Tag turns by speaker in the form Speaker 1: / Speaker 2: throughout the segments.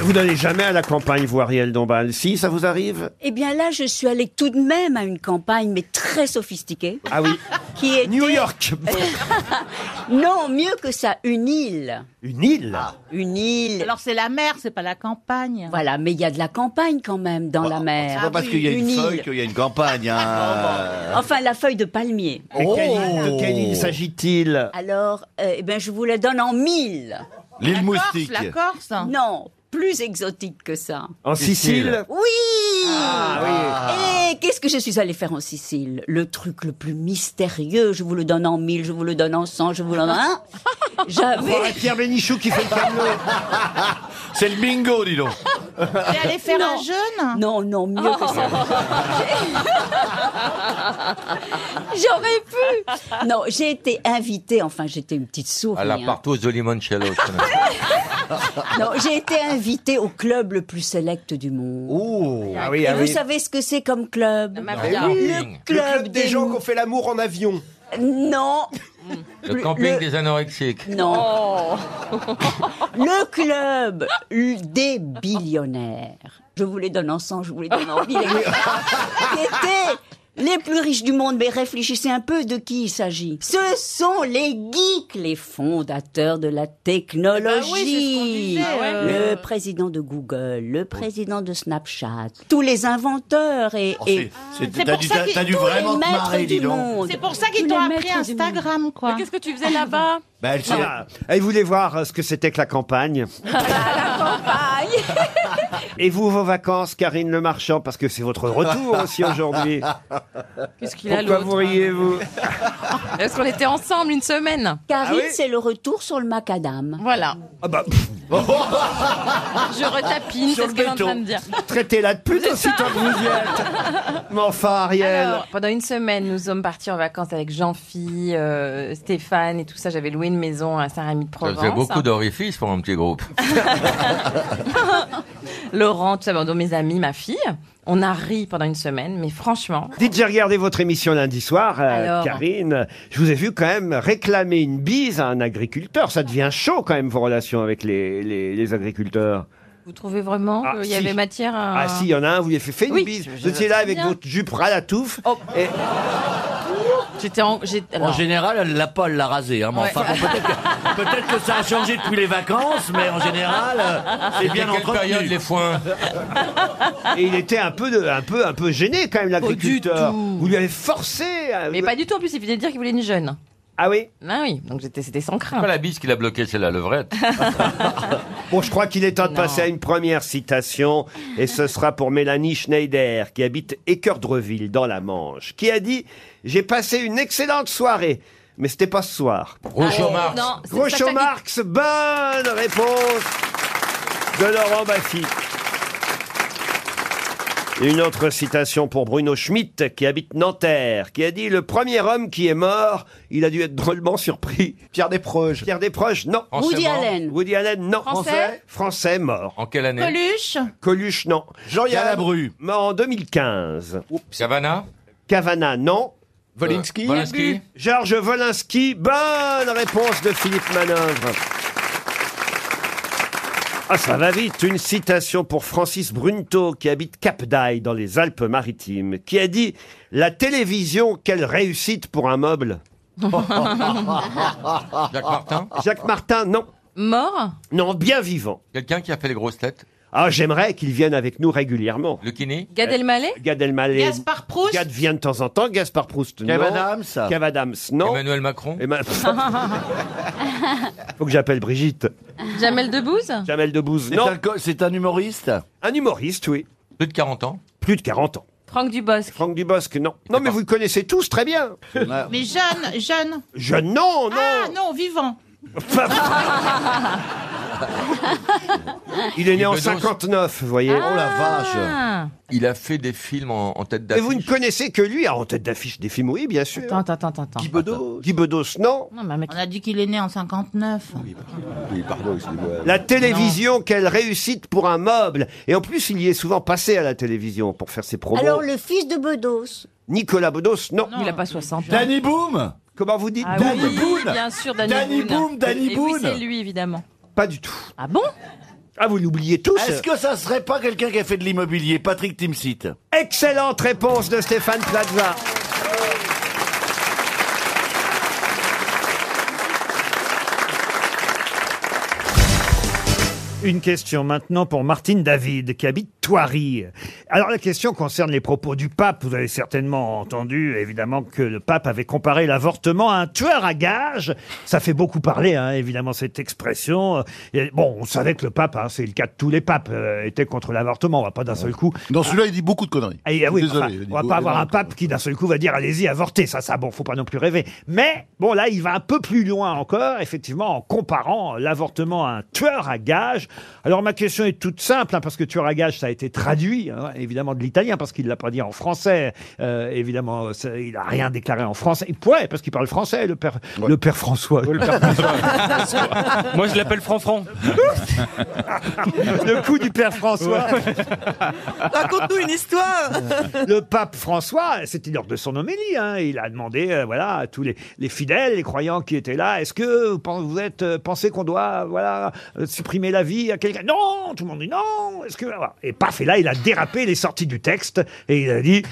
Speaker 1: vous n'allez jamais à la campagne, vous, Ariel Dombal. Si, ça vous arrive
Speaker 2: Eh bien là, je suis allée tout de même à une campagne, mais très sophistiquée,
Speaker 1: Ah oui.
Speaker 2: qui est
Speaker 1: New York
Speaker 2: non mieux que ça, une île,
Speaker 1: Une île
Speaker 2: une île.
Speaker 3: Alors c'est la mer, c'est pas la campagne.
Speaker 2: Voilà, mais il y a de la campagne quand même
Speaker 1: Bah,
Speaker 2: dans la
Speaker 4: C'est
Speaker 2: mer.
Speaker 4: pas parce qu'il y a Ah une
Speaker 2: Une
Speaker 4: feuille
Speaker 2: île.
Speaker 4: qu'il y a une campagne. Hein.
Speaker 2: Enfin, la feuille de palmier.
Speaker 1: Mais quelle île-
Speaker 4: Oh.
Speaker 1: de quelle île s'agit-il
Speaker 2: Alors, euh, eh ben, je vous la donne en mille.
Speaker 4: L'île
Speaker 3: La
Speaker 4: moustique.
Speaker 3: Corse, la Corse.
Speaker 2: Non, plus exotique que ça.
Speaker 1: En Sicile
Speaker 4: Sicile.
Speaker 2: Oui Et qu'est-ce que je suis allée faire en Sicile Le truc le plus mystérieux, je vous le donne en mille, je vous le donne en cent, je vous le donne en...
Speaker 1: Oh,
Speaker 2: J'avais...
Speaker 1: et Pierre Bénichou qui fait le tableau
Speaker 4: C'est le bingo, dis donc.
Speaker 3: T'es allé faire
Speaker 2: Non.
Speaker 3: un jeûne
Speaker 2: Non, non, mieux que ça. J'aurais pu. Non, j'ai été invitée, enfin j'étais une petite souris.
Speaker 5: À la
Speaker 2: hein.
Speaker 5: partouze de limoncello. je connais.
Speaker 2: Non, j'ai été invitée au club le plus sélect du monde.
Speaker 1: Oh Ah oui,
Speaker 2: Et
Speaker 1: ah
Speaker 2: vous
Speaker 1: oui.
Speaker 2: savez ce que c'est comme club Le
Speaker 1: Le club des gens
Speaker 2: mou-
Speaker 1: qui ont fait l'amour en avion.
Speaker 2: Non,
Speaker 5: Le camping
Speaker 2: le-
Speaker 5: des anorexiques.
Speaker 2: non.
Speaker 1: Oh.
Speaker 2: Le club des billionnaires. Je vous les donne en 100, je vous les donne en mille. Qui étaient les plus riches du monde, mais réfléchissez un peu de qui il s'agit. Ce sont les geeks, les fondateurs de la
Speaker 3: Eh ben oui, c'est ce qu'on
Speaker 2: technologie.
Speaker 3: disait, Ah ouais. euh.
Speaker 2: Le président de Google, le président de Snapchat, tous les inventeurs et...
Speaker 4: Oh,
Speaker 2: et
Speaker 4: c'est- c'est-
Speaker 3: C'est
Speaker 4: T'as
Speaker 3: pour
Speaker 4: dû,
Speaker 3: ça
Speaker 4: t'as-
Speaker 3: qu'il-
Speaker 4: t'as dû
Speaker 2: tous les
Speaker 4: vraiment te
Speaker 2: maîtres
Speaker 4: marrer, dis
Speaker 2: du
Speaker 4: donc.
Speaker 6: Ah
Speaker 2: monde.
Speaker 3: C'est pour ça
Speaker 2: Tous
Speaker 3: qu'ils
Speaker 2: les
Speaker 3: t'ont
Speaker 2: maîtres
Speaker 3: appris
Speaker 2: du monde.
Speaker 3: Instagram, quoi.
Speaker 7: Qu'est-ce que tu faisais là-bas
Speaker 4: Bah, elle s'est-
Speaker 1: Ah, Et vous voulez voir euh, ce que c'était que la campagne Et vous, vos vacances, Karine Le Marchand, parce que c'est votre retour aussi aujourd'hui.
Speaker 7: Qu'est-ce qu'il a
Speaker 1: Pourquoi
Speaker 7: l'autre
Speaker 1: vous riez-vous
Speaker 7: Est-ce qu'on était ensemble une semaine
Speaker 2: Karine,
Speaker 1: Ah oui
Speaker 2: c'est le retour sur le macadam.
Speaker 7: Voilà.
Speaker 1: Ah bah,
Speaker 7: Je retapine, c'est
Speaker 4: Sur le
Speaker 7: ce que est en
Speaker 4: béton.
Speaker 7: train de dire.
Speaker 1: traitez-la de pute aussi tant que vous y êtes. Mais enfin, Ariel.
Speaker 7: Alors, pendant une semaine, nous sommes partis en vacances avec Jean-Phi, euh, Stéphane et tout ça. J'avais loué une maison à
Speaker 5: Ça
Speaker 7: Saint-Rémy-de-Provence.
Speaker 5: faisait beaucoup d'orifices pour un petit groupe.
Speaker 7: Laurent, tout ça, bon, dont mes amis, ma fille. On a ri pendant une semaine, mais franchement,
Speaker 1: Dites, j'ai regardé votre émission lundi soir, euh,
Speaker 7: Alors
Speaker 1: Karine. Je vous ai vu quand même réclamer une bise à un agriculteur. Ça devient chaud quand même vos relations avec les, les, les agriculteurs.
Speaker 7: vous trouvez vraiment
Speaker 1: Ah,
Speaker 7: qu'il
Speaker 1: si.
Speaker 7: y avait matière à...
Speaker 1: Ah si, il y en a un, vous lui avez fait, fais une
Speaker 7: Oui,
Speaker 1: bise.
Speaker 7: je- je
Speaker 1: Vous étiez là
Speaker 7: sais
Speaker 1: avec
Speaker 7: bien.
Speaker 1: votre jupe ras la touffe.
Speaker 7: Oh.
Speaker 1: Et
Speaker 7: J'étais en... j'ai-
Speaker 4: En
Speaker 7: alors,
Speaker 4: général, elle l'a pas, elle l'a rasé. Hein, mais
Speaker 7: Ouais.
Speaker 4: enfin, bon, peut-être que, peut-être que ça a changé depuis les vacances, mais en
Speaker 1: Ah
Speaker 4: général, euh, c'est
Speaker 5: C'était
Speaker 4: bien
Speaker 5: quelle période
Speaker 4: entretenu.
Speaker 5: les foins
Speaker 1: Et il était un peu, de- un peu, un peu gêné quand même, l'agriculteur.
Speaker 7: Pas Oh, du tout.
Speaker 1: Vous lui avez forcé. à-
Speaker 7: Mais pas du tout, en plus, il venait de dire qu'il voulait une jeune.
Speaker 1: Ah oui
Speaker 7: Ah oui, donc j'étais- c'était sans crainte.
Speaker 5: Pas la bise qu'il a bloquée, c'est la levrette.
Speaker 1: Bon, je crois qu'il est temps de
Speaker 7: Non.
Speaker 1: passer à une première citation. Et ce sera pour Mélanie Schneider, qui habite Équeurdreville, dans la Manche, qui a dit « J'ai passé une excellente soirée, mais c'était pas ce soir.
Speaker 5: Groucho Marx.
Speaker 7: Non, » c'est Sacha
Speaker 1: Groucho
Speaker 7: Guitry.
Speaker 1: Marx, bonne réponse de Laurent Baffy. Et Une autre citation pour Bruno Schmitt, qui habite Nanterre, qui a dit « Le premier homme qui est mort, il a dû être drôlement surpris. »
Speaker 4: Pierre Desproges.
Speaker 1: Pierre Desproges, non.
Speaker 5: Français
Speaker 2: Woody
Speaker 5: mort.
Speaker 2: Allen.
Speaker 1: Woody Allen, non.
Speaker 7: Français
Speaker 1: Français mort.
Speaker 5: En quelle année
Speaker 3: Coluche
Speaker 1: Coluche, non.
Speaker 4: Jean-Yann Labru.
Speaker 1: Mort en 2015.
Speaker 5: Savannah
Speaker 1: Cavana, non.
Speaker 5: Volinsky Euh, Volinsky
Speaker 1: Georges Volinsky, bonne réponse de Philippe Manœuvre. Ah, ça va vite. Une citation pour Francis Brunto, qui habite Cap d'Aille, dans les Alpes-Maritimes, qui a dit « La télévision, quelle réussite pour un meuble oh,
Speaker 5: Ah.
Speaker 1: Ah.
Speaker 5: Jacques Martin ».
Speaker 1: Jacques Martin, non.
Speaker 7: Mort
Speaker 1: Non, bien vivant.
Speaker 5: Quelqu'un qui a fait les grosses têtes
Speaker 1: Ah, j'aimerais qu'il vienne avec nous régulièrement.
Speaker 5: Lucchini
Speaker 7: Gad Elmaleh
Speaker 1: Gad Elmaleh.
Speaker 3: Gaspard Proust
Speaker 1: Gad vient de temps en temps, Gaspard Proust, non.
Speaker 4: Kev Adams.
Speaker 1: Kev Adams, non.
Speaker 5: Emmanuel Macron
Speaker 1: Et ma- Faut que j'appelle Brigitte.
Speaker 7: Jamel Debbouze
Speaker 1: Jamel Debbouze,
Speaker 4: C'est
Speaker 1: non.
Speaker 4: un, co- c'est un humoriste.
Speaker 1: Un humoriste, oui.
Speaker 5: Plus de 40 ans
Speaker 1: Plus de 40 ans.
Speaker 7: Franck Dubosc
Speaker 1: Franck Dubosc, non. Non, mais vous le connaissez tous très bien.
Speaker 3: Mais jeune, jeune.
Speaker 1: Jeune, non, non.
Speaker 3: Ah non, vivant.
Speaker 1: Il est né en
Speaker 5: Yves Bedos.
Speaker 1: 59, vous voyez.
Speaker 4: Oh la vache.
Speaker 7: Ah.
Speaker 5: Il a fait des films en, en tête
Speaker 1: Et vous ne
Speaker 5: d'affiche.
Speaker 1: connaissez que lui, Ah, en tête d'affiche des films, oui, bien sûr.
Speaker 7: Attends, attends, attends, attends.
Speaker 4: Guy Bedos.
Speaker 1: Guy Bedos, non.
Speaker 7: Non, mais un mec-
Speaker 3: On a dit qu'il est né en 59.
Speaker 4: Oui, pardon, excusez-moi.
Speaker 1: La télévision, quelle réussite pour un meuble. Et en plus, il y est souvent passé à la télévision pour faire ses promos.
Speaker 2: Alors le fils de Bedos.
Speaker 1: Nicolas Bedos, non.
Speaker 7: Il a pas 60 ans.
Speaker 4: Danny Boom
Speaker 1: Comment vous dites
Speaker 7: Ah
Speaker 4: Danny
Speaker 7: oui,
Speaker 4: Boone
Speaker 7: bien sûr, Danny,
Speaker 4: Danny Boone, Danny
Speaker 7: Et
Speaker 4: Boone
Speaker 7: oui, c'est lui, évidemment.
Speaker 1: Pas du tout.
Speaker 7: Ah bon
Speaker 1: Ah, vous l'oubliez tous
Speaker 7: Est-ce que ça serait pas quelqu'un qui a fait de l'immobilier Patrick Timsit.
Speaker 1: Excellente réponse de Stéphane Plaza. Une question maintenant pour Martine David, qui habite Thoiry. Alors la question concerne les propos du pape. Vous avez certainement entendu, évidemment, que le pape avait comparé l'avortement à un tueur à gages. Ça fait beaucoup parler, hein, évidemment, cette expression. Et bon, on savait que le pape, hein, c'est le cas de tous les papes, euh, était contre l'avortement. On va pas d'un seul coup
Speaker 8: Dans celui-là, il dit beaucoup de conneries.
Speaker 1: Ah, ah oui,
Speaker 8: Désolé.
Speaker 1: enfin,
Speaker 8: il dit
Speaker 1: on va
Speaker 8: beau-
Speaker 1: pas avoir un
Speaker 8: énorme.
Speaker 1: pape qui d'un seul coup va dire allez-y avortez ça ça bon faut pas non plus rêver mais bon là il va un peu plus loin encore effectivement en comparant l'avortement à un tueur à gages alors ma question est toute simple hein, parce que tueur à gages ça a été traduit hein, évidemment de l'italien parce qu'il l'a pas dit en français Euh, évidemment ça- il a rien déclaré en français il pourrait parce qu'il parle français le père le père François
Speaker 3: Moi, je l'appelle Franfran.
Speaker 1: le coup du père François
Speaker 9: Raconte-nous une histoire
Speaker 1: le pape François, c'était lors de son homélie, hein, il a demandé euh, voilà, à tous les, les fidèles, les croyants qui étaient là, est-ce que vous pen- vous êtes, euh, pensez qu'on doit voilà, euh, supprimer la vie à quelqu'un Non Tout le monde dit non est-ce que... voilà. Et paf, et là, il a dérapé, il est sorti du texte, et il a dit...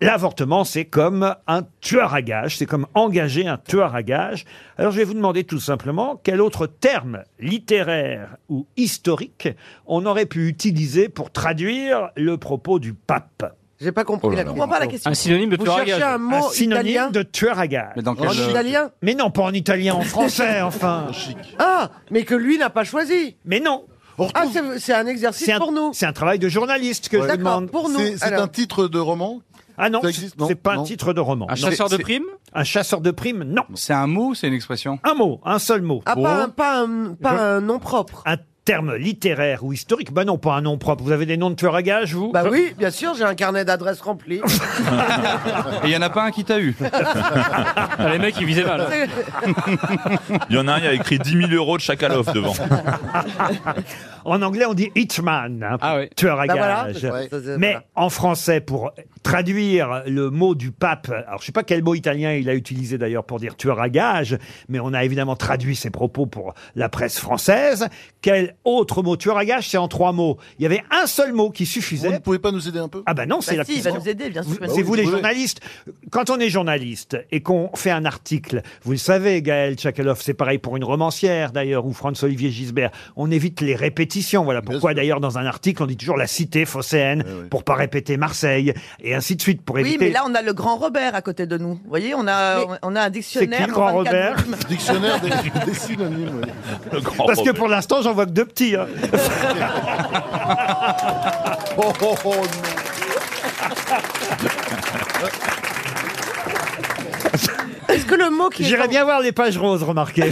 Speaker 1: L'avortement, c'est comme un tueur à gages, c'est comme engager un tueur à gages. Alors je vais vous demander tout simplement quel autre terme littéraire ou historique on aurait pu utiliser pour traduire le propos du pape.
Speaker 9: J'ai pas compris
Speaker 8: Oh là
Speaker 9: la
Speaker 8: là.
Speaker 9: question. pas la question.
Speaker 3: Un synonyme de
Speaker 9: Vous
Speaker 3: tueur à
Speaker 9: cherchez un
Speaker 3: gages.
Speaker 1: un
Speaker 9: mot
Speaker 1: synonyme
Speaker 9: italien
Speaker 1: de tueur à gages.
Speaker 3: Mais dans
Speaker 9: En
Speaker 3: quel euh,
Speaker 9: italien
Speaker 1: Mais non, pas en italien, en français, enfin.
Speaker 9: Ah, mais que lui n'a pas choisi.
Speaker 1: Mais non,
Speaker 8: On
Speaker 9: Ah,
Speaker 8: retrouve-
Speaker 9: c'est c'est un exercice
Speaker 1: c'est un,
Speaker 9: pour nous.
Speaker 1: c'est un travail de journaliste que je vous
Speaker 9: D'accord,
Speaker 1: demande.
Speaker 9: pour nous.
Speaker 8: C'est c'est
Speaker 9: alors.
Speaker 8: un titre de roman
Speaker 1: Ah non,
Speaker 8: Ça existe, non,
Speaker 1: c'est pas un
Speaker 8: non.
Speaker 1: titre de roman.
Speaker 3: Un chasseur de primes
Speaker 1: Un chasseur de primes, non.
Speaker 3: C'est un mot ou c'est une expression
Speaker 1: Un mot, un seul mot.
Speaker 9: Ah, pas un, pas un, pas un nom propre.
Speaker 1: Un terme littéraire ou historique, bah non, pas un nom propre. Vous avez des noms de tueurs à gages, vous
Speaker 9: Bah oui, bien sûr, j'ai un carnet d'adresses rempli.
Speaker 3: Et il y en a pas un qui t'a eu.
Speaker 10: Ah,
Speaker 3: les mecs, ils visaient mal.
Speaker 11: Il y en a un, il y a écrit 10 000 euros de Chakalov devant.
Speaker 1: En anglais, on dit hitman, hein,
Speaker 3: Ah oui.
Speaker 1: tueur à
Speaker 9: Bah voilà,
Speaker 1: gages.
Speaker 9: ouais, ça, c'est-
Speaker 1: Mais
Speaker 9: voilà.
Speaker 1: en français, pour traduire le mot du pape, alors je sais pas quel mot italien il a utilisé d'ailleurs pour dire tueur à gages, mais on a évidemment traduit ses propos pour la presse française. Quel autre mot tueur à gages C'est en trois mots. Il y avait un seul mot qui
Speaker 8: Vous ne
Speaker 1: suffisait.
Speaker 8: pouvez pas nous aider un peu Ah
Speaker 1: Ah ben non, c'est
Speaker 9: Bah
Speaker 1: la
Speaker 9: si, il va
Speaker 1: question.
Speaker 9: nous aider, bien
Speaker 1: Vous-
Speaker 9: sûr.
Speaker 1: c'est vous les
Speaker 8: oui.
Speaker 1: journalistes. Quand on est journaliste et qu'on fait un article, vous le savez, Gaël Tchakaloff, c'est pareil pour une romancière d'ailleurs, ou Franz-Olivier Gisbert, on évite les répétitions. Voilà pourquoi
Speaker 8: sûr.
Speaker 1: d'ailleurs dans un article, on dit toujours la cité phocéenne
Speaker 8: Eh oui.
Speaker 1: pour pas répéter Marseille, et ainsi de suite pour
Speaker 12: Oui,
Speaker 1: éviter...
Speaker 12: mais là, on a le grand Robert à côté de nous. Vous voyez, on a, on a un dictionnaire.
Speaker 1: qui, le grand
Speaker 12: 24
Speaker 1: Robert
Speaker 12: volumes.
Speaker 8: Dictionnaire des, des synonymes. oui.
Speaker 11: Le grand
Speaker 1: Parce que
Speaker 11: Robert.
Speaker 1: pour l'instant, j'en vois que deux petits. hein.
Speaker 8: Oh, oh, oh, non.
Speaker 9: Est-ce que le mot qui est,
Speaker 1: J'irais bien voir les pages roses, remarquez.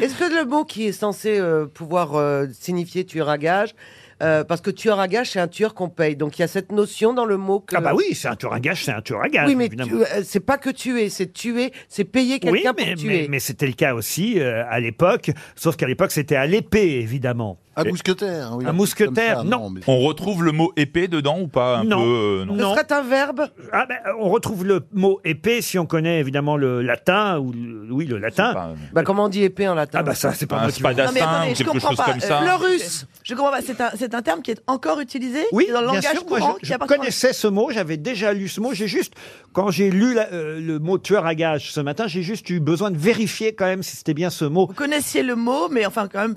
Speaker 9: est-ce que le mot qui est censé euh, pouvoir euh, signifier tueur à gage, euh, parce que tueur à gage, c'est un tueur qu'on paye. Donc il y a cette notion dans le mot que.
Speaker 1: ah bah oui, c'est un tueur à gages, c'est un tueur à gages.
Speaker 9: Oui, mais
Speaker 1: évidemment.
Speaker 9: tu- euh, c'est pas que tuer, c'est tuer, c'est payer
Speaker 1: Oui,
Speaker 9: quelqu'un
Speaker 1: mais,
Speaker 9: pour tuer.
Speaker 1: mais- mais c'était le cas aussi euh, à l'époque, sauf qu'à l'époque, c'était à l'épée, évidemment.
Speaker 12: Ah
Speaker 8: Un mousquetaire. oui,
Speaker 1: Un
Speaker 8: truc
Speaker 1: mousquetaire,
Speaker 8: comme
Speaker 1: non.
Speaker 8: mais-
Speaker 11: On retrouve le mot épée dedans ou pas un
Speaker 1: Non.
Speaker 11: peu euh, non.
Speaker 9: Ce serait un verbe.
Speaker 1: Ah ben, on retrouve le mot épée si on connaît évidemment le latin ou le- oui le latin.
Speaker 11: Pas, euh,
Speaker 9: Bah comment on dit épée en latin
Speaker 1: Ah bah ça c'est pas
Speaker 11: un
Speaker 1: moi qui vous-
Speaker 12: Non, mais
Speaker 11: spadassin
Speaker 12: attendez,
Speaker 11: ou
Speaker 12: je
Speaker 11: quelque
Speaker 12: comprends
Speaker 11: chose
Speaker 12: pas.
Speaker 11: comme
Speaker 12: Euh,
Speaker 11: ça.
Speaker 9: Le russe.
Speaker 12: Je comprends pas, c'est un, c'est un terme qui est encore utilisé
Speaker 1: Oui,
Speaker 12: dans le
Speaker 1: bien
Speaker 12: langage
Speaker 1: sûr, moi
Speaker 12: courant.
Speaker 1: je-
Speaker 12: qui
Speaker 1: je,
Speaker 12: appartient-
Speaker 1: connaissais ce mot, j'avais déjà lu ce mot, j'ai juste, quand j'ai lu la- euh, le mot tueur à gages ce matin, j'ai juste eu besoin de vérifier quand même si c'était bien ce mot.
Speaker 12: Vous connaissiez le mot, mais enfin, quand même,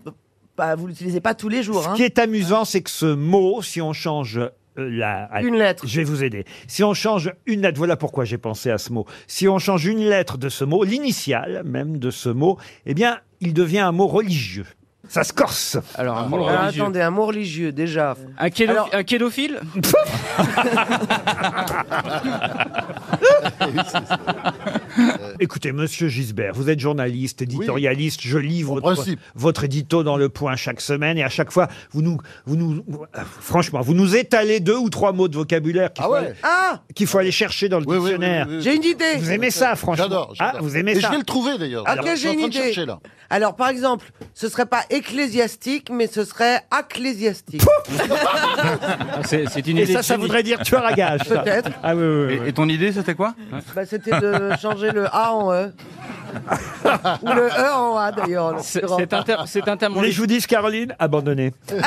Speaker 12: pas, vous l'utilisez pas tous les jours.
Speaker 1: Ce
Speaker 12: hein.
Speaker 1: qui est amusant, c'est que ce mot, si on change euh, la... allez,
Speaker 9: Une lettre.
Speaker 1: Je vais vous aider. Si on change une lettre, voilà pourquoi j'ai pensé à ce mot. Si on change une lettre de ce mot, l'initiale même de ce mot, eh bien, il devient un mot religieux. Ça se corse.
Speaker 3: Alors, un
Speaker 1: Ah,
Speaker 9: Alors, attendez, Ah, un mot religieux déjà.
Speaker 3: Un,
Speaker 9: Alors-
Speaker 3: kédophile
Speaker 8: Euh,
Speaker 1: Écoutez, monsieur Gisbert, vous êtes journaliste, éditorialiste, je lis votre,
Speaker 8: principe.
Speaker 1: votre édito dans le point chaque semaine et à chaque fois, vous nous, vous nous, euh, franchement, vous nous étalez deux ou trois mots de vocabulaire qu'il
Speaker 8: Ah
Speaker 1: faut,
Speaker 8: ouais
Speaker 1: aller-
Speaker 9: Ah,
Speaker 1: qu'il faut aller chercher dans le
Speaker 8: Oui, oui, oui,
Speaker 1: dictionnaire.
Speaker 8: oui, oui.
Speaker 9: j'ai une idée.
Speaker 1: Vous aimez ça, franchement
Speaker 8: J'adore.
Speaker 1: Ah,
Speaker 8: j'adore.
Speaker 1: vous aimez
Speaker 8: Et
Speaker 1: ça
Speaker 8: Je vais le trouver d'ailleurs.
Speaker 9: Ah,
Speaker 8: Je
Speaker 9: que
Speaker 8: suis
Speaker 9: j'ai
Speaker 8: en
Speaker 9: une
Speaker 8: train de
Speaker 9: idée.
Speaker 8: chercher là.
Speaker 9: Alors, par exemple, ce serait pas ecclésiastique, mais ce serait ecclésiastique.
Speaker 3: C'est une
Speaker 1: Et ça, ça voudrait dire tueur à gages. ça.
Speaker 9: Peut-être.
Speaker 1: Ah oui, oui, oui.
Speaker 3: ton idée, c'était quoi
Speaker 9: Bah, c'était de changer le A en E. Ou le E en A d'ailleurs. en
Speaker 10: C'est
Speaker 9: l'occurrence.
Speaker 10: c'est un, terme- c'est un terme.
Speaker 1: Vous voulez que je vous dise, Caroline Abandonné.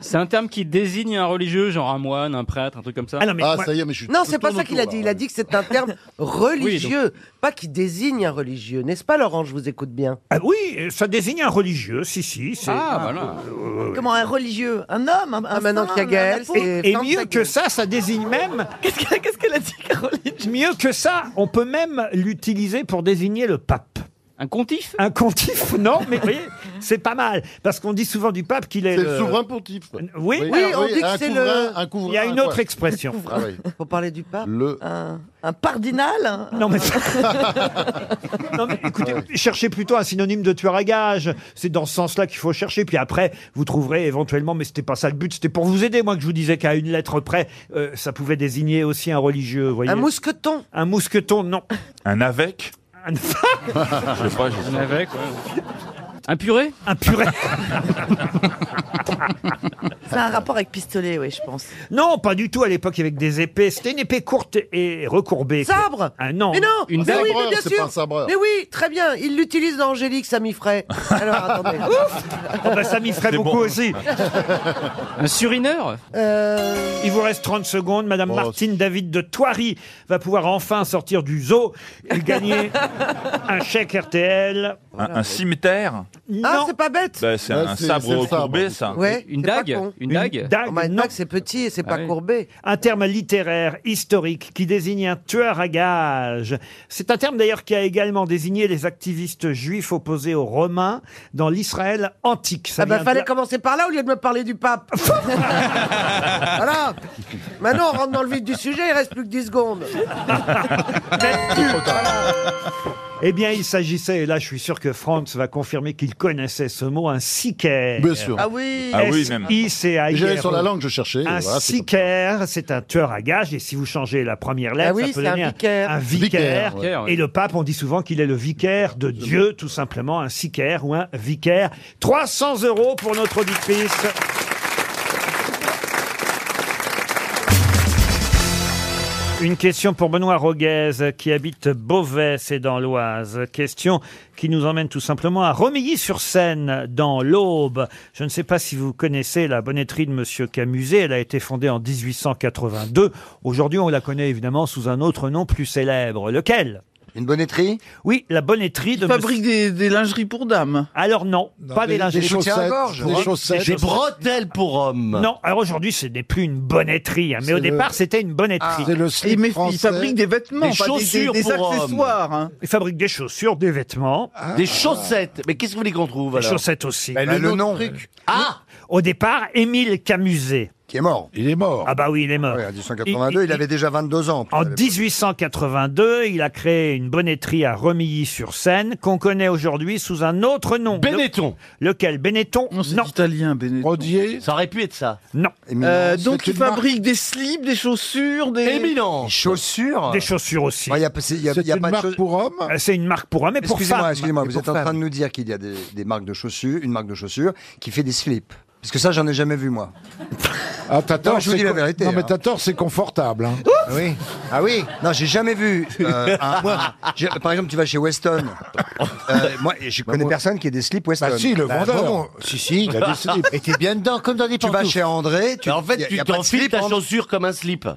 Speaker 10: C'est un terme qui désigne un religieux, genre un moine, un prêtre, un truc comme ça.
Speaker 1: Ah non, mais Ah, moi-
Speaker 9: ça y est, mais Non, c'est pas ça qu'il a dit. Il a dit que c'est un terme religieux, pas qui désigne un religieux. N'est-ce pas, Laurent Je vous écoute bien.
Speaker 1: Ah oui, ça désigne un religieux, si, si. c'est-
Speaker 9: Ah, voilà.
Speaker 1: Euh, euh,
Speaker 3: Comment un religieux Un homme un,
Speaker 9: Ah, maintenant qu'il y a Gaël, c'est
Speaker 1: Et mieux que ça, ça désigne même. Qu'est-ce qu'elle a dit, Caroline Mieux que ça, on peut même l'utiliser pour désigner le pape.
Speaker 10: Un pontife
Speaker 1: Un pontife, non, mais vous voyez, c'est pas mal. Parce qu'on dit souvent du pape qu'il est.
Speaker 11: C'est le souverain pontife.
Speaker 1: Oui,
Speaker 11: Oui, Oui, on oui, dit que un c'est le- couvain, un couvain,
Speaker 1: Il y a une
Speaker 11: un
Speaker 1: autre
Speaker 11: quoi.
Speaker 1: expression.
Speaker 11: Ah oui.
Speaker 9: Pour parler du pape
Speaker 11: Le...
Speaker 3: Un, un
Speaker 9: hein.
Speaker 3: pardinal
Speaker 1: Non mais... non mais écoutez, cherchez plutôt un synonyme de tueur à gage. C'est dans ce sens-là qu'il faut chercher. Puis après, vous trouverez éventuellement, mais c'était pas ça le but, c'était pour vous aider. Moi que je vous disais qu'à une lettre près, euh, ça pouvait désigner aussi un religieux. vous Voyez.
Speaker 9: Un mousqueton.
Speaker 1: Un mousqueton, non.
Speaker 13: Un avec
Speaker 1: Je
Speaker 13: sais pas, je sais
Speaker 10: Un
Speaker 13: pas.
Speaker 10: avec, Un purée
Speaker 1: Un purée.
Speaker 3: C'est un rapport avec pistolet, oui, je pense.
Speaker 1: Non, pas du tout. À l'époque, avec des épées. C'était une épée courte et recourbée.
Speaker 9: Sabre
Speaker 1: Ah non.
Speaker 9: Mais non
Speaker 1: Une
Speaker 9: mais
Speaker 1: dague.
Speaker 9: oui, mais bien sûr. Mais oui, très bien. Il l'utilise dans Angélique, ça m'y ferait. Alors attendez.
Speaker 1: Oh, bah, ça m'y ferait
Speaker 10: C'est
Speaker 1: beaucoup
Speaker 10: bon.
Speaker 1: aussi.
Speaker 10: Un surineur
Speaker 9: Euh,
Speaker 1: Il vous reste 30 secondes. Madame
Speaker 13: Oh,
Speaker 1: Martine David de Thoiry va pouvoir enfin sortir du zoo et gagner un chèque RTL.
Speaker 13: Un, un cimetière
Speaker 9: Ah, c'est pas bête.
Speaker 13: Bah, C'est un sabre recourbé, ça.
Speaker 9: Ouais, c'est pas con. Oh,
Speaker 1: non.
Speaker 9: c'est petit et c'est pas
Speaker 1: oui.
Speaker 9: courbé.
Speaker 1: Un terme littéraire, historique, qui désigne un tueur à gages. C'est un terme d'ailleurs qui a également désigné les activistes juifs opposés aux Romains dans l'Israël antique. Ça
Speaker 9: Ah bah
Speaker 1: vient de
Speaker 9: fallait
Speaker 1: là-
Speaker 9: commencer par là au lieu de me parler du pape. voilà. Maintenant on rentre dans le vif du sujet, il reste plus que 10 secondes.
Speaker 1: Eh bien, il s'agissait, et là je suis sûr que Franz va confirmer qu'il connaissait ce mot, un sicaire.
Speaker 11: Bien sûr. Ah
Speaker 3: oui.
Speaker 11: Ah oui, même.
Speaker 1: S-I-C-A-I-R-E.
Speaker 11: J'allais sur la langue, je cherchais,
Speaker 1: Un
Speaker 11: voilà, c'est comme ça.
Speaker 1: sicaire, c'est un tueur à gages, et si vous changez la première lettre,
Speaker 11: Ah oui,
Speaker 1: ça peut
Speaker 11: c'est un
Speaker 1: donner
Speaker 11: vicaire.
Speaker 1: un vicaire.
Speaker 11: Vicaire, ouais.
Speaker 1: Et le pape, on dit souvent qu'il est le vicaire de Dieu, tout simplement, un sicaire ou un vicaire. 300 euros pour notre auditrice. Une question pour Benoît Roguez qui habite Beauvais, c'est dans l'Oise. Question qui nous emmène tout simplement à Romilly-sur-Seine, dans l'Aube. Je ne sais pas si vous connaissez la bonnetterie de Monsieur Camuset. Elle a été fondée en 1882. Aujourd'hui, on la connaît évidemment sous un autre nom plus célèbre. Lequel Une bonnetterie Oui, la bonnetterie de.
Speaker 10: fabrique
Speaker 1: des, lingeries pour dames Alors non,
Speaker 10: Non,
Speaker 1: pas des,
Speaker 10: des-
Speaker 1: lingeries
Speaker 10: des soutiens-gorge, des chaussettes. Des
Speaker 1: bretelles pour hommes. Non, alors aujourd'hui, ce n'est plus une bonnetterie, hein, mais au
Speaker 10: C'est le-
Speaker 1: départ, c'était une bonnetterie.
Speaker 10: Ah. C'est le slip Et mais il français. fabrique des vêtements,
Speaker 14: Des pas des- chaussures des- des pour accessoires, hommes.
Speaker 1: Il fabrique des chaussures, des vêtements.
Speaker 14: Des chaussettes. Mais qu'est-ce que vous voulez qu'on trouve
Speaker 1: Des
Speaker 14: alors
Speaker 1: chaussettes aussi.
Speaker 14: Bah, le, nom.
Speaker 1: Ah Au départ, Émile Camuset. Qui est mort. Il est mort. Ah bah oui, il est mort. en
Speaker 15: 1882, il, avait déjà 22 ans.
Speaker 1: En 1882, il a créé une bonnetterie à Remilly-sur-Seine qu'on connaît aujourd'hui sous un autre nom. Benetton. lequel Benetton Non, c'est italien, Benetton. Rodier
Speaker 14: Ça aurait pu être ça.
Speaker 1: Non.
Speaker 14: Euh, donc,
Speaker 15: il fabrique des slips, des chaussures, des. Éminent. Chaussures.
Speaker 1: Des chaussures aussi.
Speaker 15: Il y a, pas- il y a- il y a pas de chaussures-
Speaker 1: hommes C'est une marque pour hommes et Ah, pour femmes.
Speaker 15: Excusez-moi, excusez-moi,
Speaker 1: Et
Speaker 15: vous
Speaker 1: pour
Speaker 15: êtes en train
Speaker 1: femmes.
Speaker 15: de nous dire qu'il y a des, des marques de chaussures, une marque de chaussures qui fait des slips. Parce que ça, j'en ai jamais vu, moi.
Speaker 16: Ah, t'as
Speaker 15: Non,
Speaker 16: tort,
Speaker 15: je vous
Speaker 16: c'est
Speaker 15: dis la
Speaker 16: con-
Speaker 15: vérité,
Speaker 16: Non,
Speaker 15: hein.
Speaker 16: mais t'as tort, c'est confortable. hein.
Speaker 15: Ah oui. Ah oui. Non, j'ai jamais vu. euh, un- moi, j'ai- par exemple, tu vas chez Weston. Euh, moi, je connais personne qui ait des slips Weston.
Speaker 16: Bah si, le vendeur.
Speaker 15: si, si,
Speaker 16: Il a des slips.
Speaker 15: Et t'es bien dedans, comme dans des Tu vas
Speaker 16: pantoufles.
Speaker 15: chez André. Tu,
Speaker 14: Mais en fait,
Speaker 15: y a-
Speaker 14: tu
Speaker 15: y a pas de
Speaker 14: t'enfiles
Speaker 15: slip
Speaker 14: ta
Speaker 15: en- Ah,
Speaker 14: chaussure comme un slip.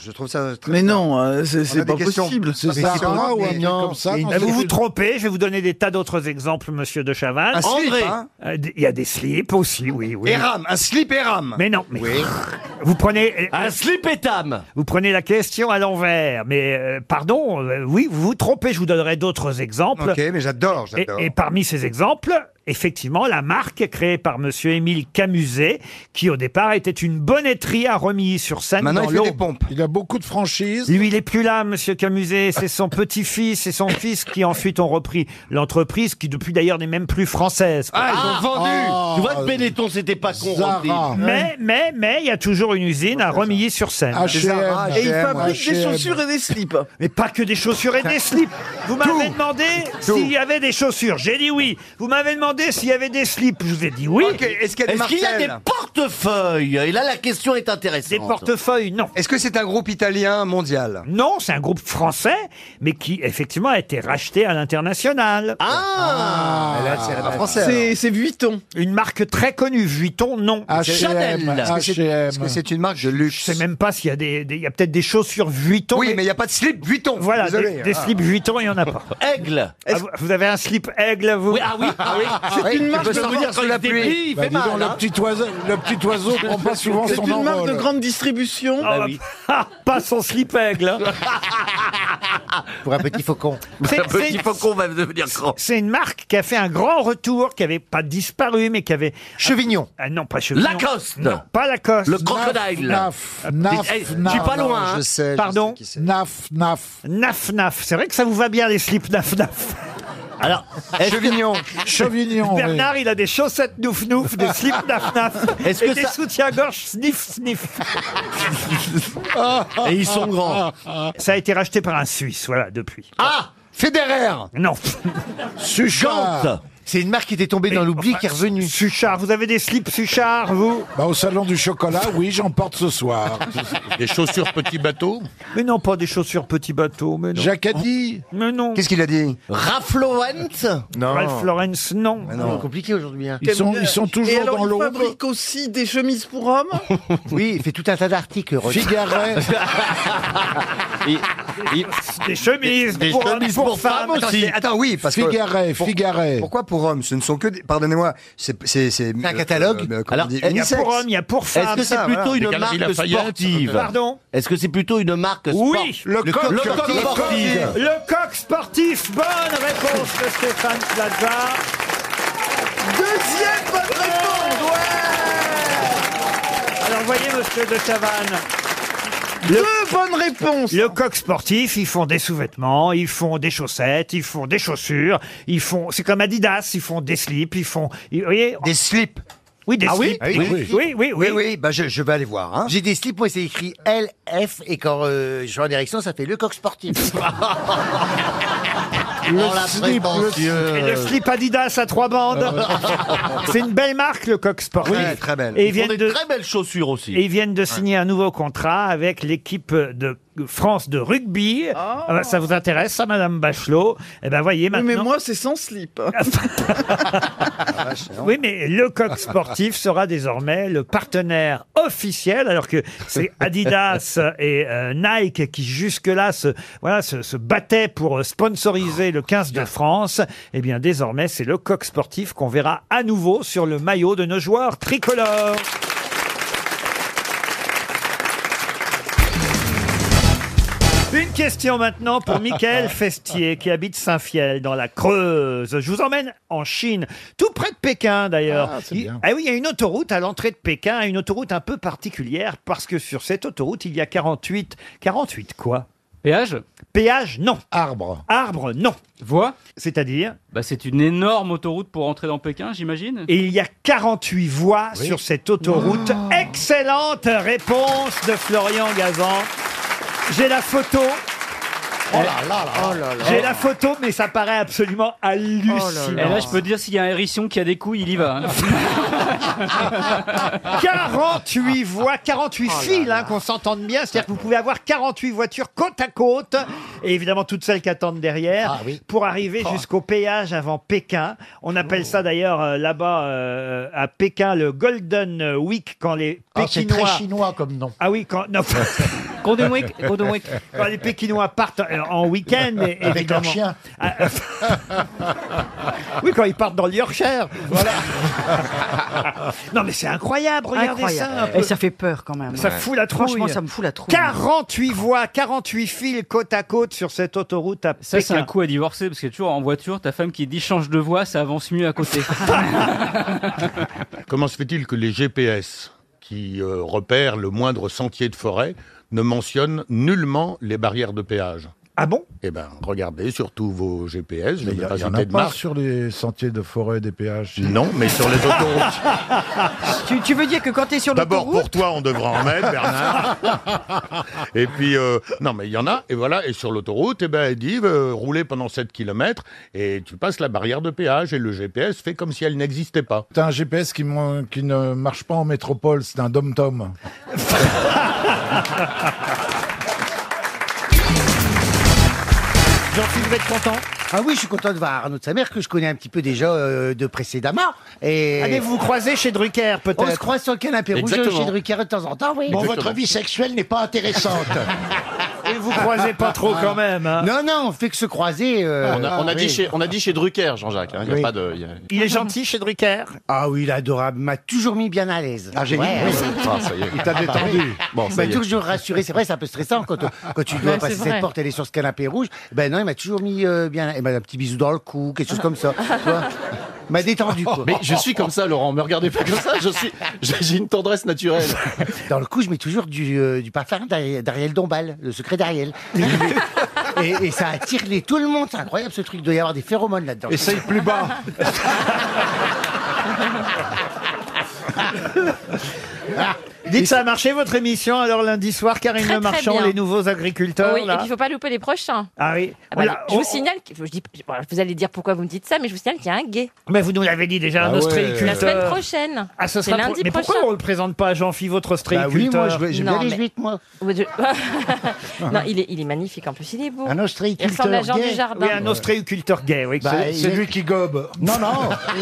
Speaker 15: je trouve ça très
Speaker 14: Mais non,
Speaker 15: euh, c'est- c'est pas possible. C'est Sarah ou un truc comme ça, non, c'est-
Speaker 1: Vous vous trompez, je vais vous donner des tas d'autres exemples, monsieur de Chavannes.
Speaker 15: Un slip, André. hein
Speaker 1: Euh, d- Il y a des slips aussi, oui. oui.
Speaker 15: Et rame, un slip et rame.
Speaker 1: Mais non, mais. Vous prenez. euh,
Speaker 14: Un slip et tam.
Speaker 1: Vous prenez la question à l'envers. Mais euh, pardon, euh, oui, vous vous trompez, je vous donnerai d'autres exemples.
Speaker 15: Ok, mais j'adore, j'adore.
Speaker 1: Et, et parmi ces exemples, effectivement, la marque créée par monsieur Émile Camuset, qui au départ était une bonnetterie à Remilly-sur-Seine.
Speaker 15: Maintenant,
Speaker 1: dans
Speaker 15: il fait des
Speaker 1: l'Aube.
Speaker 15: pompes.
Speaker 16: Il a beaucoup de franchises.
Speaker 1: Lui, il est plus là, Monsieur Camuset. C'est son petit-fils et son fils qui ensuite ont repris l'entreprise, qui depuis d'ailleurs n'est même plus française.
Speaker 14: Ah, ils ont vendu.
Speaker 1: Ah.
Speaker 14: tu vois que Benetton, c'était pas con.
Speaker 1: Zara.
Speaker 14: Rodrigue.
Speaker 1: Mais, mais, mais, il y a toujours une usine à Remilly-sur-Seine.
Speaker 15: H&M, Et il
Speaker 14: fabrique
Speaker 15: des chaussures
Speaker 1: et des slips. Mais pas que des chaussures et des slips. Vous m'avez demandé s'il y avait des chaussures. J'ai dit oui. Vous m'avez demandé demandé s'il y avait des slips. Je vous ai dit oui.
Speaker 17: Est-ce qu'il y a des, portefeuilles Et là, la question est intéressante.
Speaker 1: Des portefeuilles, non.
Speaker 18: Est-ce que c'est un groupe italien mondial
Speaker 1: Non, c'est un groupe français, mais qui effectivement a été racheté à l'international.
Speaker 17: Ah,
Speaker 18: Ah, là, c'est pas français,
Speaker 1: C'est Vuitton. Une marque très connue. Vuitton, non.
Speaker 18: H&M, Est-ce que c'est une marque de luxe
Speaker 1: Je sais même pas s'il y a des, des- il y a peut-être des chaussures Vuitton. Oui, mais il
Speaker 18: n'y a pas de slip Vuitton.
Speaker 1: Voilà,
Speaker 18: Désolé.
Speaker 1: des, des
Speaker 18: Ah.
Speaker 1: slips Vuitton, il y en a pas.
Speaker 17: Aigle.
Speaker 1: Ah, vous- vous avez un slip aigle, vous
Speaker 17: Oui, ah oui, ah oui. C'est une marque, je peux vous dire, sous la pluie, il
Speaker 11: Bah,
Speaker 17: fait
Speaker 11: dis
Speaker 17: mal,
Speaker 11: donc,
Speaker 17: hein.
Speaker 11: le petit oiseau, le petit oiseau prend pas souvent son envol.
Speaker 1: distribution. Ah,
Speaker 17: Bah
Speaker 1: bah pas son slip aigle. hein.
Speaker 18: Pour un petit faucon.
Speaker 1: C'est-
Speaker 17: Un petit
Speaker 1: c'est-
Speaker 17: faucon va devenir grand.
Speaker 1: C'est une marque qui a fait un grand retour, qui avait pas disparu, mais qui avait.
Speaker 18: Chevignon.
Speaker 1: Ah non, pas Chevignon.
Speaker 17: Lacoste.
Speaker 1: Non, pas Lacoste.
Speaker 17: Le crocodile.
Speaker 11: Naf,
Speaker 1: Ah,
Speaker 11: naf,
Speaker 1: eh,
Speaker 11: naf.
Speaker 1: hein. Pardon.
Speaker 11: Naf, naf.
Speaker 1: Naf, naf. C'est vrai que ça vous va bien les slips naf, naf.
Speaker 17: Alors,
Speaker 11: Chevignon. Chevignon, oui.
Speaker 1: Bernard, il a des chaussettes nouf nouf, des slips naf naf,
Speaker 17: Est-ce
Speaker 1: et
Speaker 17: que
Speaker 1: des
Speaker 17: ça-
Speaker 1: soutiens-gorge sniff sniff.
Speaker 17: Et ils sont grands.
Speaker 1: Ça a été racheté par un Suisse, voilà, depuis.
Speaker 17: Ah
Speaker 1: Federer Non.
Speaker 17: Suchante.
Speaker 1: C'est une marque qui était tombée dans l'oubli qui est revenue. Suchard, vous avez des slips Suchard, vous
Speaker 11: Bah, au salon du chocolat, oui, j'en porte ce soir.
Speaker 1: Des chaussures petit bateau Mais non, pas des chaussures petit bateau, mais non. Oh,
Speaker 11: Jacques a dit.
Speaker 1: Mais non.
Speaker 18: Qu'est-ce qu'il a dit
Speaker 17: Ralph Lauren
Speaker 11: Non. Ah
Speaker 1: Ralph Lauren, non.
Speaker 14: Ah,
Speaker 18: non.
Speaker 17: compliqué aujourd'hui. hein.
Speaker 11: Ils sont, ils sont toujours dans
Speaker 8: il
Speaker 11: l'ombre.
Speaker 8: fabrique aussi des chemises pour hommes
Speaker 18: Oui, il fait tout un tas d'articles.
Speaker 11: Figaret.
Speaker 1: Des chemises
Speaker 18: Des
Speaker 1: pour,
Speaker 18: chemises
Speaker 1: pour
Speaker 18: pour
Speaker 1: femmes.
Speaker 18: femmes aussi.
Speaker 1: c'est-
Speaker 18: Attends, oui, parce que-
Speaker 11: Figaret,
Speaker 18: pour-
Speaker 11: Figaret.
Speaker 18: Pourquoi pour hommes Ce ne sont que des... Pardonnez-moi, c'est... C'est c'est-
Speaker 17: un
Speaker 18: euh,
Speaker 17: catalogue
Speaker 18: euh, comment
Speaker 17: Alors,
Speaker 18: on dit,
Speaker 17: il y a
Speaker 18: unisexe.
Speaker 1: pour hommes, il y a pour femmes.
Speaker 17: Est-ce que c'est
Speaker 15: Ah,
Speaker 18: ça,
Speaker 17: plutôt
Speaker 18: voilà.
Speaker 17: une
Speaker 18: Des galeries
Speaker 17: marque
Speaker 18: Lafayette,
Speaker 17: sportive
Speaker 1: Pardon
Speaker 17: Est-ce que c'est plutôt une marque sportive
Speaker 1: Oui, le coq-
Speaker 17: le
Speaker 1: le coq
Speaker 17: sportif.
Speaker 1: Le coq sportif, bonne réponse de Stéphane Plaza.
Speaker 8: Deuxième bonne réponse
Speaker 1: Alors voyez, monsieur de Chavannes.
Speaker 8: Deux bonnes réponses
Speaker 1: Le coq sportif, ils font des sous-vêtements, ils font des chaussettes, ils font des chaussures, ils font, c'est comme Adidas, ils font des slips, ils font, ils- vous voyez,
Speaker 18: Des slips.
Speaker 1: oui, des
Speaker 18: Ah oui
Speaker 1: slips,
Speaker 18: Ah oui,
Speaker 1: oui, oui,
Speaker 18: oui.
Speaker 1: oui,
Speaker 18: Oui, oui, bah je, je vais aller voir. Hein.
Speaker 19: J'ai des slips, moi c'est écrit LF et quand euh, je suis en direction, ça fait le coq sportif.
Speaker 11: Le
Speaker 17: Oh, la
Speaker 11: slip,
Speaker 17: prétentieuse.
Speaker 1: Et le slip Adidas à trois bandes. c'est une belle marque, le coq sportif.
Speaker 18: Très, très belle.
Speaker 1: Et
Speaker 17: Ils
Speaker 1: ils
Speaker 17: font
Speaker 1: viennent
Speaker 17: des
Speaker 1: de,
Speaker 17: très belles chaussures aussi.
Speaker 1: Et ils viennent de signer un nouveau contrat avec l'équipe de France de rugby. Euh, Ça vous intéresse, ça, Madame Bachelot Eh ben, voyez
Speaker 8: Oh. Oui,
Speaker 1: maintenant. Ah,
Speaker 8: mais moi, c'est sans slip.
Speaker 9: hein.
Speaker 1: Oui, mais le coq sportif sera désormais le partenaire officiel, alors que c'est Adidas et euh, Nike qui jusque-là se, voilà, se, se battaient pour euh, sponsoriser le 15 de France. Eh bien, désormais, c'est le coq sportif qu'on verra à nouveau sur le maillot de nos joueurs tricolores. Une question maintenant pour Michael Festier qui habite Saint-Fiel dans la Creuse. Je vous emmène en Chine, tout près de Pékin d'ailleurs.
Speaker 11: Ah, c'est
Speaker 1: Il-
Speaker 11: bien.
Speaker 1: ah oui, il y a une autoroute à l'entrée de Pékin, une autoroute un peu particulière parce que sur cette autoroute, il y a 48 48 quoi
Speaker 10: Péage
Speaker 1: Péage non.
Speaker 11: Arbre.
Speaker 1: Arbre non.
Speaker 10: Voie
Speaker 1: C'est-à-dire
Speaker 10: Bah, c'est une énorme autoroute pour entrer dans Pékin, j'imagine.
Speaker 1: et il y a 48 voies
Speaker 10: Oui.
Speaker 1: sur cette autoroute.
Speaker 10: Oh.
Speaker 1: Excellente réponse de Florian Gazan. J'ai la photo.
Speaker 11: Oh là là là.
Speaker 1: J'ai la photo, mais ça paraît absolument
Speaker 10: Oh
Speaker 1: Oh
Speaker 10: Et
Speaker 1: hallucinant.
Speaker 10: là, je peux dire s'il y a un hérisson qui a des couilles, il y va. hein.
Speaker 1: 48
Speaker 11: Ah.
Speaker 1: voies,
Speaker 11: Oh
Speaker 1: 48 fils, hein, qu'on s'entende bien. C'est-à-dire que vous pouvez avoir 48 voitures côte à côte, et évidemment toutes celles qui attendent derrière,
Speaker 18: Ah oui.
Speaker 1: pour arriver
Speaker 11: Oh.
Speaker 1: jusqu'au péage avant Pékin. On appelle ça d'ailleurs euh, là-bas euh, à Pékin le Golden Week, quand les
Speaker 11: Ah, c'est
Speaker 1: Pékinois...
Speaker 11: très chinois comme nom.
Speaker 1: Ah oui, quand... non.
Speaker 10: Golden Week, Golden Week.
Speaker 1: Quand les Pékinois partent euh, en week-end, et-
Speaker 11: Avec
Speaker 1: évidemment.
Speaker 11: leur chien.
Speaker 1: Ah, euh, oui, quand ils partent dans le Yorkshire. Voilà. non, mais c'est incroyable, regardez ça. un peu.
Speaker 13: Et ça fait peur quand même.
Speaker 1: Ça fout la trouille.
Speaker 13: Franchement, ça me fout la trouille.
Speaker 1: 48 voies, 48 fils côte à côte sur cette autoroute à
Speaker 10: Ça, c'est
Speaker 1: Pékin.
Speaker 10: un coup à divorcer parce que toujours en voiture, ta femme qui dit change de voie, ça avance mieux à côté.
Speaker 20: Comment se fait-il que les GPS qui euh, repèrent le moindre sentier de forêt ne mentionnent nullement les barrières de péage
Speaker 21: Ah bon
Speaker 22: Eh ben, regardez surtout vos GPS. Je ne
Speaker 11: Il
Speaker 22: vais pas
Speaker 11: n'y en
Speaker 22: citer
Speaker 11: a
Speaker 22: de
Speaker 11: pas
Speaker 22: marque.
Speaker 11: sur les sentiers de forêt des péages.
Speaker 22: Non, mais sur les autoroutes.
Speaker 1: Ah,
Speaker 23: tu, tu veux dire que quand t'es sur
Speaker 22: D'abord
Speaker 23: l'autoroute...
Speaker 22: pour toi, on devra en mettre, Bernard. et puis, euh, non, mais il y en a. Et voilà. Et sur l'autoroute, eh ben, elle dit euh, rouler pendant 7 km et tu passes la barrière de péage et le GPS fait comme si elle n'existait pas.
Speaker 11: T'as un GPS qui, mon- qui ne marche pas en métropole, c'est un dom-tom.
Speaker 14: Jean-Philippe, vous êtes content Ah oui, je suis content de voir Arnaud de sa mère, que je connais un petit peu déjà euh, de précédemment. Et...
Speaker 1: Allez-vous vous croiser chez Drucker, peut-être
Speaker 14: On se croise sur le canapé rouge
Speaker 1: Exactement.
Speaker 14: chez Drucker de temps en temps, oui.
Speaker 1: Bon, votre vie
Speaker 14: sexuelle n'est pas intéressante.
Speaker 21: Et vous croisez pas trop quand même. hein.
Speaker 14: Non, non, on fait que se croiser. euh,
Speaker 8: on,
Speaker 11: ah,
Speaker 8: a, on a dit
Speaker 14: oui.
Speaker 8: chez, on a dit chez Drucker, Jean-Jacques. hein, Il y a
Speaker 14: Oui.
Speaker 8: pas de. il y a-
Speaker 1: Il est gentil chez Drucker
Speaker 14: Ah oui, il est adorable, il m'a toujours mis bien à l'aise.
Speaker 1: Ah, génial.
Speaker 14: Ouais,
Speaker 1: Oui.
Speaker 14: ouais.
Speaker 1: Ah, ça y est. Il t'a
Speaker 14: Ah, bah
Speaker 1: détendu.
Speaker 14: oui.
Speaker 1: Bon,
Speaker 14: il
Speaker 1: ça
Speaker 14: m'a
Speaker 1: y est.
Speaker 14: toujours rassuré, c'est vrai, c'est un peu stressant quand, quand tu dois
Speaker 1: Ouais,
Speaker 14: passer
Speaker 1: c'est
Speaker 14: cette
Speaker 1: vrai.
Speaker 14: porte, elle est sur ce canapé rouge. Ben non, il m'a toujours mis euh, bien, il m'a un petit bisou dans le cou, quelque chose comme ça. tu vois. Il m'a détendu. Quoi.
Speaker 8: Mais je suis comme ça, Laurent. Me regardez pas comme ça. Je suis. J'ai j'ai une tendresse naturelle.
Speaker 14: Dans le coup, je mets toujours du, euh, du parfum d'Ari- d'Ariel Dombal, le secret d'Ariel. et, et ça attire les, tout le monde. C'est incroyable ce truc. Il doit y avoir des phéromones là-dedans.
Speaker 11: Essaye plus bas.
Speaker 7: Ah,
Speaker 1: Ah, Dites, ça a marché votre émission alors lundi soir, Karine
Speaker 7: Très,
Speaker 1: Le
Speaker 7: très
Speaker 1: Marchand,
Speaker 7: bien.
Speaker 1: les nouveaux agriculteurs
Speaker 7: Oh oui, et
Speaker 1: là.
Speaker 7: puis il faut pas louper les prochains.
Speaker 1: Ah oui.
Speaker 7: Ah
Speaker 1: On
Speaker 7: bah,
Speaker 1: l'a-
Speaker 7: je
Speaker 1: on-
Speaker 7: vous signale, que- je dis, bon, vous allez dire pourquoi vous me dites ça, mais je vous signale qu'il y a un gay.
Speaker 1: oh. Mais vous nous l'avez dit déjà,
Speaker 21: Ah
Speaker 1: un
Speaker 21: ouais.
Speaker 1: ostréiculteur.
Speaker 7: La semaine prochaine.
Speaker 1: Ah, ce
Speaker 7: C'est
Speaker 1: sera
Speaker 7: lundi
Speaker 1: pro- Mais pourquoi
Speaker 7: prochain.
Speaker 1: on le présente pas à Jean-Philippe, votre
Speaker 14: Bah oui,
Speaker 1: ostréiculteur
Speaker 14: moi, je veux- j'ai bien les huit, moi.
Speaker 7: Ouais, je- non, il est, il est magnifique, en plus il est beau.
Speaker 14: Un
Speaker 7: Il
Speaker 14: ostréiculteur
Speaker 7: ressemble à Jean
Speaker 14: gay.
Speaker 7: du Jardin.
Speaker 1: Oui, un ostréiculteur gay, oui.
Speaker 11: Bah,
Speaker 1: C'est-
Speaker 11: il
Speaker 1: c'est
Speaker 11: est-
Speaker 1: lui
Speaker 11: qui gobe.
Speaker 14: Non, non.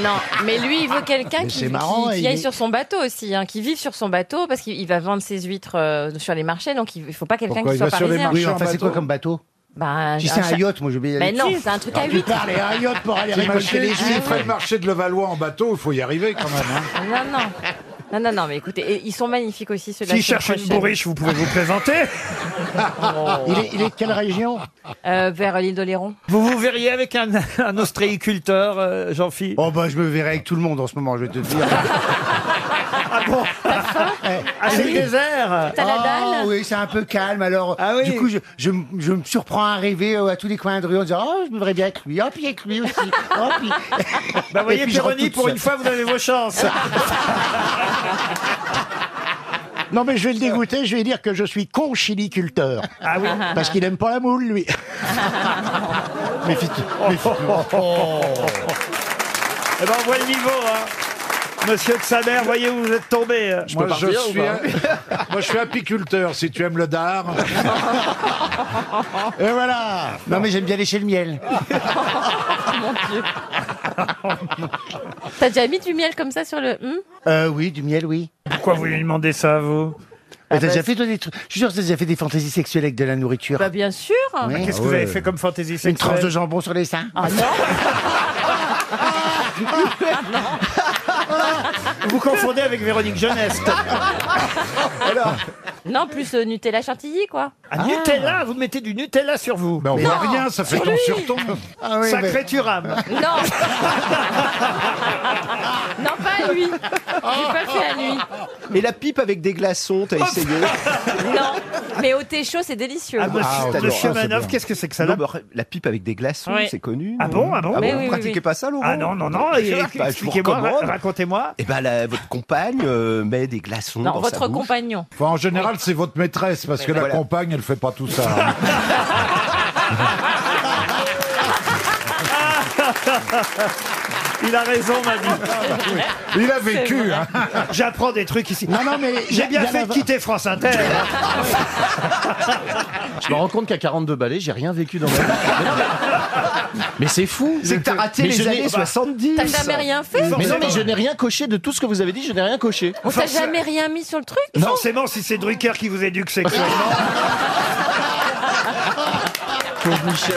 Speaker 7: Non, mais lui, il veut quelqu'un
Speaker 11: Mais
Speaker 7: qui,
Speaker 11: c'est
Speaker 7: qui-
Speaker 11: marrant,
Speaker 7: qui
Speaker 11: il
Speaker 7: aille
Speaker 11: est-
Speaker 7: sur son bateau aussi, hein, qui vive sur son bateau, parce qu'il il va vendre ses huîtres euh, sur les marchés, donc il ne faut pas quelqu'un
Speaker 14: Pourquoi
Speaker 7: qui
Speaker 14: il
Speaker 7: soit
Speaker 14: va sur les
Speaker 7: parisien.
Speaker 14: marchés Oui, en enfin, c'est bateau quoi comme bateau
Speaker 7: bah, un-
Speaker 14: Si c'est un
Speaker 7: cha-
Speaker 14: yacht, moi, je vais y
Speaker 7: Mais
Speaker 14: aller.
Speaker 7: non,
Speaker 14: Si.
Speaker 7: c'est un truc
Speaker 14: Ah,
Speaker 7: à
Speaker 14: tu
Speaker 7: huit.
Speaker 14: parles, et un yacht pour aller
Speaker 11: T'imagines,
Speaker 14: récolter les
Speaker 11: Si
Speaker 14: huîtres.
Speaker 11: le marché de Levallois en bateau, il faut y arriver quand même. hein.
Speaker 7: Non, non. Non, non, non, mais écoutez, et ils sont magnifiques aussi, ceux-là.
Speaker 1: S'il cherche une bourriche, vous pouvez vous présenter.
Speaker 7: Il est- il est de
Speaker 14: quelle région
Speaker 7: Euh, Vers l'île d'Oléron.
Speaker 1: Vous vous verriez avec un, un ostréiculteur, euh, Jean-Philippe
Speaker 14: Oh bah je me verrai avec tout le monde en ce moment, je vais te dire.
Speaker 1: Ah, c'est le désert Ah
Speaker 7: T'as la dalle
Speaker 14: Oh, oui, c'est un peu calme. Alors, du coup, je, je m- je me surprends à rêver euh, à tous les coins de rue en disant Oh, je me verrais bien avec lui. Oh, puis avec lui aussi. Oh, puis.
Speaker 1: Bah voyez,
Speaker 14: Et puis, je rentre
Speaker 1: Péroni,
Speaker 14: toute
Speaker 1: pour
Speaker 14: seule.
Speaker 1: une fois, vous avez vos chances.
Speaker 11: Non, mais je vais le dégoûter, je vais dire que je suis conchiliculteur.
Speaker 1: Ah oui
Speaker 11: Parce qu'il aime pas la moule, lui. mais fit- mais fit-
Speaker 1: Oh. Eh ben, on voit le niveau, hein. Monsieur de Sader, voyez où vous êtes tombé. hein.
Speaker 11: Moi, je suis, moi, je suis apiculteur, si tu aimes le dard. Et
Speaker 9: Ah.
Speaker 11: voilà
Speaker 14: Non, mais j'aime bien lécher le miel.
Speaker 7: Mon Dieu. T'as déjà mis du miel comme ça sur le. hum
Speaker 14: Euh, oui, du miel, oui.
Speaker 1: Pourquoi vous lui demandez ça, vous
Speaker 14: Mais
Speaker 1: Ah
Speaker 14: t'as
Speaker 1: bah,
Speaker 14: déjà fait toi, des trucs. Je suis sûr que t'as déjà fait des fantaisies sexuelles avec de la nourriture.
Speaker 7: Bah, bien sûr.
Speaker 14: Oui.
Speaker 1: Qu'est-ce que
Speaker 14: Ah
Speaker 1: vous avez
Speaker 14: ouais.
Speaker 1: fait comme fantaisie sexuelle
Speaker 14: Une tranche de jambon sur les seins.
Speaker 7: Ah non
Speaker 1: Vous confondez avec Véronique Jeunesse.
Speaker 7: Non, plus euh, Nutella chantilly, quoi.
Speaker 1: Un Ah, Nutella, vous mettez du Nutella sur vous.
Speaker 11: on
Speaker 1: Mais
Speaker 11: voit rien, ça fait
Speaker 1: sur
Speaker 11: ton
Speaker 1: lui.
Speaker 11: sur ton.
Speaker 14: Ah oui,
Speaker 1: Sacré
Speaker 14: mais-
Speaker 1: Turam.
Speaker 7: Non Non, pas à lui J'ai pas fait à lui
Speaker 1: Et la pipe avec des glaçons, t'as essayé
Speaker 7: Non, mais au thé chaud, c'est délicieux.
Speaker 1: Ah, monsieur,
Speaker 9: Ah,
Speaker 1: monsieur
Speaker 9: d'accord, ah, c'est
Speaker 1: Manoff,
Speaker 9: bien.
Speaker 1: qu'est-ce que c'est que ça
Speaker 9: Non,
Speaker 1: là
Speaker 9: mais La pipe avec des glaçons,
Speaker 7: Ouais.
Speaker 9: c'est connu.
Speaker 1: Ah
Speaker 9: non
Speaker 1: bon, ah bon
Speaker 7: Mais
Speaker 9: vous
Speaker 7: oui, oui,
Speaker 9: pratiquez
Speaker 7: oui.
Speaker 9: pas ça, Laurent
Speaker 1: Ah non, non, non, et-
Speaker 9: Bah, je vous
Speaker 1: expliquez-moi, ra-
Speaker 9: recommande.
Speaker 1: racontez-moi.
Speaker 9: Eh ben, la- votre compagne euh, met des glaçons
Speaker 7: Non,
Speaker 11: bah,
Speaker 9: dans sa
Speaker 7: votre
Speaker 9: bouche.
Speaker 7: compagnon.
Speaker 11: Enfin, en général, c'est votre maîtresse, parce que la
Speaker 9: voilà.
Speaker 11: compagne, elle fait pas tout ça. hein.
Speaker 1: Il a raison, Manu.
Speaker 11: Il a vécu. hein.
Speaker 1: J'apprends des trucs ici.
Speaker 11: Non, non, mais y
Speaker 1: J'ai
Speaker 11: a-
Speaker 1: bien
Speaker 11: y en
Speaker 1: fait
Speaker 11: a-
Speaker 1: de quitter France Inter.
Speaker 8: Je me rends compte qu'à 42 balais, j'ai rien vécu dans ma vie. Mais- Mais c'est fou.
Speaker 9: C'est que t'as raté
Speaker 8: Mais
Speaker 9: les
Speaker 8: je n'ai-
Speaker 9: années
Speaker 8: bah,
Speaker 9: 70.
Speaker 7: T'as jamais rien fait
Speaker 8: Mais non,
Speaker 1: Forcément.
Speaker 8: mais je n'ai rien coché de tout ce que vous avez dit. Je n'ai rien coché.
Speaker 7: On t'a
Speaker 1: Force-
Speaker 7: jamais rien mis sur le truc
Speaker 1: Forcément, si c'est Drucker qui vous éduque sexuellement.
Speaker 8: Pauvre Michel.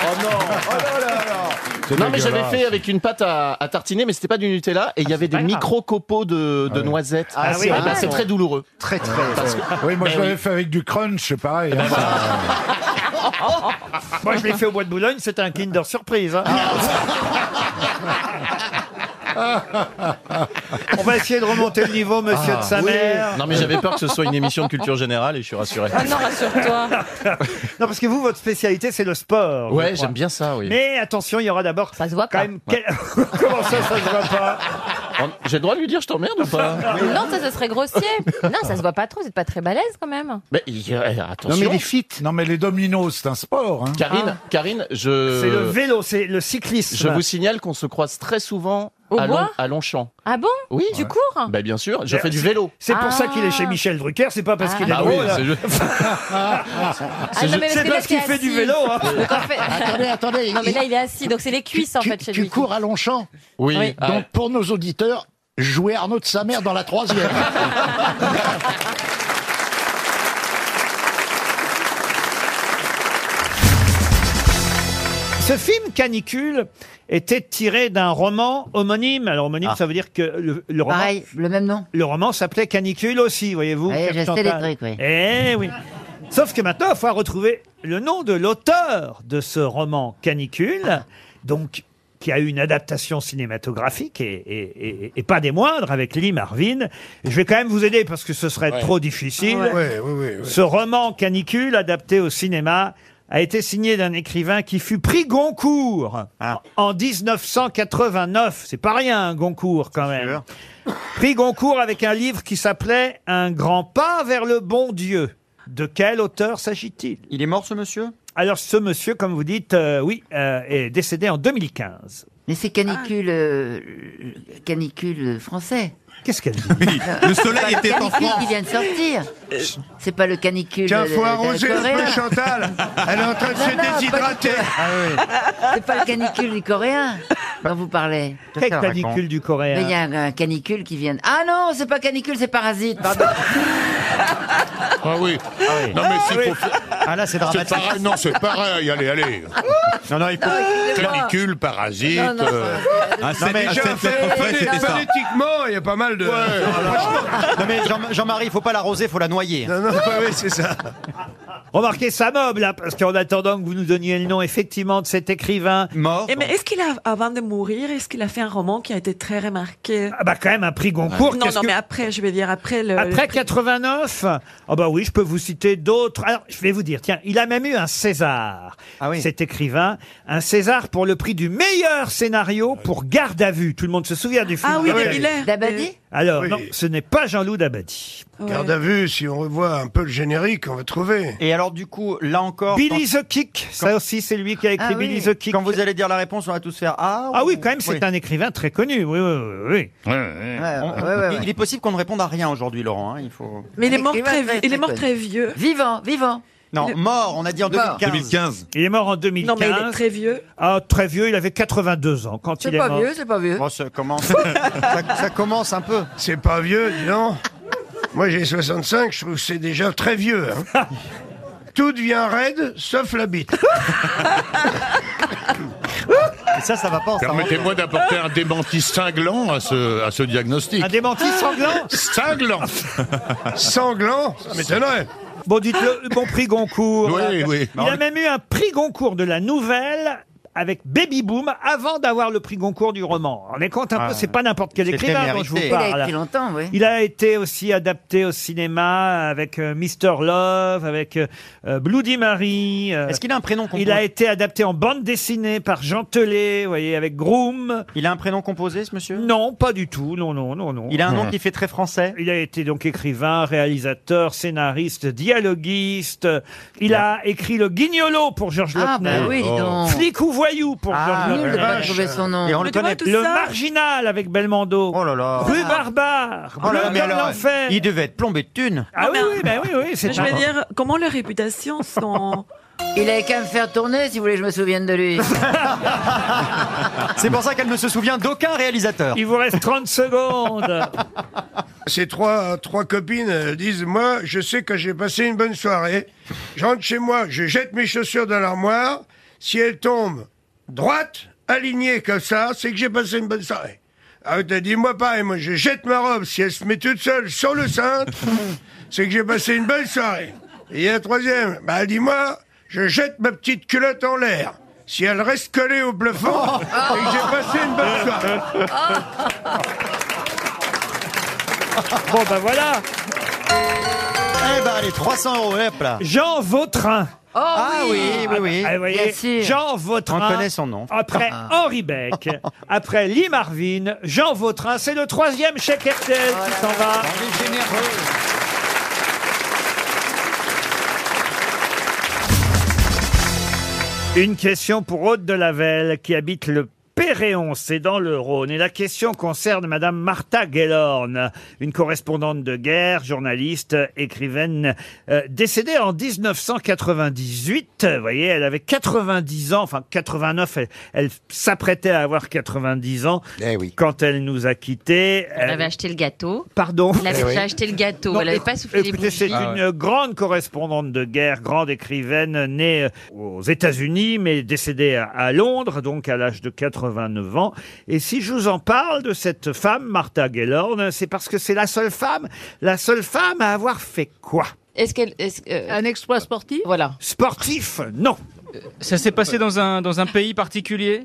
Speaker 8: Oh non. Non mais j'avais fait avec une pâte à, à tartiner mais c'était pas du Nutella et il y avait des
Speaker 1: Ah, pas grave.
Speaker 8: micro copeaux de, de noisettes.
Speaker 1: Ah oui,
Speaker 8: c'est-
Speaker 1: ah
Speaker 8: bah,
Speaker 1: ouais.
Speaker 8: c'est très douloureux.
Speaker 9: Très, très.
Speaker 8: Parce que-
Speaker 11: Oui, moi,
Speaker 8: Eh
Speaker 11: je l'avais
Speaker 8: oui. Eh ben
Speaker 11: fait avec du crunch, c'est pareil. hein.
Speaker 1: Moi, je l'ai fait au bois de Boulogne, c'était un Kinder Surprise. hein. On va essayer de remonter le niveau, Oh, monsieur
Speaker 24: Ah,
Speaker 1: de sa
Speaker 24: oui.
Speaker 1: mère.
Speaker 24: Non, mais j'avais peur que ce soit une émission de culture générale et je suis rassuré.
Speaker 1: rassure-toi. non, Ah, parce que vous, votre spécialité, c'est le sport. je
Speaker 24: Ouais,
Speaker 1: crois.
Speaker 24: j'aime bien ça, oui.
Speaker 1: Mais attention, il y aura d'abord. Ça se voit pas. Comment ça, ça se voit pas
Speaker 24: On- J'ai le droit de lui dire je t'emmerde ou pas
Speaker 7: Non, ça, ce serait grossier. Non, ça se voit pas trop, vous êtes pas très balèze quand même. Ah,
Speaker 24: Mais il- euh, attention.
Speaker 5: fites. Non, mais les dominos, c'est un sport. hein.
Speaker 24: Karine, Karine, je. euh,
Speaker 5: C'est le
Speaker 1: vélo, c'est le cyclisme.
Speaker 24: Je vous signale qu'on se croise très souvent
Speaker 7: Au
Speaker 24: à, Lon-
Speaker 7: bois
Speaker 24: à Longchamp.
Speaker 7: Ah bon
Speaker 24: Oui.
Speaker 7: Tu
Speaker 24: Ouais.
Speaker 7: cours
Speaker 24: Bah bien sûr, je fais du vélo.
Speaker 1: C'est
Speaker 11: Ah.
Speaker 5: Ah.
Speaker 1: pour ça qu'il est chez Michel Drucker, c'est pas parce qu'il est
Speaker 24: Ah oui,
Speaker 1: drôle.
Speaker 24: c'est juste-
Speaker 7: Ah, non, mais
Speaker 1: C'est
Speaker 7: que là,
Speaker 1: parce qu'il
Speaker 7: t'es
Speaker 1: fait du
Speaker 7: assis.
Speaker 1: vélo. hein.
Speaker 7: Donc, en fait-
Speaker 11: Attendez, attendez,
Speaker 7: Non, mais
Speaker 11: il-
Speaker 7: là, il est assis, donc c'est les cuisses en fait chez
Speaker 11: Tu
Speaker 7: lui.
Speaker 11: cours à Longchamp
Speaker 24: Oui. Oui. Ah.
Speaker 11: Donc pour nos auditeurs, jouer Arnaud de sa mère dans la troisième.
Speaker 1: Ce film Canicule était tiré d'un roman homonyme. Alors homonyme, ça veut dire que le, le roman.
Speaker 25: Pareil, le même nom.
Speaker 1: Le roman s'appelait Canicule aussi, voyez-vous.
Speaker 25: Ouais,
Speaker 1: Pierre
Speaker 25: je sais
Speaker 1: Chantal.
Speaker 25: les trucs, oui.
Speaker 1: Eh oui. Sauf que maintenant, il faut retrouver le nom de l'auteur de ce roman Canicule, donc qui a eu une adaptation cinématographique et, et- et- et pas des moindres avec Lee Marvin. Je vais quand même vous aider parce que ce serait trop difficile.
Speaker 5: Ah ouais. Ouais, ouais, ouais, ouais.
Speaker 1: Ce roman Canicule, adapté au cinéma, a été signé d'un écrivain qui fut prix Goncourt en 1989. C'est pas rien, un Goncourt, quand même. Prix Goncourt avec un livre qui s'appelait Un grand pas vers le bon Dieu. De quel auteur s'agit-il Il est mort, ce monsieur Alors, ce monsieur, comme vous dites, euh, oui, euh, est décédé en 2015.
Speaker 25: Mais c'est
Speaker 9: Ah.
Speaker 25: canicule, euh, euh, canicule français. Euh,
Speaker 1: Qu'est-ce qu'elle dit
Speaker 25: Le soleil était en France. qui vient de sortir.
Speaker 9: Euh.
Speaker 25: C'est pas le canicule.
Speaker 5: Tiens, faut
Speaker 25: de- de la
Speaker 5: arroser un
Speaker 25: Corée,
Speaker 5: peu
Speaker 25: là.
Speaker 5: Chantal.
Speaker 3: Ah,
Speaker 5: Elle est en train de
Speaker 25: Non, non, pas
Speaker 5: se
Speaker 25: du
Speaker 5: déshydrater.
Speaker 25: tout.
Speaker 1: Ah
Speaker 25: C'est pas le canicule du coréen dont vous parlez.
Speaker 1: Quel canicule du coréen
Speaker 25: Mais il y a un, un canicule qui vient. Ah non, c'est pas canicule, c'est parasite. Pardon.
Speaker 20: Ah oui. Non, mais c'est pour-
Speaker 5: Ah là, c'est dramatique.
Speaker 20: pareil. Non, c'est pareil. Allez, allez.
Speaker 5: Non, non, il faut.
Speaker 20: Canicule, parasite.
Speaker 5: Non, non,
Speaker 20: euh,
Speaker 5: Non, Ah, mais déjà, phé- phonétiquement, il y a pas
Speaker 24: euh,
Speaker 5: mal de. Ah
Speaker 26: Non mais Jean- Jean-Marie, il faut pas l'arroser, il faut la noyer.
Speaker 5: Non, non, bah oui, c'est ça.
Speaker 1: Remarquez, ça meuble, là, parce qu'en attendant que vous nous donniez le nom, effectivement, de cet écrivain... Mort
Speaker 9: Eh, mais est-ce qu'il a, avant de mourir, est-ce qu'il a fait un roman qui a été très remarqué
Speaker 1: Ah bah quand même un prix Goncourt.
Speaker 9: Non,
Speaker 1: qu'est-ce
Speaker 9: non,
Speaker 1: que-
Speaker 9: mais après, je vais dire après le.
Speaker 1: Après
Speaker 9: le prix-
Speaker 1: 89 Ah bah oui, je peux vous citer d'autres. Alors, je vais vous dire, tiens, il a même eu un César,
Speaker 26: Ah
Speaker 1: cet écrivain. Un César pour le prix du meilleur scénario pour Garde à vue. Tout le monde se souvient du film.
Speaker 9: Ah oui,
Speaker 1: Garde à
Speaker 9: mais
Speaker 1: vue.
Speaker 9: il est.
Speaker 25: Dabadi
Speaker 1: Alors, non, ce n'est pas Jean-Loup Dabadi.
Speaker 5: Garde à vue, si on revoit un peu le générique, on va trouver.
Speaker 26: Et alors du coup, là encore...
Speaker 1: Billy the Kick, ça aussi c'est lui qui a écrit
Speaker 26: Ah oui.
Speaker 1: Billy the Kick.
Speaker 26: Quand vous allez dire la réponse, on va tous faire Ah
Speaker 1: Ah
Speaker 26: ou-
Speaker 1: oui, quand même, c'est
Speaker 26: Oui.
Speaker 1: un écrivain très connu. Oui, oui, oui.
Speaker 26: On-
Speaker 25: ouais, ouais, ouais.
Speaker 26: Il est possible qu'on ne réponde à rien aujourd'hui, Laurent. hein, Il faut...
Speaker 9: Mais il est mort
Speaker 25: Écrivain très,
Speaker 9: très, vieux- il est
Speaker 25: très
Speaker 9: mort
Speaker 25: connu.
Speaker 9: très vieux.
Speaker 25: Vivant, vivant.
Speaker 26: Non,
Speaker 9: Il est-
Speaker 26: mort, on a dit en
Speaker 9: Mort.
Speaker 26: 2015.
Speaker 1: Il est mort en 2015.
Speaker 9: Non, mais il est très vieux.
Speaker 1: Ah, très vieux, il avait 82 ans quand il est mort.
Speaker 25: pas vieux.
Speaker 17: Ah,
Speaker 26: Bon, ça commence, ça, ça commence un peu.
Speaker 5: C'est pas vieux, dis donc. Moi, j'ai 65, je trouve que c'est déjà très vieux. hein. Tout devient raide, sauf la bite.
Speaker 26: Et ça, ça va pas. ça rentre.
Speaker 20: Permettez-moi d'apporter un démenti cinglant à ce, à ce diagnostic.
Speaker 1: Un démenti sanglant
Speaker 20: Cinglant
Speaker 5: Sanglant, ça m'étonnerait. Bah,
Speaker 1: Bon, dites-le, bon prix Goncourt.
Speaker 20: Oui, oui.
Speaker 1: Il a même eu un prix Goncourt de la nouvelle avec Baby Boom avant d'avoir le prix Goncourt du roman. On est compte un
Speaker 5: Ah.
Speaker 1: peu, c'est pas n'importe quel
Speaker 26: c'était
Speaker 1: écrivain dont je vous
Speaker 26: mérité.
Speaker 1: parle.
Speaker 25: Il a écrit longtemps, oui.
Speaker 1: Il a été aussi adapté au cinéma avec euh, Mr. Love, avec euh, euh, Bloody Mary. euh,
Speaker 26: Est-ce qu'il a un prénom composé
Speaker 1: il a été adapté en bande dessinée par Jean Telet, vous voyez, avec Groom.
Speaker 26: Il a un prénom composé, ce monsieur
Speaker 1: Non, pas du tout, non, non, non, non.
Speaker 26: Il a un nom qui fait très français.
Speaker 1: Mmh. Il a été donc écrivain, réalisateur, scénariste, dialoguiste. Il a écrit le Guignolo pour Georges
Speaker 25: Ah
Speaker 1: Lautner. Oh.
Speaker 25: bah oui,
Speaker 24: Oh.
Speaker 25: dis donc.
Speaker 1: Flic ou voyou pour
Speaker 25: Ah,
Speaker 1: Georges
Speaker 25: nul de
Speaker 1: Lautner.
Speaker 25: pas trouver son nom.
Speaker 26: Et on le
Speaker 9: Mais tu vois,
Speaker 26: connaît.
Speaker 9: tout
Speaker 1: Le
Speaker 9: ça.
Speaker 1: marginal avec Belmondo.
Speaker 26: Oh là là.
Speaker 1: Rue Barbare.
Speaker 26: Oh là là,
Speaker 1: Bleu
Speaker 26: mais
Speaker 1: comme
Speaker 26: alors,
Speaker 1: l'enfer.
Speaker 26: il devait être plombé de thunes.
Speaker 1: Ah oui, oui, bah oui, oui, c'est
Speaker 9: Je vais dire, comment leurs réputations sont.
Speaker 25: Il avait qu'à me faire tourner si vous voulez que je me souvienne de lui.
Speaker 26: C'est pour ça qu'elle ne se souvient d'aucun réalisateur.
Speaker 1: Il vous reste 30 secondes.
Speaker 5: Ces trois, trois copines euh, disent Moi, je sais que j'ai passé une bonne soirée. Je rentre chez moi, je jette mes chaussures dans l'armoire. Si elles tombent droite, alignées comme ça, c'est que j'ai passé une bonne soirée. Ah, t'as dit Moi, pareil, moi, je jette ma robe. Si elle se met toute seule sur le cintre, c'est que j'ai passé une bonne soirée. Et la troisième Bah, dis-moi, je jette ma petite culotte en l'air. Si elle reste collée au plafond, c'est que j'ai passé une bonne soirée.
Speaker 1: Bon, ben voilà.
Speaker 26: Eh ben, allez, 300 euros, hop là.
Speaker 1: Jean Vautrin.
Speaker 26: Oh Ah oui. oui, oui, oui.
Speaker 1: Ah, vous voyez,
Speaker 26: Bien sûr.
Speaker 1: Jean Vautrin.
Speaker 26: On connaît son nom.
Speaker 1: Après
Speaker 26: Ah.
Speaker 1: Henri Beck, après Lee Marvin, Jean Vautrin, c'est le troisième chèque RTL qui s'en va. Une question pour Aude de Lavelle qui habite le Péréon, c'est dans le Rhône. Et la question concerne Madame Martha Gellorn, une correspondante de guerre, journaliste, écrivaine, euh, décédée en 1998. Vous voyez, elle avait 90 ans, enfin 89, elle, elle s'apprêtait à avoir 90 ans quand elle nous a quittés.
Speaker 2: Elle
Speaker 1: Euh,
Speaker 2: avait acheté le gâteau.
Speaker 1: Pardon
Speaker 2: Elle
Speaker 7: Eh
Speaker 2: avait déjà acheté le gâteau.
Speaker 1: Eh Non,
Speaker 2: elle n'avait
Speaker 1: éc-
Speaker 2: pas soufflé les
Speaker 1: écoutez,
Speaker 2: bougies.
Speaker 1: c'est une grande correspondante de guerre, grande écrivaine, née euh, aux États-Unis, mais décédée à, à Londres, donc à l'âge de 89 ans. Et si je vous en parle de cette femme, Martha Gellorn, c'est parce que c'est la seule femme, la seule femme à avoir fait quoi
Speaker 2: Est-ce qu'elle, Un exploit sportif Voilà.
Speaker 1: Sportif, non.
Speaker 10: Ça s'est passé dans un, dans un pays particulier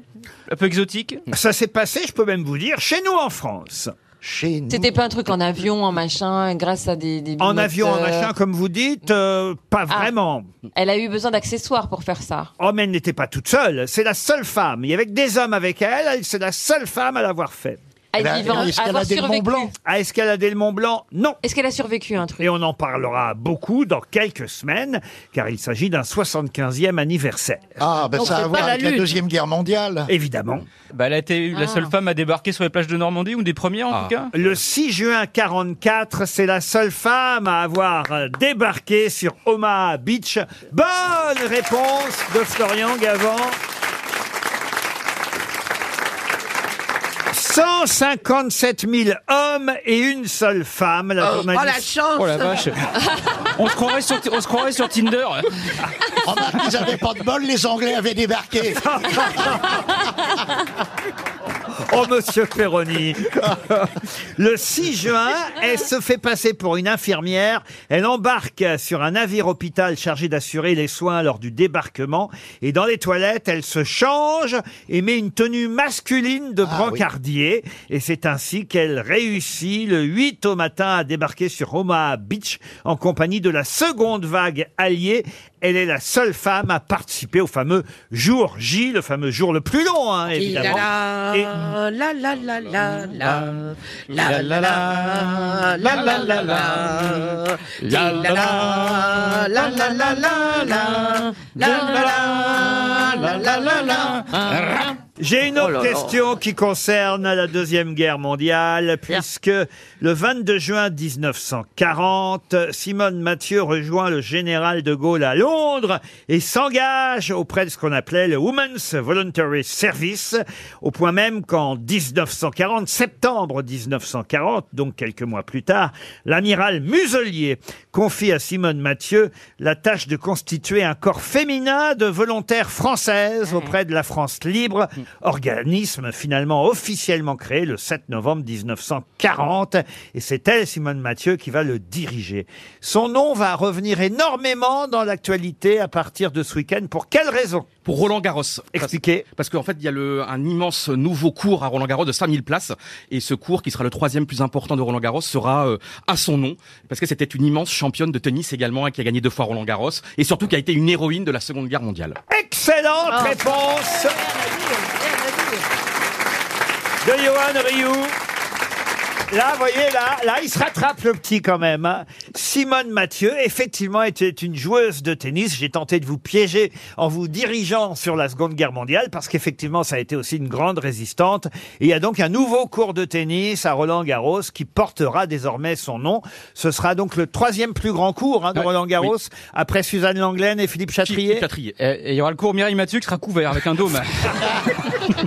Speaker 10: Un peu exotique
Speaker 1: Ça s'est passé, je peux même vous dire, chez nous en France.
Speaker 26: Chez nous.
Speaker 7: C'était pas un truc en avion, en machin, grâce à des. des
Speaker 1: En
Speaker 7: moteurs.
Speaker 1: avion, en machin, comme vous dites, euh, pas
Speaker 7: Ah.
Speaker 1: vraiment.
Speaker 7: Elle a eu besoin d'accessoires pour faire ça.
Speaker 1: Oh, mais elle n'était pas toute seule. C'est la seule femme. Il y avait que des hommes avec elle. elle. C'est la seule femme à l'avoir fait.
Speaker 2: À
Speaker 1: Ah,
Speaker 2: Elle a- vivre, elle a à escaladé avoir le survécu. Mont Blanc.
Speaker 1: À escalader le Mont Blanc, non. Est-ce qu'elle a survécu un truc Et on en parlera beaucoup dans quelques semaines, car il s'agit d'un 75e anniversaire.
Speaker 26: Ah,
Speaker 1: ben, Donc, ça a c'est à voir pas la avec la Lune. Deuxième
Speaker 26: Guerre mondiale.
Speaker 1: Évidemment.
Speaker 10: Bah, elle a été la seule femme à débarquer sur les plages de Normandie, ou des premières
Speaker 1: Ah.
Speaker 10: en tout cas
Speaker 1: Le 6 juin 44, c'est la seule femme à avoir euh, débarqué sur Omaha Beach. Bonne réponse de Florian Gavant. 157 000 hommes et une seule femme. La
Speaker 25: Ah,
Speaker 8: Oh,
Speaker 1: journaliste-
Speaker 8: oh, la chance Oh, la vache.
Speaker 10: on, se croirait sur, on se croirait sur Tinder.
Speaker 26: Remarque, ils avaient pas de bol, bah, les Anglais avaient débarqué.
Speaker 1: Oh, monsieur Ferroni. Le 6 juin, elle se fait passer pour une infirmière. Elle embarque sur un navire hôpital chargé d'assurer les soins lors du débarquement. Et dans les toilettes, elle se change et met une tenue masculine de brancardier. Et c'est ainsi qu'elle réussit le 8 au matin à débarquer sur Omaha Beach en compagnie de la seconde vague alliée. Elle est la seule femme à participer au fameux jour J, le fameux jour le plus long, hein, évidemment. Et
Speaker 8: La la la la la la la la la la la la la la
Speaker 1: La la
Speaker 8: la la la la la la la la la
Speaker 1: Ah.
Speaker 8: la
Speaker 1: J'ai une autre
Speaker 8: Oh là là.
Speaker 1: question qui concerne la Deuxième Guerre mondiale, puisque le 22 juin 1940, Simone Mathieu rejoint le général de Gaulle à Londres et s'engage auprès de ce qu'on appelait le Women's Voluntary Service, au point même qu'en 1940, septembre 1940, donc quelques mois plus tard, l'amiral Muselier confie à Simone Mathieu la tâche de constituer un corps féminin de volontaires françaises auprès de la France libre, organisme finalement officiellement créé le 7 novembre 1940. Et c'est elle, Simone Mathieu, qui va le diriger. Son nom va revenir énormément dans l'actualité à partir de ce week-end. Pour quelle raison
Speaker 3: Pour Roland Garros.
Speaker 1: Expliquez.
Speaker 3: Parce, qu'en fait, il y a le, un immense nouveau cours à Roland Garros de 5000 places. Et ce cours, qui sera le troisième plus important de Roland Garros, sera euh, à son nom. Parce que c'était une immense championne de tennis également, et qui a gagné deux fois Roland Garros. Et surtout, qui a été une héroïne de la Seconde Guerre mondiale.
Speaker 8: Ah.
Speaker 1: Excellente
Speaker 8: ben,
Speaker 1: réponse de Johan Rioux. Là, vous voyez, là, là, il se rattrape le petit quand même. hein. Simone Mathieu, effectivement, était une joueuse de tennis. J'ai tenté de vous piéger en vous dirigeant sur la Seconde Guerre mondiale, parce qu'effectivement, ça a été aussi une grande résistante. Et il y a donc un nouveau cours de tennis à Roland Garros qui portera désormais son nom. Ce sera donc le troisième plus grand cours hein, de Roland Garros, après Suzanne Langlaine et Philippe Chatrier.
Speaker 10: Et il y aura le cours Mireille Mathieu qui sera couvert avec un dôme.
Speaker 1: Ah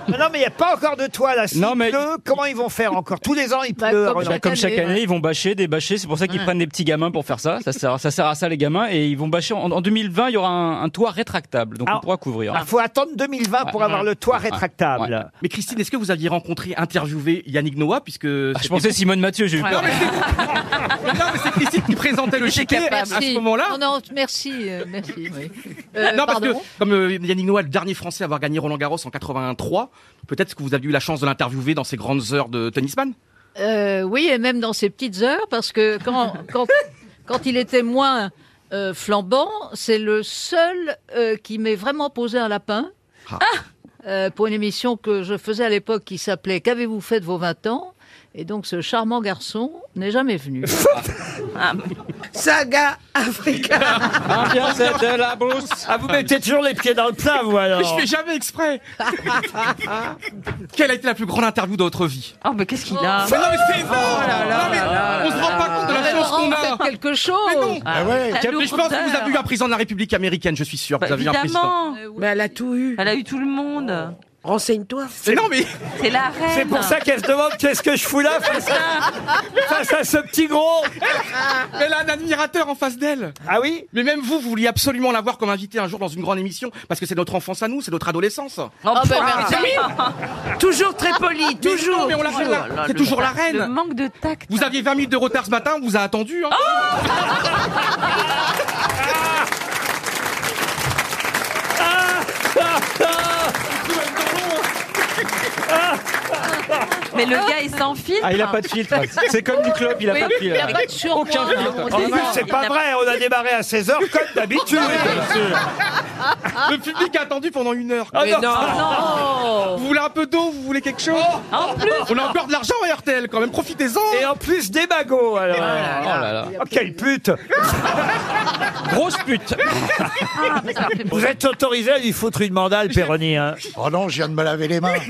Speaker 1: Non, non, mais il n'y a pas encore de toile à
Speaker 10: Non, mais-
Speaker 1: Comment ils vont faire encore Tous les ans, il pleut. à
Speaker 10: Bah,
Speaker 1: Roland.
Speaker 10: comme chaque année, ils vont bâcher, débâcher. C'est pour ça qu'ils
Speaker 1: Ouais.
Speaker 10: prennent des petits gamins pour faire ça. Ça sert, ça sert à ça, les gamins. Et ils vont bâcher. En, en 2020, il y aura un, un toit rétractable. Donc on pourra couvrir.
Speaker 1: Il Ah, faut attendre 2020 pour avoir le toit rétractable.
Speaker 3: Mais Christine, est-ce que vous aviez rencontré, interviewé Yannick Noah puisque
Speaker 10: Ah, je pensais Simone Mathieu, j'ai eu peur.
Speaker 3: non, mais c'est Christine qui présentait le
Speaker 4: J'étais
Speaker 3: ticket à
Speaker 4: capable.
Speaker 3: ce moment-là.
Speaker 4: Non, non, merci, euh, merci. oui. Euh,
Speaker 3: non, parce que
Speaker 4: pardon
Speaker 3: comme euh, Yannick Noah, le dernier Français à avoir gagné Roland Garros en 83, peut-être que vous avez eu la chance de l'interviewer dans ses grandes heures de tennisman.
Speaker 4: Euh, oui, et même dans ses petites heures, parce que quand, quand, quand il était moins euh, flambant, c'est le seul euh, qui m'ait vraiment posé un lapin.
Speaker 5: Ah.
Speaker 4: Euh, pour une émission que je faisais à l'époque qui s'appelait Qu'avez-vous fait de vos 20 ans Et donc ce charmant garçon n'est jamais venu.
Speaker 3: Ah,
Speaker 8: Saga Africa.
Speaker 10: Ambiance de la brousse.
Speaker 1: Ah, vous mettez toujours les pieds dans le plat, vous alors
Speaker 3: Je fais jamais exprès. Quelle a été la plus grande interview de votre vie
Speaker 7: Oh, mais qu'est-ce qu'il a Oh
Speaker 3: Mais non, mais c'est vrai
Speaker 7: là là Ah
Speaker 3: Non, mais
Speaker 7: là
Speaker 3: On se rend pas compte de la
Speaker 4: Mais
Speaker 3: chance qu'on
Speaker 4: Ah, Laurent,
Speaker 3: a
Speaker 4: faites quelque chose
Speaker 3: Ah ouais,
Speaker 7: Quel
Speaker 3: mais je pense que vous
Speaker 7: lourdeur.
Speaker 3: avez eu un président de la République américaine, je suis sûr.
Speaker 7: Bah,
Speaker 3: vous avez eu un président.
Speaker 7: évidemment.
Speaker 8: Mais elle a tout eu. Oh.
Speaker 7: Elle a eu tout le monde.
Speaker 8: Renseigne-toi.
Speaker 3: Mais non, mais
Speaker 7: C'est la reine.
Speaker 1: C'est pour ça qu'elle se demande qu'est-ce que je fous là face à, face à ce petit gros.
Speaker 7: Ah.
Speaker 3: Ah. Elle a un admirateur en face d'elle.
Speaker 1: Ah oui
Speaker 3: Mais même vous, vous vouliez absolument l'avoir comme invité un jour dans une grande émission parce que c'est notre enfance à nous, c'est notre adolescence. Ah,
Speaker 7: Oh,
Speaker 8: Ah, bah,
Speaker 7: putain.
Speaker 8: merci. Toujours très poli,
Speaker 3: Mais
Speaker 8: toujours.
Speaker 3: non, mais on l'a-
Speaker 8: toujours.
Speaker 3: la- c'est toujours la
Speaker 7: Le
Speaker 3: reine.
Speaker 7: manque de tact.
Speaker 3: Vous aviez 20 minutes de retard ce matin, on vous a attendu.
Speaker 7: Ah,
Speaker 3: hein.
Speaker 7: Mais le gars, il sans filtre.
Speaker 10: Ah, il a pas de filtre. C'est comme du club, il a
Speaker 7: Oui,
Speaker 10: pas de filtre.
Speaker 7: il a pas de surpoids.
Speaker 10: Aucun filtre.
Speaker 7: On
Speaker 1: En plus, c'est pas vrai, on a démarré à 16h comme d'habitude.
Speaker 3: Le public a attendu pendant une heure.
Speaker 1: Ah non.
Speaker 7: Non
Speaker 3: Vous voulez un peu d'eau, vous voulez quelque chose
Speaker 7: En plus
Speaker 3: On a encore de l'argent à RTL quand même, profitez-en
Speaker 1: Et en plus des magots alors. Oh, quelle pute
Speaker 10: Grosse pute.
Speaker 7: Ah, mais ça m'a fait
Speaker 1: Vous êtes autorisé à lui foutre une mandale, Péroni. hein.
Speaker 27: Oh non, je viens de me laver les mains.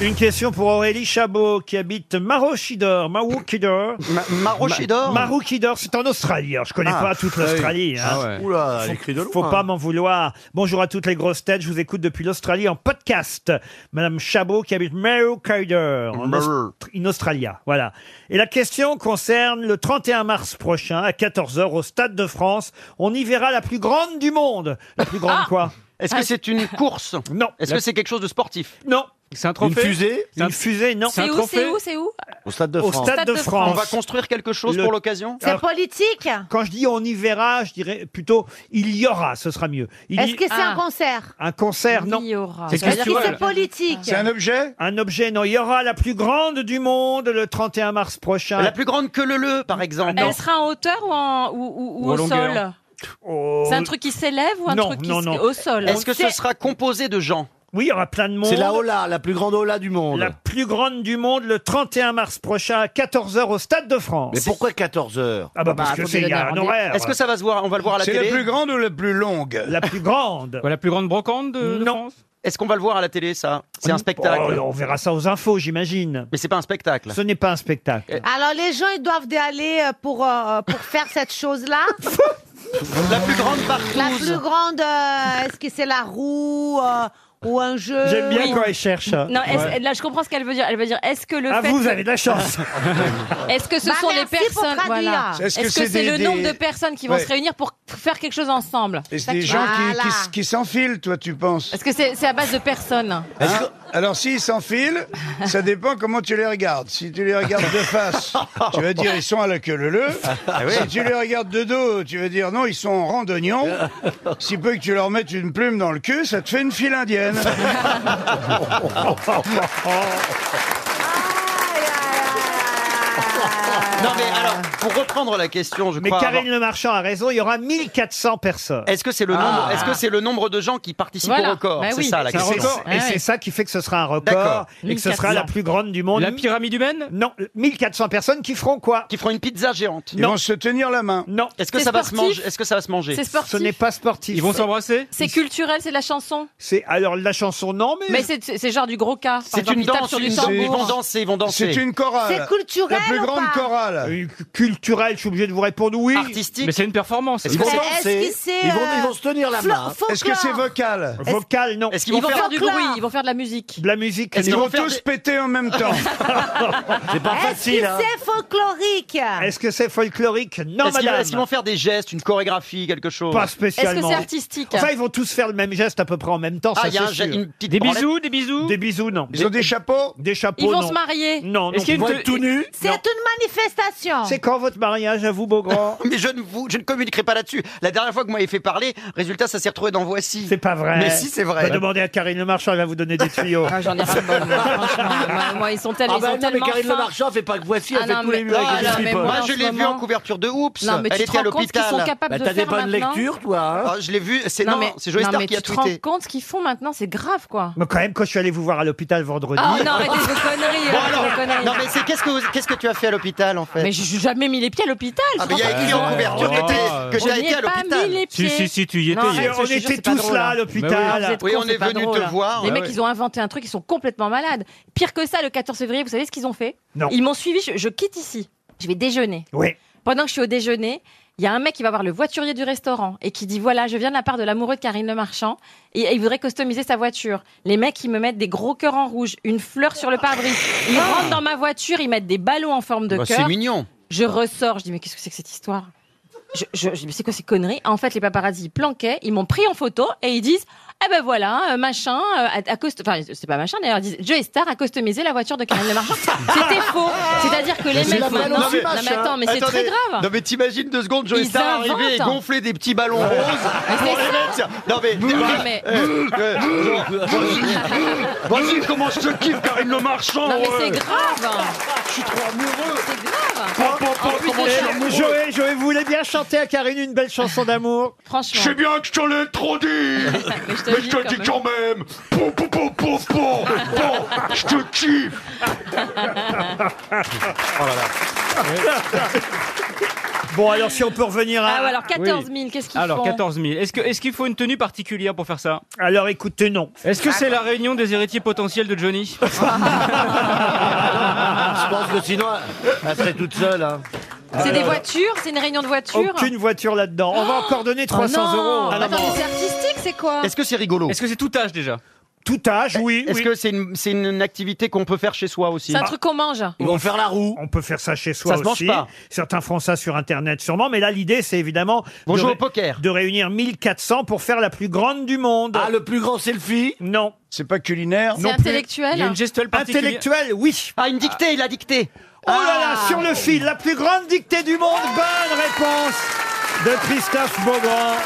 Speaker 1: Une question pour Aurélie Chabot qui habite Maroochydore. Maroochydore.
Speaker 9: Maroochydore
Speaker 1: Maroochydore, c'est en Australie. Alors, je connais
Speaker 9: Ah,
Speaker 1: pas toute l'Australie. hein.
Speaker 9: Oula,
Speaker 1: Faut-
Speaker 9: elle écrit de loin.
Speaker 1: Faut pas m'en vouloir. Bonjour à toutes les grosses têtes. Je vous écoute depuis l'Australie en podcast. Madame Chabot qui habite Maroochydore, en
Speaker 9: Maroo.
Speaker 1: Aust- in Australia. Voilà. Et la question concerne le 31 mars prochain à 14h au Stade de France. On y verra la plus grande du monde. La plus grande quoi
Speaker 9: Est-ce que c'est une course
Speaker 1: Non.
Speaker 9: Est-ce que c'est quelque chose de sportif
Speaker 1: Non.
Speaker 10: C'est un
Speaker 9: trophée Une fusée
Speaker 1: Une fusée, non.
Speaker 7: C'est où, c'est où, c'est où
Speaker 9: Au stade de
Speaker 1: Au
Speaker 9: France.
Speaker 1: Stade de France.
Speaker 9: On va construire quelque chose
Speaker 1: Le-
Speaker 9: pour l'occasion
Speaker 1: Alors,
Speaker 6: politique
Speaker 1: quand je dis on y verra, je dirais plutôt il y aura, ce sera mieux. Il y-
Speaker 6: Est-ce que c'est
Speaker 7: Ah.
Speaker 6: un concert
Speaker 1: un concert Non.
Speaker 7: Il y aura.
Speaker 1: C'est
Speaker 6: Est-ce que
Speaker 1: culturel.
Speaker 6: c'est politique
Speaker 5: C'est un objet
Speaker 1: Un objet, non. Il y aura la plus grande du monde le 31 mars prochain.
Speaker 9: La plus grande que le le, par exemple.
Speaker 7: Elle sera en hauteur ou, en- ou- ou- ou
Speaker 9: Ou en
Speaker 7: au
Speaker 9: longueur.
Speaker 7: sol
Speaker 1: Oh.
Speaker 7: C'est un truc qui s'élève ou un
Speaker 1: Non,
Speaker 7: truc qui
Speaker 1: non,
Speaker 7: se-
Speaker 1: non.
Speaker 7: au sol
Speaker 9: Est-ce que ce sera composé de gens
Speaker 1: Oui, il y aura plein de monde.
Speaker 9: C'est la
Speaker 1: Ola, la plus grande Ola du monde. La plus grande du monde le 31 mars prochain à 14h au Stade de France.
Speaker 14: Mais pourquoi 14 heures
Speaker 1: Ah bah parce que c'est il y a un horaire.
Speaker 9: Est-ce que ça va se voir On va le voir à la
Speaker 5: C'est la
Speaker 9: télé
Speaker 5: plus grande ou la plus longue
Speaker 1: La plus grande.
Speaker 10: Quoi, la plus grande brocante de, de
Speaker 1: Non.
Speaker 10: France
Speaker 9: Est-ce qu'on va le voir à la télé, ça C'est un
Speaker 1: Oh,
Speaker 9: spectacle.
Speaker 1: on verra ça aux infos, j'imagine.
Speaker 9: Mais c'est pas un spectacle. Eh,
Speaker 1: Ce n'est pas un spectacle.
Speaker 6: Alors les gens ils doivent y aller euh, pour, euh, pour faire cette chose-là.
Speaker 9: La plus grande
Speaker 6: La
Speaker 9: partouze.
Speaker 6: plus grande, euh, est-ce que c'est la roue euh, ou un jeu
Speaker 1: J'aime bien
Speaker 6: Oui.
Speaker 1: quand elle cherche.
Speaker 7: Non, est-ce- là je comprends ce qu'elle veut dire. Elle veut dire est-ce que le
Speaker 1: Ah,
Speaker 7: fait
Speaker 1: vous, vous
Speaker 7: que-
Speaker 1: avez de la chance.
Speaker 7: est-ce que ce
Speaker 6: Bah,
Speaker 7: sont les
Speaker 6: merci pour
Speaker 7: personnes
Speaker 6: traduire.
Speaker 7: voilà.
Speaker 5: Est-ce
Speaker 7: Est-ce
Speaker 5: que
Speaker 7: que
Speaker 5: c'est
Speaker 7: c'est
Speaker 5: des-
Speaker 7: le nombre
Speaker 5: des-
Speaker 7: de personnes qui vont
Speaker 5: Ouais.
Speaker 7: se réunir pour faire quelque chose ensemble
Speaker 5: Et c'est
Speaker 7: Ça,
Speaker 5: des
Speaker 7: tu-
Speaker 5: gens qui- qui,
Speaker 6: Voilà.
Speaker 5: s- qui s'enfilent, toi, tu penses
Speaker 7: Est-ce que c'est c'est à base de personnes
Speaker 5: Hein Alors, s'ils s'enfilent, ça dépend comment tu les regardes. Si tu les regardes de face, tu vas dire ils sont à la queue leu leu. Si tu les regardes de dos, tu vas dire non, ils sont en rang d'oignon. Si peu que tu leur mettes une plume dans le cul, ça te fait une file indienne.
Speaker 9: Non mais alors, pour reprendre la question, je
Speaker 1: Mais
Speaker 9: crois.
Speaker 1: Karine
Speaker 9: avoir-
Speaker 1: Le Marchand a raison, il y aura 1400 personnes.
Speaker 9: Est-ce que c'est le nombre Est-ce que c'est le nombre de gens qui participent
Speaker 7: Voilà.
Speaker 9: au record
Speaker 7: Bah
Speaker 9: C'est
Speaker 7: oui.
Speaker 9: ça la
Speaker 1: Et
Speaker 9: question.
Speaker 1: Ah. c'est- Et c'est ça qui fait que ce sera un record
Speaker 9: D'accord.
Speaker 1: et que ce sera
Speaker 7: 1400.
Speaker 1: la plus grande du monde.
Speaker 10: La pyramide humaine
Speaker 1: Non, 1400 personnes qui feront quoi
Speaker 9: Qui feront une pizza géante.
Speaker 5: Ils
Speaker 1: Non.
Speaker 5: vont se tenir la main.
Speaker 1: Non,
Speaker 9: Est-ce que
Speaker 7: C'est
Speaker 9: ça va se
Speaker 7: sportif.
Speaker 9: manger Est-ce que ça va se manger
Speaker 7: C'est
Speaker 1: ce n'est
Speaker 7: sportif
Speaker 1: pas sportif.
Speaker 10: Ils vont s'embrasser
Speaker 7: C'est culturel, c'est de la chanson
Speaker 1: C'est alors la chanson non mais,
Speaker 7: Mais c'est c'est genre du gros cas. Par
Speaker 9: C'est
Speaker 7: exemple,
Speaker 9: une
Speaker 7: ils tapent
Speaker 9: danse.
Speaker 7: sur du
Speaker 9: une danse. Ils vont
Speaker 7: tambour.
Speaker 9: danser. Ils vont danser.
Speaker 5: C'est une chorale.
Speaker 6: C'est culturel
Speaker 5: La plus
Speaker 6: ou
Speaker 5: grande
Speaker 6: pas
Speaker 5: chorale.
Speaker 1: Euh, culturelle, je suis obligé de vous répondre oui.
Speaker 9: artistique.
Speaker 10: Mais c'est une performance.
Speaker 9: Est-ce que c'est-
Speaker 6: Est-ce que c'est
Speaker 8: Ils vont,
Speaker 6: euh,
Speaker 8: ils vont se tenir la main.
Speaker 6: flo-
Speaker 5: Est-ce que c'est
Speaker 6: folklore
Speaker 5: vocal
Speaker 1: Vocale non.
Speaker 9: Est-ce qu'ils
Speaker 7: Ils
Speaker 9: vont
Speaker 7: vont faire
Speaker 9: faire
Speaker 7: du
Speaker 6: Folklore.
Speaker 7: bruit, ils vont faire de la musique.
Speaker 1: De la musique.
Speaker 9: Est-ce
Speaker 5: Ils
Speaker 1: non.
Speaker 9: qu'ils
Speaker 5: vont
Speaker 9: vont faire
Speaker 5: tous
Speaker 9: des-
Speaker 5: péter en même temps.
Speaker 8: C'est pas
Speaker 6: Est-ce que
Speaker 8: facile. hein.
Speaker 6: c'est folklorique
Speaker 7: Ah.
Speaker 1: Est-ce que c'est folklorique Non
Speaker 9: Est-ce qu'ils-
Speaker 1: madame.
Speaker 9: est-ce qu'ils vont faire des gestes, une chorégraphie, quelque chose
Speaker 1: Pas
Speaker 7: Est-ce que
Speaker 1: spécialement.
Speaker 7: c'est artistique
Speaker 1: Enfin, ils vont tous faire le même geste à peu près en même temps,
Speaker 9: Ah,
Speaker 1: ça
Speaker 9: il y a
Speaker 1: c'est
Speaker 9: un
Speaker 1: sûr.
Speaker 9: geste- une petite
Speaker 10: Des
Speaker 9: branlette.
Speaker 10: bisous, des bisous.
Speaker 1: Des bisous non.
Speaker 5: Ils ont des chapeaux
Speaker 1: Des chapeaux
Speaker 7: Ils vont
Speaker 1: Oh, non.
Speaker 7: se marier.
Speaker 1: Non, non.
Speaker 10: Est-ce qu'il y a
Speaker 1: Ils
Speaker 10: une
Speaker 1: vont
Speaker 10: te-
Speaker 1: être tout nus.
Speaker 6: C'est une Félicitations.
Speaker 1: C'est quand votre mariage à vous, Beaugrand
Speaker 9: Mais je ne, vous, je ne communiquerai pas là-dessus. La dernière fois que vous m'avez fait parler, résultat, ça s'est retrouvé dans Voici.
Speaker 1: C'est pas vrai.
Speaker 9: Mais si, c'est vrai.
Speaker 1: Va demander à Karine Le Marchand, elle va vous donner des tuyaux.
Speaker 7: Ah, J'en ai ras le bol, moi, franchement. Moi, moi, ils sont tellement.
Speaker 9: Ah bah
Speaker 7: ils sont
Speaker 9: non, mais
Speaker 7: tellement
Speaker 9: Karine Le
Speaker 7: fins.
Speaker 9: Marchand fait pas que Voici, elle fait
Speaker 7: non,
Speaker 9: tous les
Speaker 7: mais-
Speaker 9: murs avec
Speaker 7: Ah,
Speaker 9: des
Speaker 7: non, mais
Speaker 9: slippers.
Speaker 7: moi,
Speaker 9: Moi,
Speaker 7: en
Speaker 9: je
Speaker 7: ce
Speaker 9: l'ai vu en
Speaker 7: moment-
Speaker 9: couverture de Oups.
Speaker 7: Non, mais
Speaker 9: elle
Speaker 7: tu te
Speaker 9: était à
Speaker 7: rends compte qu'ils
Speaker 9: l'hôpital.
Speaker 7: sont capables Bah, de t'as des faire bonnes maintenant lectures,
Speaker 9: toi. hein. je l'ai vu. C'est non, c'est Joey
Speaker 7: non,
Speaker 9: Star
Speaker 7: mais
Speaker 9: qui a
Speaker 7: tu te rends
Speaker 9: tweeté.
Speaker 7: compte ce qu'ils font maintenant, c'est grave quoi.
Speaker 1: Mais quand même, quand je suis allé vous voir à l'hôpital vendredi. Oh,
Speaker 7: Ah non, arrêtez vos conneries,
Speaker 9: Bon,
Speaker 7: arrêtez
Speaker 9: alors,
Speaker 7: vos conneries.
Speaker 9: non, mais c'est qu'est-ce que vous- qu'est-ce que tu as fait à l'hôpital en fait
Speaker 7: Mais j'ai jamais mis les pieds à l'hôpital. Euh,
Speaker 9: Ah, mais il y a écrit en couverture que t'es- que
Speaker 7: Je
Speaker 9: t'as
Speaker 7: n'y
Speaker 9: été
Speaker 7: ai
Speaker 9: à
Speaker 7: pas
Speaker 9: l'hôpital.
Speaker 7: mis les
Speaker 9: Si,
Speaker 7: pieds.
Speaker 9: si, si, tu y étais.
Speaker 7: Non, arrête,
Speaker 9: Hier,
Speaker 7: je
Speaker 9: on
Speaker 7: te jure,
Speaker 9: était
Speaker 7: c'est pas
Speaker 9: tous
Speaker 7: drôle,
Speaker 9: là, à
Speaker 7: hein.
Speaker 9: l'hôpital.
Speaker 7: Non, vous êtes
Speaker 9: Oui,
Speaker 7: cons,
Speaker 9: on
Speaker 7: c'est
Speaker 9: est
Speaker 7: pas
Speaker 9: venus
Speaker 7: drôle,
Speaker 9: te
Speaker 7: hein.
Speaker 9: voir.
Speaker 7: Les
Speaker 9: Ouais,
Speaker 7: mecs,
Speaker 9: ouais.
Speaker 7: ils ont inventé un truc, ils sont complètement malades. Pire que ça, le 14 février, vous savez ce qu'ils ont fait
Speaker 1: Non.
Speaker 7: Ils m'ont suivi, je, je quitte ici. Je vais déjeuner.
Speaker 1: Oui.
Speaker 7: Pendant que je suis au déjeuner, il y a un mec qui va voir le voiturier du restaurant et qui dit voilà, je viens de la part de l'amoureux de Karine Le Marchand et, et il voudrait customiser sa voiture. Les mecs, ils me mettent des gros cœurs en rouge, une fleur sur le pare-brise. Ils rentrent dans ma voiture, ils mettent des ballons en forme de
Speaker 9: Ah. Bah,
Speaker 7: cœur.
Speaker 9: c'est mignon.
Speaker 7: Je ressors, je dis mais qu'est-ce que c'est que cette histoire je, je, je dis, mais c'est quoi ces conneries En fait, les paparazzi ils planquaient, ils m'ont pris en photo et ils disent Eh ben voilà, euh, machin, euh, à, à cost- enfin c'est pas machin d'ailleurs, ils disent Joe Star a customisé la voiture de Karine Le Marchand. C'était faux. C'est-à-dire que les
Speaker 9: Mais c'est
Speaker 7: mecs
Speaker 9: la
Speaker 7: maintenant-
Speaker 9: balance
Speaker 7: non,
Speaker 9: du
Speaker 7: mais- non, mais
Speaker 9: machin.
Speaker 7: attends, mais c'est
Speaker 9: Attendez.
Speaker 7: très grave.
Speaker 9: Non mais t'imagines deux secondes, Joey
Speaker 7: Ils
Speaker 9: Star arriver et
Speaker 7: inventent.
Speaker 9: gonfler des petits ballons roses
Speaker 7: c'est
Speaker 9: pour les
Speaker 7: ça.
Speaker 9: mettre. Non mais.
Speaker 7: Non, mais-
Speaker 9: Euh, euh, euh, Voici comment je te kiffe Karine Le Marchand.
Speaker 7: Non mais
Speaker 9: ouais.
Speaker 7: c'est grave.
Speaker 9: Je suis trop amoureux.
Speaker 7: C'est grave. Oh,
Speaker 9: pom, comment je suis amoureux.
Speaker 1: oh, Joël, Joël, vous voulez bien chanter à Karine une belle chanson d'amour
Speaker 7: Franchement.
Speaker 9: Je sais bien que je te l'ai trop dit, mais
Speaker 7: je te le dis quand même.
Speaker 9: même. Pou, pou, pou, pou, pou, pou, je te kiffe.
Speaker 10: Oh
Speaker 1: Bon, alors si on peut revenir à.
Speaker 7: Ah ouais, alors 14 000, qu'est-ce qu'ils
Speaker 10: Alors
Speaker 7: font
Speaker 10: 14 000. Est-ce que- est-ce qu'il faut une tenue particulière pour faire ça
Speaker 1: Alors écoutez, non.
Speaker 10: Est-ce que c'est la réunion des héritiers potentiels de Johnny
Speaker 8: Je pense que sinon, elle serait toute seule. hein.
Speaker 7: C'est des voitures, c'est une réunion de voitures.
Speaker 1: Euh,
Speaker 7: Oh,
Speaker 1: Aucune voiture là-dedans. On va encore donner
Speaker 7: non.
Speaker 1: 300 euros.
Speaker 9: Ah non,
Speaker 7: Attends,
Speaker 9: bon.
Speaker 7: mais c'est artistique, c'est quoi
Speaker 9: Est-ce que c'est rigolo
Speaker 10: Est-ce que c'est tout âge déjà
Speaker 1: Tout âge, oui.
Speaker 9: Est-ce
Speaker 1: oui.
Speaker 9: que c'est une, c'est une activité qu'on peut faire chez soi aussi
Speaker 7: C'est un truc qu'on mange.
Speaker 9: Ils vont faire la roue.
Speaker 1: On peut faire ça chez soi
Speaker 9: Ça se mange
Speaker 1: aussi.
Speaker 9: pas.
Speaker 1: Certains font ça sur Internet sûrement, mais là l'idée c'est évidemment
Speaker 9: Vont
Speaker 1: de,
Speaker 9: jouer
Speaker 1: ré-
Speaker 9: au poker.
Speaker 1: de réunir 1400 pour faire la plus grande du monde.
Speaker 8: Ah, le plus grand selfie
Speaker 1: Non.
Speaker 5: C'est pas culinaire.
Speaker 7: C'est intellectuel.
Speaker 10: gestuelle
Speaker 1: Intellectuel, oui.
Speaker 9: Ah, une dictée, Ah. il a dicté.
Speaker 1: Oh là là, sur le fil, la plus grande dictée du monde. Bonne réponse de Christophe Beaugrand.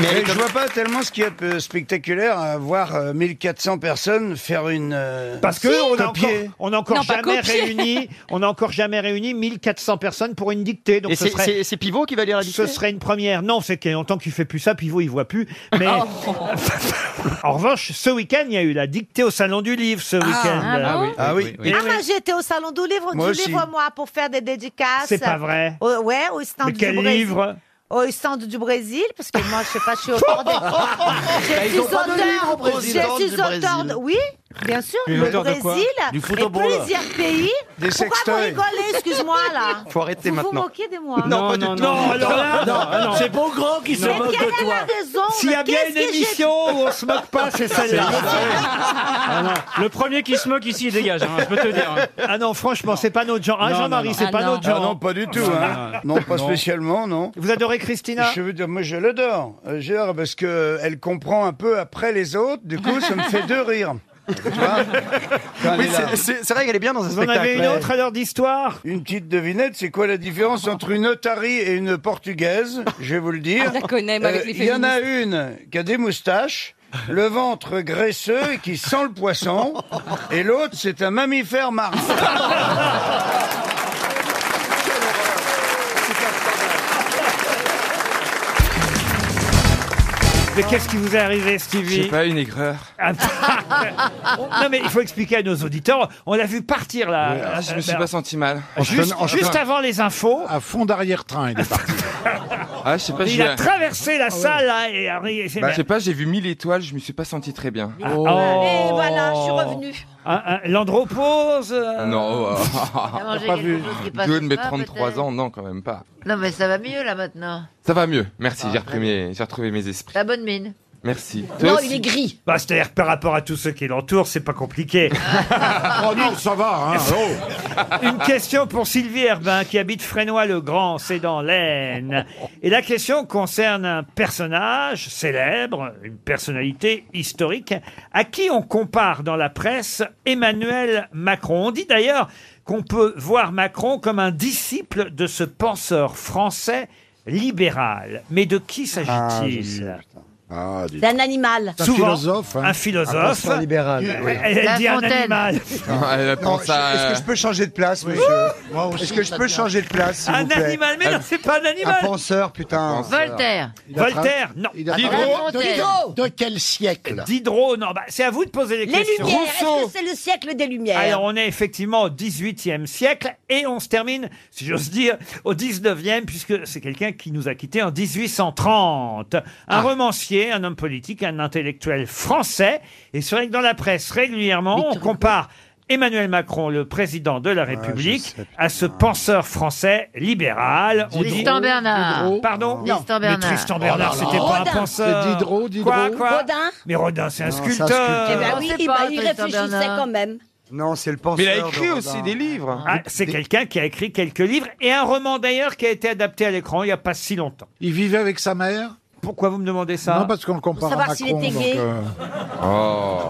Speaker 9: Mais
Speaker 5: Mais je vois pas tellement ce qu'il y a de spectaculaire à voir euh, 1400 personnes faire une. euh,
Speaker 1: Parce que on a encore,
Speaker 5: copier.
Speaker 1: on a encore
Speaker 7: Non, pas
Speaker 1: jamais
Speaker 7: copier.
Speaker 1: réuni, on a encore jamais réuni 1400 personnes pour une dictée. Donc
Speaker 9: Et
Speaker 1: ce
Speaker 9: c'est-
Speaker 1: serait-
Speaker 9: c'est c'est Pivot qui va lire la dictée
Speaker 1: Ce serait une première. Non, c'est qu'il y a longtemps qu'il fait plus ça, Pivot, il voit plus. Mais
Speaker 9: Ah.
Speaker 1: Oh. en revanche, ce week-end, il y a eu la dictée au Salon du Livre, ce week-end.
Speaker 6: Ah bon
Speaker 5: Ah oui.
Speaker 1: Eh
Speaker 6: Ah,
Speaker 1: oui.
Speaker 6: moi, j'étais au Salon du Livre,
Speaker 5: Moi
Speaker 6: du
Speaker 5: aussi.
Speaker 6: Livre, moi, pour faire des dédicaces.
Speaker 1: C'est pas vrai.
Speaker 6: Au- ouais, au stand
Speaker 1: Mais
Speaker 6: du
Speaker 1: quel
Speaker 6: Brésil.
Speaker 1: livre
Speaker 6: au stand du Brésil, parce que moi, je sais pas, je suis au bord des... je
Speaker 8: ils
Speaker 6: suis
Speaker 8: ont pas de livre au
Speaker 6: auteur,
Speaker 8: Brésil. Stand
Speaker 6: je
Speaker 8: du
Speaker 6: suis auteur,
Speaker 8: Brésil.
Speaker 6: oui, bien sûr,
Speaker 8: Ils
Speaker 6: le
Speaker 8: ont de quoi
Speaker 6: Brésil
Speaker 8: Du
Speaker 6: et
Speaker 8: football.
Speaker 6: plusieurs pays. Pourquoi
Speaker 5: Des
Speaker 6: vous
Speaker 5: sextoys.
Speaker 6: rigolez, excuse-moi, là
Speaker 9: Faut arrêter
Speaker 6: Vous vous
Speaker 9: maintenant.
Speaker 6: moquez de moi
Speaker 9: Non, pas du tout.
Speaker 1: Non, alors là,
Speaker 8: Non, c'est beau grand qui se
Speaker 6: Mais
Speaker 8: moque
Speaker 6: quelle
Speaker 8: de
Speaker 6: est
Speaker 8: toi.
Speaker 6: la raison
Speaker 1: s'il y a
Speaker 6: Mais
Speaker 1: bien
Speaker 6: qu'est-ce
Speaker 1: une
Speaker 6: que j'ai-
Speaker 1: émission où on se moque pas, c'est celle-là.
Speaker 10: Ah non, Le premier qui se moque ici, il dégage, hein, je peux te le dire. hein.
Speaker 1: Ah non, franchement, c'est pas notre genre. Ah,
Speaker 10: Non,
Speaker 1: Jean-Marie,
Speaker 10: non,
Speaker 1: c'est
Speaker 7: non.
Speaker 1: pas
Speaker 7: Ah
Speaker 1: notre
Speaker 7: non.
Speaker 5: Ah
Speaker 1: genre.
Speaker 5: non, pas du tout.
Speaker 10: Non,
Speaker 5: hein. non,
Speaker 10: non, non.
Speaker 5: pas
Speaker 10: Non.
Speaker 5: spécialement, non.
Speaker 1: Vous adorez Christina
Speaker 5: Je veux dire, moi je l'adore. Euh, je veux dire, parce que elle comprend un peu après les autres. Du coup, ça me fait deux rires. Tu vois Quand elle
Speaker 9: Oui,
Speaker 5: est là.
Speaker 9: c'est- c'est c'est vrai qu'elle est bien dans un
Speaker 1: Vous en avez
Speaker 9: spectacle.
Speaker 1: une autre alors d'histoire
Speaker 5: Une petite devinette, c'est quoi la différence entre une otarie et une portugaise Je vais vous le dire.
Speaker 7: Ah, je la connais, moi, avec les
Speaker 5: Il y en a une qui a des moustaches, le ventre graisseux et qui sent le poisson, et l'autre, c'est un mammifère marin.
Speaker 1: Mais qu'est-ce qui vous est arrivé, Stevie Ah,
Speaker 13: pas une aigreur.
Speaker 1: Non, mais il faut expliquer à nos auditeurs. On l'a vu partir là. Euh, ben,
Speaker 13: senti mal.
Speaker 1: Juste, juste avant les infos,
Speaker 11: À fond d'arrière-train, il est parti.
Speaker 13: Ah, je sais pas,
Speaker 1: il a traversé la salle là, et Harry- c'est-
Speaker 13: Bah, pas, j'ai vu mille étoiles, je me suis pas senti très bien.
Speaker 1: Ah, oh.
Speaker 6: Et voilà, je suis revenue.
Speaker 1: Hein, hein, L'andropause euh,
Speaker 5: oh,
Speaker 13: Non, euh, euh, Dieu Oh, pas de vu. mes Deux pas de vu. mes 33 ans, non, quand même pas.
Speaker 25: Non, mais ça va mieux là maintenant.
Speaker 13: Ça va mieux, merci, j'ai repris mes- j'ai retrouvé mes esprits.
Speaker 25: La bonne mine.
Speaker 1: Merci.
Speaker 19: Toi Non, aussi. il est gris.
Speaker 1: Bah, c'est-à-dire que par rapport à tous ceux qui l'entourent, c'est pas compliqué.
Speaker 28: Oh non, ça va, hein. oh.
Speaker 1: Une question pour Sylvie Herbin qui habite Frénois-le-Grand, c'est dans l'Aisne. Et la question concerne un personnage célèbre, une personnalité historique, à qui on compare dans la presse Emmanuel Macron. On dit d'ailleurs qu'on peut voir Macron comme un disciple de ce penseur français libéral. Mais de qui s'agit-il
Speaker 6: D'un animal.
Speaker 1: Souvent, Un philosophe. Elle, elle
Speaker 6: La
Speaker 1: dit un
Speaker 6: Fontaine.
Speaker 1: animal.
Speaker 18: Ah, euh,
Speaker 15: Non, je- Est-ce que je peux changer de place,
Speaker 1: Moi
Speaker 15: monsieur
Speaker 1: aussi,
Speaker 15: Est-ce que je
Speaker 1: ça
Speaker 15: peux
Speaker 1: tient.
Speaker 15: changer de place, s'il
Speaker 1: Un
Speaker 15: vous plaît
Speaker 1: animal, mais non, c'est pas un animal.
Speaker 15: Un penseur, putain.
Speaker 1: Voltaire. Voltaire, non.
Speaker 11: Il a-
Speaker 1: Diderot.
Speaker 11: de,
Speaker 1: Diderot.
Speaker 11: de quel siècle
Speaker 1: Diderot, non, bah, c'est à vous de poser les,
Speaker 6: Les
Speaker 1: questions.
Speaker 6: Lumières, est-ce que c'est le siècle des Lumières
Speaker 1: Alors, on est effectivement au 18e siècle et on se termine, si j'ose dire, au 19e, puisque c'est quelqu'un qui nous a quittés en 1830. Un
Speaker 11: Ah.
Speaker 1: romancier, un homme politique, un intellectuel français. Et c'est vrai que dans la presse, régulièrement, on compare Emmanuel Macron, le président
Speaker 11: Ah,
Speaker 1: de la République, à ce penseur français libéral. On dit-
Speaker 25: Tristan Bernard.
Speaker 1: Pardon
Speaker 25: Tristan Bernard.
Speaker 1: Mais Tristan Bernard,
Speaker 25: Oh là là.
Speaker 1: c'était pas un
Speaker 25: Rodin.
Speaker 1: penseur.
Speaker 25: C'est Diderot, Diderot.
Speaker 1: Quoi, quoi
Speaker 6: Rodin.
Speaker 1: Mais Rodin, c'est un
Speaker 15: Non, c'est un
Speaker 1: sculpteur.
Speaker 15: sculpteur.
Speaker 6: Eh ben oui,
Speaker 25: On sait
Speaker 6: il,
Speaker 25: pas,
Speaker 6: bah, il
Speaker 25: Tristan
Speaker 6: réfléchissait
Speaker 25: Bernard.
Speaker 6: quand même.
Speaker 15: Non, c'est le penseur.
Speaker 25: Mais il a écrit
Speaker 15: de
Speaker 25: aussi
Speaker 15: Rodin.
Speaker 25: des
Speaker 15: livres.
Speaker 1: Ah, c'est quelqu'un qui a écrit quelques livres et un roman d'ailleurs qui a été adapté à l'écran il n'y a pas si longtemps.
Speaker 11: Il vivait avec sa mère
Speaker 1: Pourquoi vous me demandez ça
Speaker 11: Non, parce qu'on le compare
Speaker 6: Pour
Speaker 11: à
Speaker 6: savoir s'il
Speaker 11: Macron.
Speaker 6: était gay.
Speaker 11: donc, euh,
Speaker 8: Oh.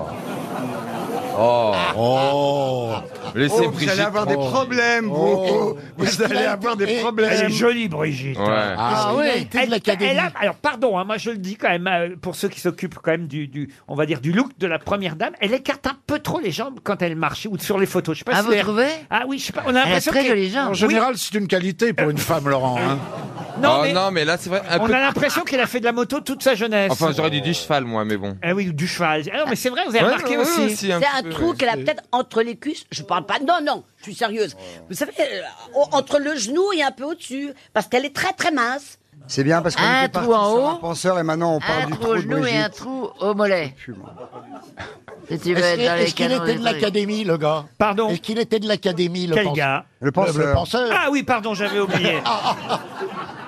Speaker 8: Oh. Oh. Laissez
Speaker 15: Oh, vous
Speaker 8: Brigitte.
Speaker 15: allez avoir des
Speaker 8: prendre.
Speaker 15: problèmes,
Speaker 18: Oh.
Speaker 15: vous. Vous allez avoir des problèmes.
Speaker 1: Elle est jolie, Brigitte.
Speaker 8: Ouais.
Speaker 15: Ah,
Speaker 1: Elle-
Speaker 15: oui.
Speaker 1: elle- elle a- alors, pardon, hein, moi je le dis quand même, euh, pour ceux qui s'occupent quand même du, du- on va dire, du look de la première dame, elle écarte un peu trop les jambes quand elle marche ou sur les photos. Je sais pas
Speaker 25: Ah,
Speaker 1: si
Speaker 25: vous
Speaker 1: elle-
Speaker 25: trouvez
Speaker 1: Ah oui, je sais pas, on a
Speaker 25: Elle a
Speaker 1: l'impression
Speaker 25: très
Speaker 1: qu'elle-
Speaker 25: jolies jambes.
Speaker 11: En
Speaker 1: Oui,
Speaker 11: général, c'est une qualité pour une femme, Laurent. hein.
Speaker 1: Non,
Speaker 17: oh
Speaker 1: mais-
Speaker 17: non, mais là, c'est vrai. un
Speaker 1: on
Speaker 17: peu-
Speaker 1: a l'impression qu'elle a fait de la moto toute sa jeunesse.
Speaker 17: Enfin, j'aurais dit du cheval, moi, mais bon.
Speaker 1: Ah oui, du cheval. Ah non, mais c'est vrai, vous avez
Speaker 17: Ouais,
Speaker 1: remarqué
Speaker 17: ouais,
Speaker 1: aussi.
Speaker 17: ouais, si,
Speaker 6: C'est
Speaker 17: un
Speaker 6: un
Speaker 17: peu,
Speaker 6: trou
Speaker 17: ouais,
Speaker 6: qu'elle a
Speaker 17: c'est-
Speaker 6: peut-être entre les cuisses. Je parle pas. Non, non, je suis sérieuse. Vous savez, euh, au- entre le genou et un peu au-dessus, parce qu'elle est très très mince.
Speaker 15: C'est bien parce qu'on
Speaker 6: Un
Speaker 15: était parti
Speaker 6: trou en
Speaker 15: sur
Speaker 6: haut.
Speaker 15: un penseur et maintenant on parle
Speaker 25: Un
Speaker 15: du
Speaker 25: trou
Speaker 15: trou
Speaker 25: au
Speaker 15: de
Speaker 25: genou et un
Speaker 15: Brigitte.
Speaker 25: trou au mollet. Si tu veux
Speaker 11: Est-ce
Speaker 25: être
Speaker 11: qu'il-
Speaker 25: dans les
Speaker 11: est-ce qu'il
Speaker 25: canons
Speaker 11: était
Speaker 25: des
Speaker 11: de
Speaker 25: trucs.
Speaker 11: l'académie, le gars
Speaker 1: Pardon
Speaker 11: Est-ce qu'il était de l'académie, le
Speaker 1: Quel
Speaker 11: pense-
Speaker 1: gars
Speaker 11: Le penseur.
Speaker 1: Ah oui, pardon, j'avais oublié.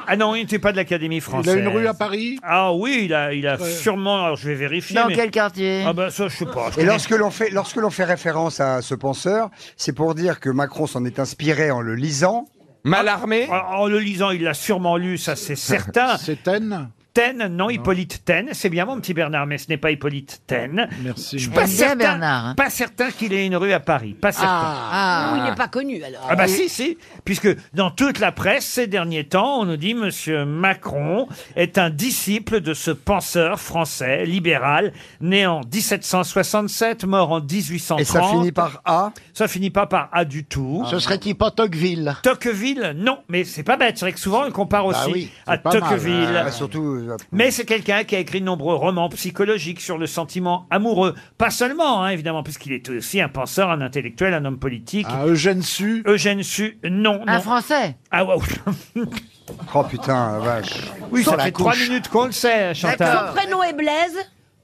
Speaker 1: Ah non, il n'était pas de l'Académie française.
Speaker 11: une rue à Paris
Speaker 1: Ah oui, il a, il a sûrement. Alors je vais vérifier.
Speaker 25: Dans
Speaker 1: mais-
Speaker 25: quel quartier
Speaker 1: Ah ben ça, je sais pas. je
Speaker 15: Et
Speaker 1: connais-
Speaker 15: lorsque l'on fait, lorsque l'on fait référence à ce penseur, c'est pour dire que Macron s'en est inspiré en le lisant.
Speaker 1: Malarmé Ah. en, en le lisant, il l'a sûrement lu, ça c'est certain.
Speaker 11: C'est Taine
Speaker 1: Taine, non, Hippolyte Taine. C'est bien mon petit Bernard, mais ce n'est pas Hippolyte Taine.
Speaker 11: Merci.
Speaker 1: Je suis pas
Speaker 25: Aime bien
Speaker 1: certain,
Speaker 25: Bernard, hein. Ah.
Speaker 1: pas certain qu'il ait une rue à Paris. Pas certain.
Speaker 6: Ou il n'est pas connu alors.
Speaker 1: Ah bah si, si, puisque dans toute la presse ces derniers temps, on nous dit Monsieur Macron est un disciple de ce penseur français libéral, né en 1767, mort en 1830.
Speaker 15: Et ça finit par A
Speaker 1: Ça finit pas par A du tout.
Speaker 11: Ce serait-il pas Tocqueville
Speaker 1: Tocqueville, non, mais c'est pas bête. C'est vrai que souvent on le compare
Speaker 11: Bah
Speaker 1: aussi
Speaker 11: oui, c'est
Speaker 1: à
Speaker 11: pas mal.
Speaker 1: Tocqueville.
Speaker 15: Ah, surtout. euh,
Speaker 1: Mais c'est quelqu'un qui a écrit de nombreux romans psychologiques sur le sentiment amoureux. Pas seulement, hein, évidemment, puisqu'il est aussi un penseur, un intellectuel, un homme politique.
Speaker 11: Ah, Eugène Sue
Speaker 1: Eugène Sue, non,
Speaker 25: Un
Speaker 1: non.
Speaker 25: français
Speaker 1: Ah ouais.
Speaker 15: Oh putain, la vache.
Speaker 1: Oui,
Speaker 15: Sans
Speaker 1: ça
Speaker 15: la
Speaker 1: fait trois
Speaker 15: couche.
Speaker 1: minutes qu'on le sait, hein, Chantal.
Speaker 6: Son prénom est Blaise.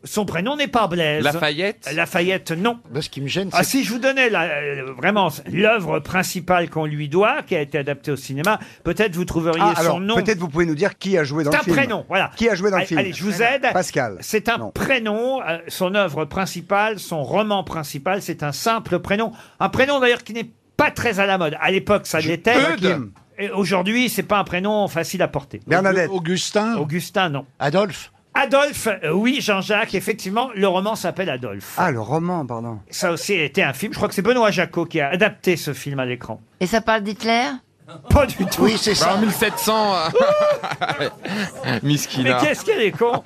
Speaker 1: Son prénom n'est pas Blaise.
Speaker 17: Lafayette
Speaker 1: Lafayette, non.
Speaker 11: Bah, Ce qui me gêne,
Speaker 1: Ah,
Speaker 11: c'est
Speaker 1: si je vous donnais la, euh, vraiment l'œuvre principale qu'on lui doit, qui a été adaptée au cinéma, peut-être vous trouveriez
Speaker 15: Ah,
Speaker 1: son
Speaker 15: alors,
Speaker 1: nom.
Speaker 15: peut-être vous pouvez nous dire qui a joué dans
Speaker 1: C'est
Speaker 15: le
Speaker 1: un
Speaker 15: film.
Speaker 1: prénom, voilà.
Speaker 15: Qui a joué dans le
Speaker 1: Allez,
Speaker 15: film
Speaker 1: allez, je vous aide.
Speaker 15: Pascal.
Speaker 1: C'est un
Speaker 15: Non.
Speaker 1: prénom, euh, son œuvre principale, son roman principal, c'est un simple prénom. Un prénom d'ailleurs qui n'est pas très à la mode. À l'époque, ça l'était.
Speaker 15: Eudes.
Speaker 1: Et Aujourd'hui, c'est pas un prénom facile à porter.
Speaker 15: Bernadette.
Speaker 11: Augustin
Speaker 1: Augustin, non.
Speaker 11: Adolphe
Speaker 1: Adolphe, euh, oui, Jean-Jacques, effectivement, le roman s'appelle Adolphe.
Speaker 15: Ah, le roman, pardon.
Speaker 1: Ça aussi a été un film. Je crois que c'est Benoît Jacquot qui a adapté ce film à l'écran.
Speaker 25: Et ça parle d'Hitler
Speaker 1: Pas du tout.
Speaker 11: Oui, c'est
Speaker 17: Bah,
Speaker 11: ça.
Speaker 17: en 1700. euh,
Speaker 1: Mais
Speaker 17: Miskina.
Speaker 1: qu'est-ce qu'elle est con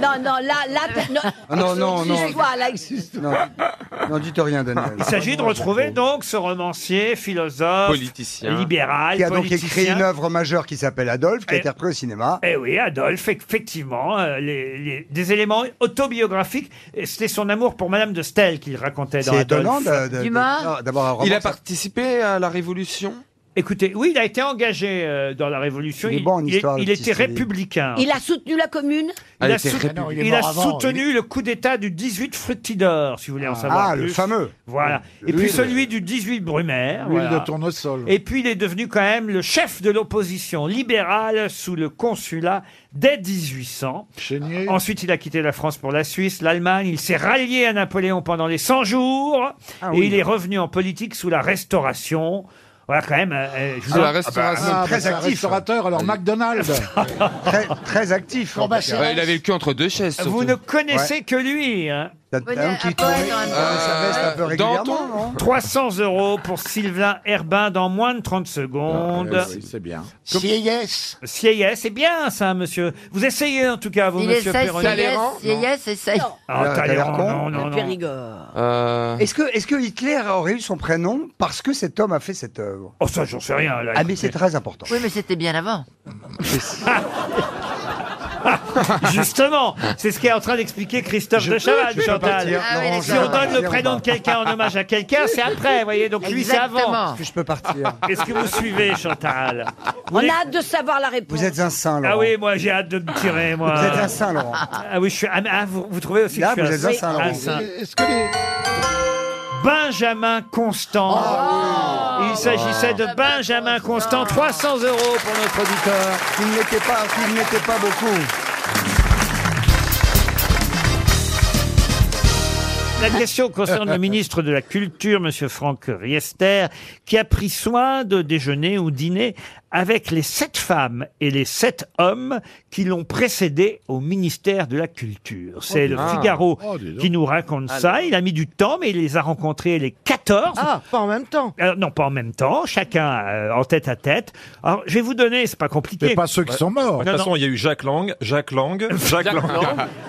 Speaker 6: Non, non, là, là, pe- non.
Speaker 15: Ah, non, non, non.
Speaker 6: Excuse-toi, là, excuse-toi.
Speaker 15: Non, non dites rien, Daniel.
Speaker 1: Il s'agit de retrouver donc ce romancier, philosophe,
Speaker 17: Politicien.
Speaker 1: libéral,
Speaker 15: Qui a donc
Speaker 1: politicien.
Speaker 15: écrit une œuvre majeure qui s'appelle Adolphe, qui a
Speaker 1: Eh.
Speaker 15: été repris au cinéma.
Speaker 1: Eh oui, Adolphe, effectivement, euh, les- les- des éléments autobiographiques. Et C'était son amour pour Madame de Stel qu'il racontait dans
Speaker 15: C'est
Speaker 1: Adolphe.
Speaker 15: étonnant de- de- de-
Speaker 25: Dumas
Speaker 15: d'avoir un roman.
Speaker 17: Il a participé à la Révolution
Speaker 1: Écoutez, oui, il a été engagé euh, dans la Révolution.
Speaker 15: Il est bon en histoire, le
Speaker 1: il
Speaker 15: petit
Speaker 1: était
Speaker 15: Stevie.
Speaker 1: républicain.
Speaker 6: Il a soutenu la commune
Speaker 1: Il a,
Speaker 6: soutenu
Speaker 1: sou- il a soutenu le coup d'État du 18 Fructidor, si vous voulez en savoir
Speaker 15: Ah,
Speaker 1: plus.
Speaker 15: le fameux.
Speaker 1: Voilà. Et
Speaker 15: L'huile.
Speaker 1: puis celui du 18 Brumaire.
Speaker 15: L'huile
Speaker 1: voilà.
Speaker 15: de tournesol.
Speaker 1: Et puis il est devenu quand même le chef de l'opposition libérale sous le consulat dès 1800. Ensuite, il a quitté la France pour la Suisse, l'Allemagne. Il s'est rallié à Napoléon pendant les 100 jours.
Speaker 15: Ah
Speaker 1: et
Speaker 15: oui.
Speaker 1: il est revenu en politique sous la Restauration. Voilà, quand même. euh, euh, je vous
Speaker 15: Ah,
Speaker 1: en-
Speaker 15: la Restauration. Ah, bah,
Speaker 1: très
Speaker 15: c'est un
Speaker 1: actif.
Speaker 11: Restaurateur, alors McDonald's.
Speaker 15: très, très actif.
Speaker 11: bah, c'est
Speaker 17: Ouais, Euh, il avait le cul entre deux chaises. surtout.
Speaker 1: Vous ne connaissez que lui. Hein.
Speaker 15: Homme qui tournait
Speaker 11: Ah,
Speaker 15: dans sa veste un peu
Speaker 17: Euh, Danton
Speaker 15: régulièrement, non
Speaker 1: 300 euros pour Sylvain Herbin dans moins de 30 secondes.
Speaker 11: Ah, oui, c'est bien. Sieyès.
Speaker 1: Sieyès, c'est bien ça, monsieur. Vous essayez en tout cas, vous,
Speaker 25: Il
Speaker 1: monsieur
Speaker 25: essaye,
Speaker 1: Perroni.
Speaker 25: Sieyès, Sieyès, essaye.
Speaker 1: Ah,
Speaker 15: T'as l'air
Speaker 1: Talleyrand,
Speaker 15: con.
Speaker 1: non, non, non.
Speaker 15: Est-ce que, est que Hitler aurait eu son prénom parce que cet homme a fait cette œuvre
Speaker 1: Oh, ça, j'en sais rien. là,
Speaker 15: Ah, mais
Speaker 1: écoutez.
Speaker 15: c'est très important.
Speaker 25: Oui, mais c'était bien avant.
Speaker 1: Justement, c'est ce qu'est en train d'expliquer Christophe
Speaker 15: Je-
Speaker 1: de Chavannes,
Speaker 15: je vais pas
Speaker 1: Chantal.
Speaker 15: partir, Ah oui, Laurent,
Speaker 1: si
Speaker 15: je vais
Speaker 1: on donne
Speaker 15: partir,
Speaker 1: le
Speaker 15: on
Speaker 1: prénom
Speaker 15: part.
Speaker 1: de quelqu'un en hommage à quelqu'un, c'est après, vous voyez. Donc lui, c'est avant.
Speaker 15: Est-ce que je peux partir
Speaker 1: Est-ce que vous suivez, Chantal
Speaker 6: On a hâte de savoir la réponse.
Speaker 15: Vous êtes un saint, Laurent.
Speaker 1: Ah oui, moi, j'ai hâte de me tirer, moi.
Speaker 15: Vous êtes un saint, Laurent.
Speaker 1: Ah oui, je suis. ah, mais, ah, vous, vous trouvez aussi
Speaker 15: Là,
Speaker 11: bah,
Speaker 1: que je suis
Speaker 15: vous êtes un saint, Laurent.
Speaker 11: Est-ce que les...
Speaker 1: Benjamin Constant.
Speaker 15: Ah
Speaker 1: Il s'agissait de Benjamin Constant. 300 euros pour notre auditeur.
Speaker 15: Il n'était pas, il n'était pas beaucoup.
Speaker 1: La question concerne le ministre de la Culture, Monsieur Franck Riester, qui a pris soin de déjeuner ou dîner avec les sept femmes et les sept hommes qui l'ont précédé au ministère de la Culture. C'est
Speaker 28: dis
Speaker 1: le
Speaker 28: donc.
Speaker 1: Figaro
Speaker 28: Oh, dis donc.
Speaker 1: qui nous raconte
Speaker 28: Alors.
Speaker 1: ça. Il a mis du temps, mais il les a rencontrés les 14.
Speaker 28: Ah, pas en même temps.
Speaker 1: Alors, non, pas en même temps, chacun euh, en tête à tête. Alors, je vais vous donner, c'est pas compliqué.
Speaker 19: Mais pas ceux qui sont morts.
Speaker 1: Non, non.
Speaker 19: il y a eu Jacques Lang, Jacques Lang, Jacques Lang.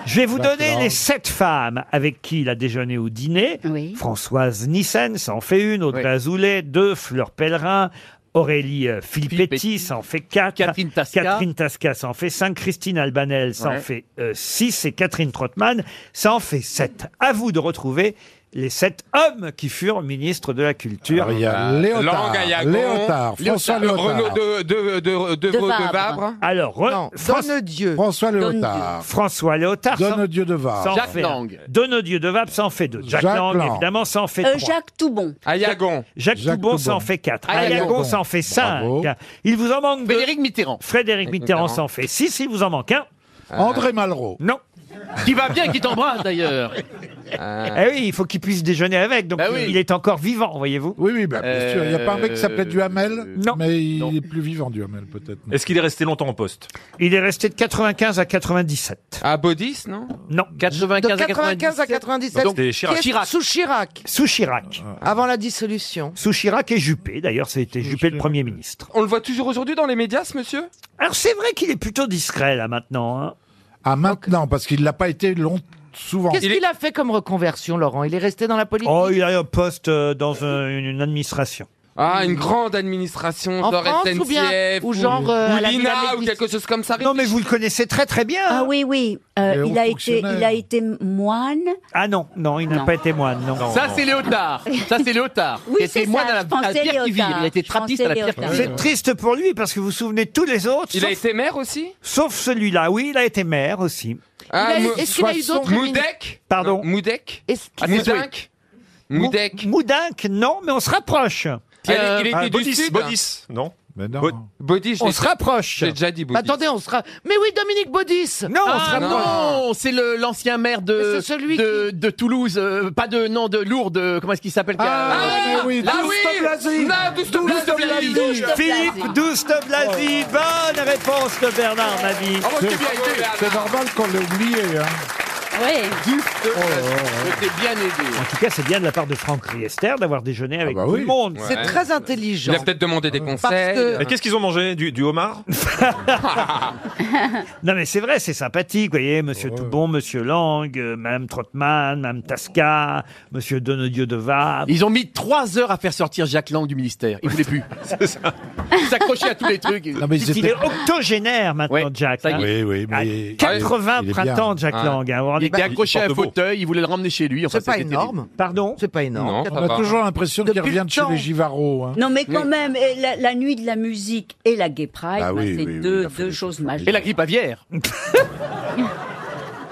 Speaker 1: Je vais vous
Speaker 19: Jacques
Speaker 1: donner
Speaker 19: Lang.
Speaker 1: les sept femmes avec qui il a déjeuné au dîner. Françoise Nissen, ça en fait une. Audrey Azoulay, deux. Fleur Pellerin. Aurélie euh, Filippetti, ça en fait quatre. Catherine Tasca. Catherine Tasca, ça en fait cinq. Christine Albanel, ça en
Speaker 28: Ouais.
Speaker 1: fait euh, six. Et Catherine Trottmann, ça en fait sept. À vous de retrouver les sept hommes qui furent ministres de la Culture.
Speaker 11: Alors, il y a Léotard,
Speaker 17: Euh, Laurent Gaillagon,
Speaker 11: Léotard, François
Speaker 17: Léotard, euh,
Speaker 11: Léotard.
Speaker 17: Renaud de, de, de, de, de, Vabre. de Vabre.
Speaker 1: Alors, re- France-
Speaker 11: François Léotard.
Speaker 1: François Léotard.
Speaker 11: Donne-Dieu de Vabre.
Speaker 1: Ça en
Speaker 11: Ah, Jacques
Speaker 1: fait un.
Speaker 11: Lang.
Speaker 1: Donne-Dieu de Vabre, ça en fait deux. Jacques,
Speaker 11: Jacques
Speaker 1: Lang,
Speaker 11: Lang.
Speaker 1: évidemment, ça en fait
Speaker 6: Euh,
Speaker 1: trois.
Speaker 6: Jacques Toubon.
Speaker 17: Ayagon.
Speaker 1: Jacques, Toubon, ça en fait quatre.
Speaker 17: Ayagon.
Speaker 1: Ayagon, ça en fait cinq. Il vous en manque deux. Frédéric Mitterrand. Frédéric Mitterrand, ça en fait six. Il vous en manque un.
Speaker 11: André Malraux.
Speaker 1: Non.
Speaker 29: Qui va bien, qui t'embrasse d'ailleurs.
Speaker 1: Eh oui, il faut qu'il puisse déjeuner avec. Donc, euh,
Speaker 29: oui.
Speaker 1: il est encore vivant, voyez-vous.
Speaker 11: Oui, oui, bah, bien sûr. Il n'y a pas un mec qui s'appelait
Speaker 19: Euh,
Speaker 11: Duhamel
Speaker 1: Non.
Speaker 11: Mais il est plus vivant, Duhamel, peut-être.
Speaker 19: Est-ce qu'il est resté longtemps en poste
Speaker 1: Il est resté de 95 à 97.
Speaker 17: À Baudis, non
Speaker 1: Non.
Speaker 29: 95
Speaker 8: De 95 à 97.
Speaker 19: Donc, c'était Chirac.
Speaker 8: Qui est
Speaker 19: Chirac.
Speaker 8: Sous Chirac.
Speaker 1: Sous Chirac.
Speaker 8: Avant la dissolution.
Speaker 1: Sous Chirac et Juppé. D'ailleurs, c'était Juppé le Premier ministre.
Speaker 17: On le voit toujours aujourd'hui dans les médias, ce monsieur
Speaker 1: Alors, c'est vrai qu'il est plutôt discret, là, maintenant. hein.
Speaker 11: Ah, maintenant, parce qu'il l'a pas été long, souvent.
Speaker 8: Qu'est-ce qu'il a fait comme reconversion, Laurent Il est resté dans la politique.
Speaker 1: Oh, il a un poste euh, dans un- une, une administration.
Speaker 17: Ah, une grande administration,
Speaker 8: En
Speaker 17: genre
Speaker 8: France
Speaker 17: SNCF,
Speaker 8: ou bien- ou genre, euh, à la
Speaker 17: l'INA,
Speaker 8: Villa
Speaker 17: ou
Speaker 8: Médicis.
Speaker 17: quelque chose comme ça.
Speaker 1: Non, mais vous le connaissez très très bien.
Speaker 18: Ah oui, oui. Euh,
Speaker 1: Les hauts
Speaker 18: il, a été, il
Speaker 1: fonctionnaires.
Speaker 18: a été moine.
Speaker 1: Ah non, non, il n'a pas été moine, non.
Speaker 29: Ça, c'est Léotard. Ça, c'est Léotard.
Speaker 18: Oui,
Speaker 29: Il était
Speaker 18: c'est ça,
Speaker 29: moine à la,
Speaker 18: je pensais
Speaker 29: à la pierre qui vire.
Speaker 18: Léotard.
Speaker 29: Il était
Speaker 18: Je
Speaker 29: trappiste à la
Speaker 18: pensais
Speaker 29: pierre qui
Speaker 18: Léotard.
Speaker 29: vire.
Speaker 1: C'est triste pour lui parce que vous vous souvenez de tous les autres.
Speaker 17: Il a
Speaker 1: sauf-
Speaker 17: été maire aussi
Speaker 1: Sauf celui-là, oui, il a été maire aussi.
Speaker 17: Ah,
Speaker 18: Il a eu-
Speaker 17: Mou-
Speaker 18: est-ce qu'il a eu
Speaker 17: Soissons-
Speaker 18: d'autres ministres
Speaker 17: Moudek
Speaker 1: Pardon
Speaker 29: Euh,
Speaker 17: Moudek
Speaker 18: Est-ce-
Speaker 29: Ah,
Speaker 17: Moudinck Moudek
Speaker 1: Mou- Moudinck, non, mais on se rapproche.
Speaker 29: euh,
Speaker 17: Allez, Il était du
Speaker 19: Baudis,
Speaker 17: sud
Speaker 19: Baudis, non
Speaker 11: Mais non.
Speaker 17: Baudis, je
Speaker 1: On
Speaker 17: l'ai
Speaker 1: se
Speaker 17: déjà-
Speaker 1: rapproche.
Speaker 17: J'ai déjà dit
Speaker 8: Mais
Speaker 17: Baudis.
Speaker 8: attendez, on sera. Mais oui, Dominique Baudis
Speaker 1: Non, on se
Speaker 29: Ah
Speaker 1: rapproche.
Speaker 29: non, c'est le- l'ancien maire de,
Speaker 8: Mais c'est celui
Speaker 29: de, de Toulouse, euh, pas de, non, de Lourdes, euh, comment est-ce qu'il s'appelle
Speaker 11: Ah,
Speaker 29: qui a-
Speaker 11: mais oui,
Speaker 17: Ah
Speaker 11: Douste
Speaker 17: oui
Speaker 11: Blasi.
Speaker 17: Non, douce de Blasi.
Speaker 11: Blasi.
Speaker 1: Philippe Douste Blasi, bonne réponse de Bernard Mabie.
Speaker 17: Ah, moi,
Speaker 11: C'est
Speaker 17: j'étais bien aidé, Bernard.
Speaker 11: c'est normal qu'on l'ait oublié. Hein. Oh,
Speaker 2: Oui.
Speaker 29: euh,
Speaker 17: Douce Blasi. J'étais bien aidé.
Speaker 1: En tout cas, c'est bien de la part de Franck Riester d'avoir déjeuné avec
Speaker 11: bah
Speaker 1: tout
Speaker 11: oui.
Speaker 1: le monde.
Speaker 8: C'est
Speaker 17: Ouais.
Speaker 8: très
Speaker 17: Il
Speaker 8: intelligent.
Speaker 17: a peut-être demandé des conseils.
Speaker 8: que-
Speaker 19: Et qu'est-ce qu'ils ont mangé du, du homard
Speaker 1: Non mais c'est vrai, c'est sympathique, vous voyez, Monsieur Toubon, Monsieur Lang, euh, Madame Trottmann, Madame Tasca, Monsieur Donnedieu de Vabre.
Speaker 29: Ils ont mis trois heures à faire sortir Jacques Lang du ministère. Il voulait plus. Il s'accrochait à tous les trucs.
Speaker 11: Non, mais ils
Speaker 1: Il
Speaker 11: étaient-
Speaker 1: est octogénaire maintenant, Jack.
Speaker 29: ça y
Speaker 1: hein.
Speaker 29: est.
Speaker 11: Oui, oui, mais.
Speaker 1: À 80
Speaker 11: il est bien.
Speaker 1: printemps, Jack
Speaker 17: Ouais.
Speaker 1: Lang. hein, vous vous rendez
Speaker 8: était accroché à un
Speaker 30: porte beau.
Speaker 8: fauteuil, il voulait le ramener chez lui. enfin,
Speaker 9: C'est pas
Speaker 8: c'était terrible.
Speaker 9: énorme.
Speaker 1: Pardon
Speaker 9: C'est pas
Speaker 8: Non,
Speaker 9: énorme.
Speaker 8: ça
Speaker 9: Quatre-
Speaker 8: va.
Speaker 20: l'impression
Speaker 9: qu'il Depuis revient de le chez temps. les
Speaker 20: Givaro.
Speaker 11: hein.
Speaker 9: Non,
Speaker 2: Non, mais quand
Speaker 9: Oui.
Speaker 2: même, et la, la nuit de la musique et la Gay Pride,
Speaker 8: Bah
Speaker 2: bah,
Speaker 8: oui,
Speaker 2: c'est
Speaker 8: oui, oui,
Speaker 2: deux,
Speaker 8: il a fait
Speaker 2: deux
Speaker 8: des
Speaker 2: choses majeures.
Speaker 8: Et la grippe aviaire.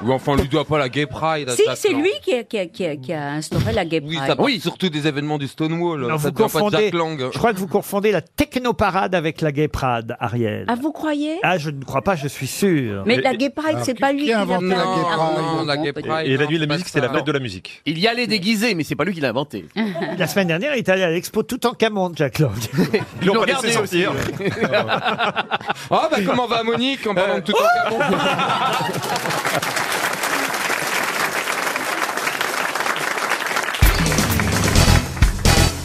Speaker 13: Ou enfin, on lui doit pas la Gay Pride. à
Speaker 2: Si,
Speaker 13: Jacques
Speaker 2: c'est
Speaker 13: Lang.
Speaker 2: lui qui a, qui, a, qui, a, qui a instauré la Gay
Speaker 13: Oui,
Speaker 2: Pride.
Speaker 13: ça part surtout des événements du Stonewall.
Speaker 1: Non,
Speaker 13: ça
Speaker 1: vous
Speaker 13: devient pas
Speaker 1: confondez,
Speaker 13: Jack Lang.
Speaker 1: je crois que vous confondez la technoparade avec la gay parade, Ariel.
Speaker 2: Ah, vous croyez
Speaker 1: Ah, je ne crois pas, je suis sûr. Ah,
Speaker 2: Mais la Gay Pride, c'est pas lui qui l'a fait.
Speaker 31: Et la nuit de la musique, c'était la fête de la musique.
Speaker 8: Il y allait déguisé, mais c'est pas lui qui l'a inventé.
Speaker 9: Hein
Speaker 1: La semaine dernière, il est allé à l'expo tout en Camonde, Jacques Lang.
Speaker 8: Ils l'ont gardé aussi.
Speaker 10: hein.
Speaker 13: Ah, bah comment va Monique en parlant de tout
Speaker 1: Euh.
Speaker 13: en cabon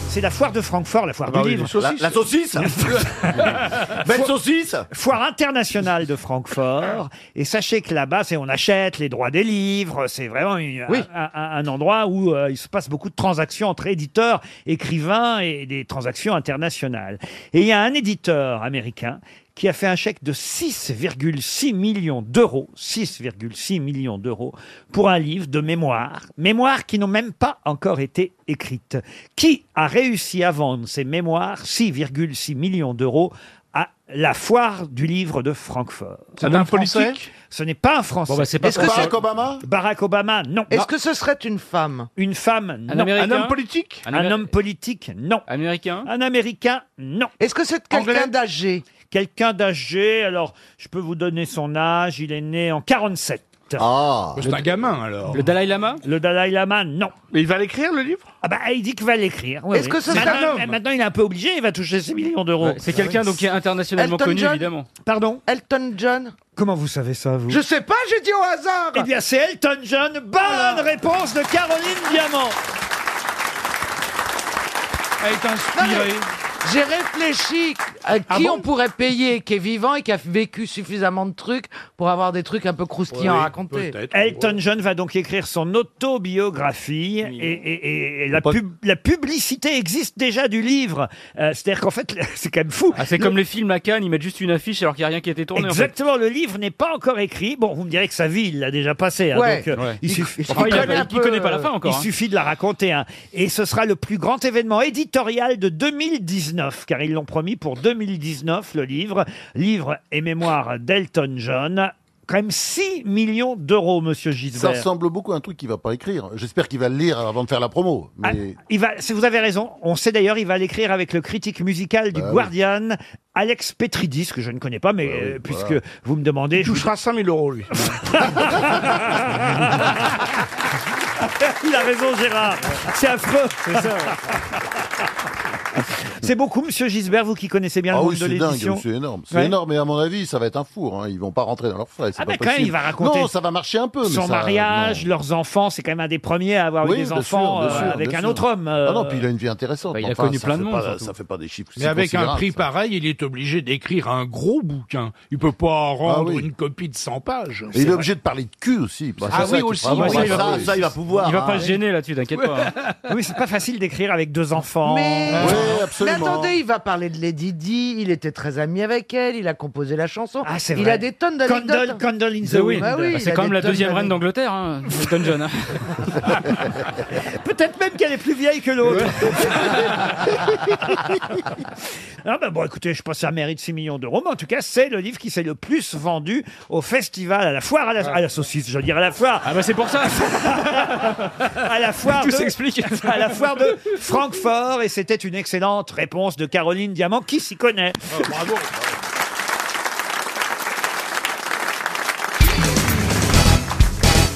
Speaker 1: C'est la foire de Francfort, la foire
Speaker 32: bah
Speaker 1: du
Speaker 32: oui,
Speaker 1: livre.
Speaker 32: les saucisses. La- la saucisse
Speaker 9: Hein
Speaker 1: Belle saucisse Foire internationale de Francfort. Et sachez que là-bas, c'est on achète les droits des livres. C'est vraiment une- un, un- un endroit où euh, il se passe beaucoup de transactions entre éditeurs, écrivains et des transactions internationales. Et il y a un éditeur américain qui a fait un chèque de 6,6 millions d'euros, 6,6 millions d'euros, pour un livre de mémoires, mémoires qui n'ont même pas encore été écrites. Qui a réussi à vendre ces mémoires, 6,6 millions d'euros, à la foire du livre de Francfort
Speaker 20: C'est un Français politique
Speaker 1: Ce n'est pas un Français.
Speaker 20: Bon, bah, c'est pas Est-ce que Français. c'est- Barack Obama
Speaker 1: Barack Obama, non.
Speaker 9: Est-ce que ce serait une femme
Speaker 1: Une femme, non.
Speaker 9: Un Américain Un homme politique
Speaker 1: Un, homme politique, non. Américain Un Américain, non.
Speaker 9: Est-ce que c'est quelqu'un d'âgé
Speaker 1: Quelqu'un d'âgé, alors je peux vous donner son âge, il est né en 47. Ah
Speaker 20: C'est un gamin alors.
Speaker 1: Le Dalai Lama Le Dalai Lama, non. Mais il va l'écrire le livre Ah bah il dit qu'il va l'écrire. oui,
Speaker 9: Est-ce
Speaker 1: oui.
Speaker 9: que ce serait
Speaker 1: maintenant,
Speaker 9: un homme
Speaker 1: Maintenant il est un peu obligé, il va toucher ses millions d'euros.
Speaker 10: Ouais, c'est quelqu'un, donc, qui est internationalement
Speaker 9: Elton
Speaker 10: connu,
Speaker 9: John
Speaker 10: évidemment.
Speaker 1: Pardon
Speaker 9: Elton John
Speaker 1: Comment vous savez ça vous
Speaker 9: Je sais pas, j'ai dit au hasard
Speaker 1: Eh bien, c'est Elton John. Bonne réponse de Caroline Diamant.
Speaker 20: Elle est inspirée.
Speaker 9: J'ai réfléchi à qui
Speaker 20: Ah bon
Speaker 9: on pourrait payer qui est vivant et qui a vécu suffisamment de trucs pour avoir des trucs un peu croustillants à raconter.
Speaker 1: Elton John va donc écrire son autobiographie et, et- et- et la, pub- la publicité existe déjà du livre. Euh, C'est-à-dire qu'en fait, c'est quand même fou.
Speaker 10: Ah, c'est
Speaker 1: Le-
Speaker 10: comme les films à Cannes, ils mettent juste une affiche alors qu'il n'y a rien qui a été tourné. en fait.
Speaker 1: Exactement, le livre n'est pas encore écrit. Bon, vous me direz que sa vie, il l'a déjà passée. hein,
Speaker 10: Ouais.
Speaker 1: donc, euh,
Speaker 10: Ouais.
Speaker 1: il
Speaker 10: Il-
Speaker 1: suffit.
Speaker 10: il Enfin, il connaît a- un il peu, connaît pas la fin encore,
Speaker 1: euh, Il
Speaker 10: hein.
Speaker 1: suffit de la raconter. hein. Et ce sera le plus grand événement éditorial de 2019, car ils l'ont promis pour 2019, le livre. Livre et mémoire d'Elton John. Quand même 6 millions d'euros, monsieur
Speaker 11: Ça
Speaker 1: Gisbert.
Speaker 11: ressemble beaucoup à un truc qu'il va pas écrire. J'espère qu'il va le lire avant de faire la promo.
Speaker 1: Ah,
Speaker 11: Mais
Speaker 1: Il va, si vous avez raison, on sait d'ailleurs, il va l'écrire avec le critique musical
Speaker 11: Bah
Speaker 1: du Guardian, Alex Petridis, que je ne connais pas, mais euh, puisque
Speaker 9: voilà.
Speaker 1: vous me demandez. je vous-
Speaker 9: 5000 euros, lui.
Speaker 1: Il a raison, Gérard. C'est affreux. C'est beaucoup, monsieur Gisbert, vous qui connaissez bien
Speaker 11: ah
Speaker 1: le monde
Speaker 11: oui,
Speaker 1: de
Speaker 11: c'est dingue,
Speaker 1: l'édition.
Speaker 11: c'est énorme. C'est
Speaker 1: Ouais.
Speaker 11: énorme, et à mon avis, ça va être un four. Hein. Ils vont pas rentrer dans leurs frais. c'est
Speaker 1: Ah
Speaker 11: pas
Speaker 1: ben quand même,
Speaker 11: possible.
Speaker 1: il va raconter
Speaker 11: Non, ça va marcher un peu. mais
Speaker 1: son
Speaker 11: ça-
Speaker 1: mariage, leurs enfants, c'est quand même un des premiers à avoir
Speaker 11: Oui,
Speaker 1: eu des
Speaker 11: bien
Speaker 1: enfants
Speaker 11: sûr, bien
Speaker 1: euh,
Speaker 11: sûr,
Speaker 1: avec
Speaker 11: bien
Speaker 1: un
Speaker 11: sûr.
Speaker 1: autre homme.
Speaker 11: Ah non,
Speaker 1: euh,
Speaker 11: puis il a une vie intéressante.
Speaker 1: bah, il a
Speaker 11: Enfin,
Speaker 1: connu
Speaker 11: ça
Speaker 1: plein
Speaker 11: fait
Speaker 1: de
Speaker 11: pas-
Speaker 1: monde, surtout.
Speaker 11: ça fait pas des chiffres.
Speaker 1: Mais avec un prix
Speaker 11: pareil,
Speaker 20: il est obligé d'écrire un gros bouquin. Il peut pas rendre
Speaker 11: Ah oui.
Speaker 20: une copie de 100 pages.
Speaker 11: Et il est obligé de parler de cul aussi. parce que
Speaker 20: Ah
Speaker 11: ça,
Speaker 20: oui,
Speaker 11: c'est
Speaker 20: aussi,
Speaker 11: vraiment-
Speaker 20: oui,
Speaker 11: ça,
Speaker 20: il va-
Speaker 11: ça, il va pouvoir.
Speaker 10: Il va pas
Speaker 11: hein.
Speaker 10: se gêner là-dessus, t'inquiète pas. hein.
Speaker 1: Oui, c'est pas facile d'écrire avec deux enfants.
Speaker 9: Mais...
Speaker 11: Oui,
Speaker 9: Mais
Speaker 11: absolument.
Speaker 9: attendez, il va parler de Lady Di, il était très ami avec elle, il a composé la chanson.
Speaker 1: Ah, c'est
Speaker 9: il
Speaker 1: vrai.
Speaker 9: a des tonnes
Speaker 1: Candle,
Speaker 9: d'anecdotes.
Speaker 1: Candle in the
Speaker 9: Bah oui,
Speaker 1: Wind.
Speaker 10: Bah,
Speaker 9: il
Speaker 10: c'est
Speaker 9: a
Speaker 10: quand même
Speaker 9: des
Speaker 10: la
Speaker 9: tonnes
Speaker 10: deuxième reine
Speaker 9: d'anecdotes.
Speaker 10: d'Angleterre, hein, Elton John. hein.
Speaker 1: Peut-être même qu'elle est plus vieille que l'autre. ah bah bon, écoutez, je pense que ça mérite 6 millions d'euros, mais en tout cas, c'est le livre qui s'est le plus vendu au festival, à la foire, à la, à la saucisse, je veux dire, à la foire.
Speaker 10: Ah bah c'est pour ça
Speaker 1: à la foire
Speaker 10: Tout
Speaker 1: de,
Speaker 10: s'explique.
Speaker 1: à la foire de Francfort et c'était une excellente réponse de Caroline Diamant qui s'y connaît.
Speaker 10: Oh,
Speaker 20: Bravo.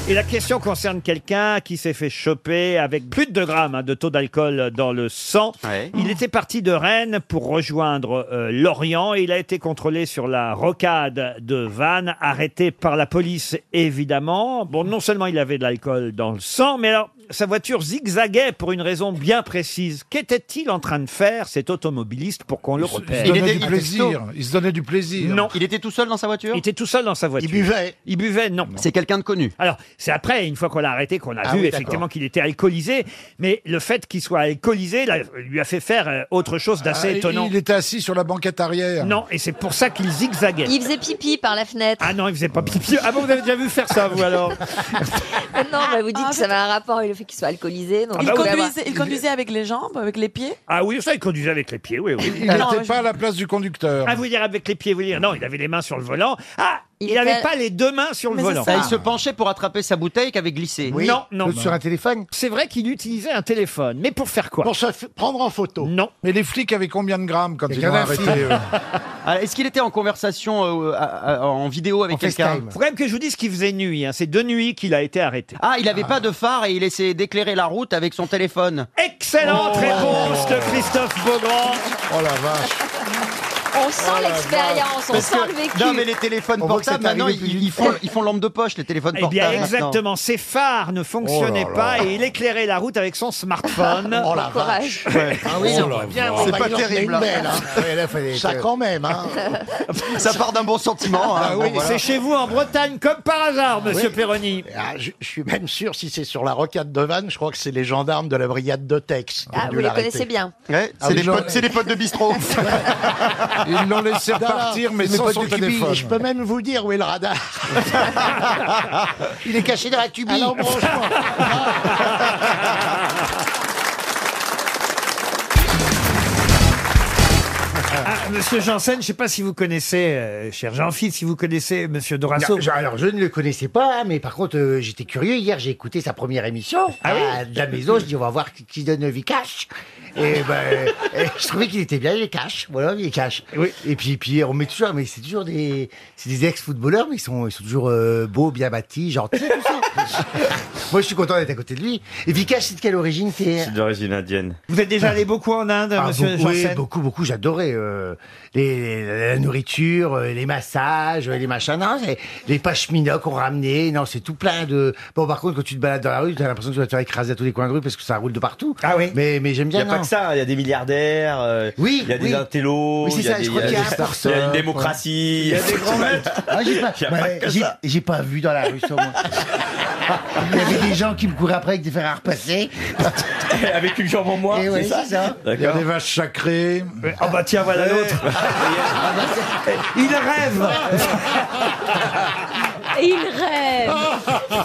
Speaker 1: Et la question concerne quelqu'un qui s'est fait choper avec plus de 2 grammes hein, de taux d'alcool dans le sang. Il était parti de Rennes pour rejoindre euh, Lorient et il a été contrôlé sur la rocade de Vannes, arrêté par la police évidemment. Bon, non seulement il avait de l'alcool dans le sang, mais alors sa voiture zigzaguait pour une raison bien précise. Qu'était-il en train de faire cet automobiliste pour qu'on le repère
Speaker 20: Il se donnait du plaisir. Il se donnait du plaisir.
Speaker 1: Non. Il était tout seul dans sa voiture Il était tout seul dans sa voiture. Il buvait
Speaker 20: buvait
Speaker 1: Il buvait, non.
Speaker 33: C'est quelqu'un de connu.
Speaker 1: Alors, C'est après, une fois qu'on l'a arrêté, qu'on a
Speaker 11: Ah
Speaker 1: vu
Speaker 11: oui,
Speaker 1: effectivement
Speaker 11: d'accord.
Speaker 1: qu'il était alcoolisé. Mais le fait qu'il soit alcoolisé là, lui a fait faire euh, autre chose d'assez
Speaker 11: Ah, il-
Speaker 1: étonnant.
Speaker 11: Il était assis sur la banquette arrière.
Speaker 1: Non, et c'est pour ça qu'il zigzaguait.
Speaker 4: Il faisait pipi par la fenêtre.
Speaker 1: Ah non, il faisait pas pipi. Ah bon, vous avez déjà vu faire ça, vous alors
Speaker 7: Oh
Speaker 4: non, bah, vous dites que ça avait un rapport avec le fait qu'il soit alcoolisé. Donc
Speaker 1: Ah bah oui. Il
Speaker 7: conduisait avec les jambes, avec les pieds.
Speaker 1: Ah oui, ça, il conduisait avec les pieds, oui, oui.
Speaker 11: Il n'était pas à la place du conducteur.
Speaker 1: Ah, vous dire avec les pieds, vous dire non, il avait les mains sur le volant. Ah, il
Speaker 9: Il
Speaker 1: n'avait
Speaker 9: était-
Speaker 1: pas les deux mains sur le volant.
Speaker 9: Ah, il se penchait pour attraper sa bouteille qui avait glissé.
Speaker 1: Non, non.
Speaker 9: Sur un
Speaker 1: téléphone C'est vrai qu'il utilisait un téléphone, mais pour faire quoi
Speaker 11: Pour se f- prendre en photo.
Speaker 1: Non.
Speaker 11: Mais les flics avaient combien de grammes quand
Speaker 9: Les
Speaker 11: ils l'ont
Speaker 9: Kadhafi.
Speaker 11: arrêté euh
Speaker 9: Ah, Est-ce qu'il était en conversation euh, à- à- en vidéo avec quelqu'un
Speaker 1: Faut quand même que je vous dise qu'il faisait nuit. hein. C'est de nuit qu'il a été arrêté.
Speaker 9: Ah, il n'avait pas de phare et il essayait d'éclairer la route avec son téléphone.
Speaker 1: Excellente
Speaker 9: Oh.
Speaker 1: réponse de Christophe Beaugrand.
Speaker 11: Oh la vache.
Speaker 4: On sent
Speaker 14: Oh
Speaker 4: l'expérience, on
Speaker 9: Oh Parce
Speaker 4: sent
Speaker 9: que-
Speaker 4: le vécu.
Speaker 9: Non, mais les téléphones
Speaker 1: On voit que ça
Speaker 9: portables,
Speaker 1: t'est arrivé
Speaker 9: maintenant,
Speaker 1: plus
Speaker 9: ils, ils font, ils font lampe de poche, les téléphones
Speaker 1: Eh
Speaker 9: portables.
Speaker 1: bien, exactement. Ses phares ne fonctionnaient
Speaker 9: Oh là
Speaker 1: pas
Speaker 9: là.
Speaker 1: et il éclairait la route avec son smartphone.
Speaker 9: Oh la
Speaker 4: Courage.
Speaker 11: Ah oui,
Speaker 9: Oh
Speaker 11: on
Speaker 9: là
Speaker 11: voit bien,
Speaker 9: là.
Speaker 11: on
Speaker 9: C'est
Speaker 11: va
Speaker 9: pas
Speaker 11: lui en donner
Speaker 9: terrible,
Speaker 11: une
Speaker 9: hein.
Speaker 11: belle, hein. Ouais, là, fallait-
Speaker 9: Ça quand
Speaker 11: même, hein.
Speaker 9: maintenant. Ça part d'un bon sentiment. hein.
Speaker 11: Ah oui,
Speaker 9: Bon, voilà.
Speaker 1: C'est chez vous en Bretagne, comme par hasard, monsieur
Speaker 14: Oui.
Speaker 1: Perroni.
Speaker 14: Ah, je, je suis même sûr, si c'est sur la rocade de Vannes, je crois que c'est les gendarmes de la brigade de Tex. qui ont
Speaker 4: Ah,
Speaker 14: dû
Speaker 4: vous les
Speaker 14: l'arrêter.
Speaker 4: connaissez bien.
Speaker 9: Ouais,
Speaker 14: Ah
Speaker 9: c'est
Speaker 14: oui,
Speaker 9: des
Speaker 14: non.
Speaker 9: potes- c'est des potes de bistrot.
Speaker 11: Ils l'ont laissé
Speaker 14: Non, non,
Speaker 11: partir, mais sans
Speaker 14: pas
Speaker 11: son
Speaker 14: du cubi.
Speaker 11: téléphone.
Speaker 14: Je peux même vous dire où est le radar. Il est caché dans la tubie.
Speaker 1: Ah, monsieur Janssen, je ne sais pas si vous connaissez, euh, cher Jean-Philippe, si vous connaissez monsieur Dorasso.
Speaker 14: Non, je- alors, je ne le connaissais pas, hein, mais par contre, euh, j'étais curieux. Hier, j'ai écouté sa première émission
Speaker 1: Ah
Speaker 14: à- de la maison. Je dis, on va voir qui, qui donne vie cash. Et
Speaker 1: Ah.
Speaker 14: ben, euh, je trouvais qu'il était bien, il est cash. Voilà, il est cash. Et puis, puis, on met toujours, mais c'est toujours des, c'est des ex-footballeurs, mais ils sont, ils sont toujours euh, beaux, bien bâtis, gentils, tout ça. Moi, je suis content d'être à côté de lui. Et Vikash, c'est de quelle origine C'est
Speaker 34: d'origine indienne.
Speaker 1: Vous êtes déjà allé beaucoup en Inde,
Speaker 14: Ah,
Speaker 1: monsieur
Speaker 14: beaucoup, oui,
Speaker 1: Janssen
Speaker 14: beaucoup, beaucoup, j'adorais euh, les, les- la nourriture, euh, les massages, euh, les machins. Non, c'est- les pacheminas qu'on ramenait, non, c'est tout plein de. Bon, par contre, quand tu te balades dans la rue, t'as l'impression que tu vas te faire écraser à tous les coins de rue parce que ça roule de partout. Ah oui. Mais, mais j'aime
Speaker 34: Il n'y
Speaker 14: bien.
Speaker 34: a pas
Speaker 14: non.
Speaker 34: que ça, il y a des milliardaires, euh, il
Speaker 14: Oui,
Speaker 34: y a
Speaker 14: oui.
Speaker 34: des intellos,
Speaker 14: Oui, c'est
Speaker 34: il y a
Speaker 14: ça,
Speaker 34: des-
Speaker 14: je crois
Speaker 34: il y
Speaker 14: qu'il y
Speaker 34: a
Speaker 14: a
Speaker 34: des-
Speaker 14: un
Speaker 34: il y a
Speaker 14: start-up,
Speaker 34: une démocratie,
Speaker 14: Il y a des grands maîtres. Ah, j'ai pas,
Speaker 34: Il y a pas
Speaker 14: ouais,
Speaker 34: que
Speaker 14: j'ai-
Speaker 34: ça.
Speaker 14: j'ai pas vu dans la rue sur moi. Il y avait des gens qui me couraient après avec des fers à repasser.
Speaker 34: Avec une jambe en moins,
Speaker 14: Et ouais, Eh c'est ça.
Speaker 11: Il y a des vaches sacrées.
Speaker 1: Ah bah tiens, voilà l'autre. Il rêve
Speaker 4: Il rêve.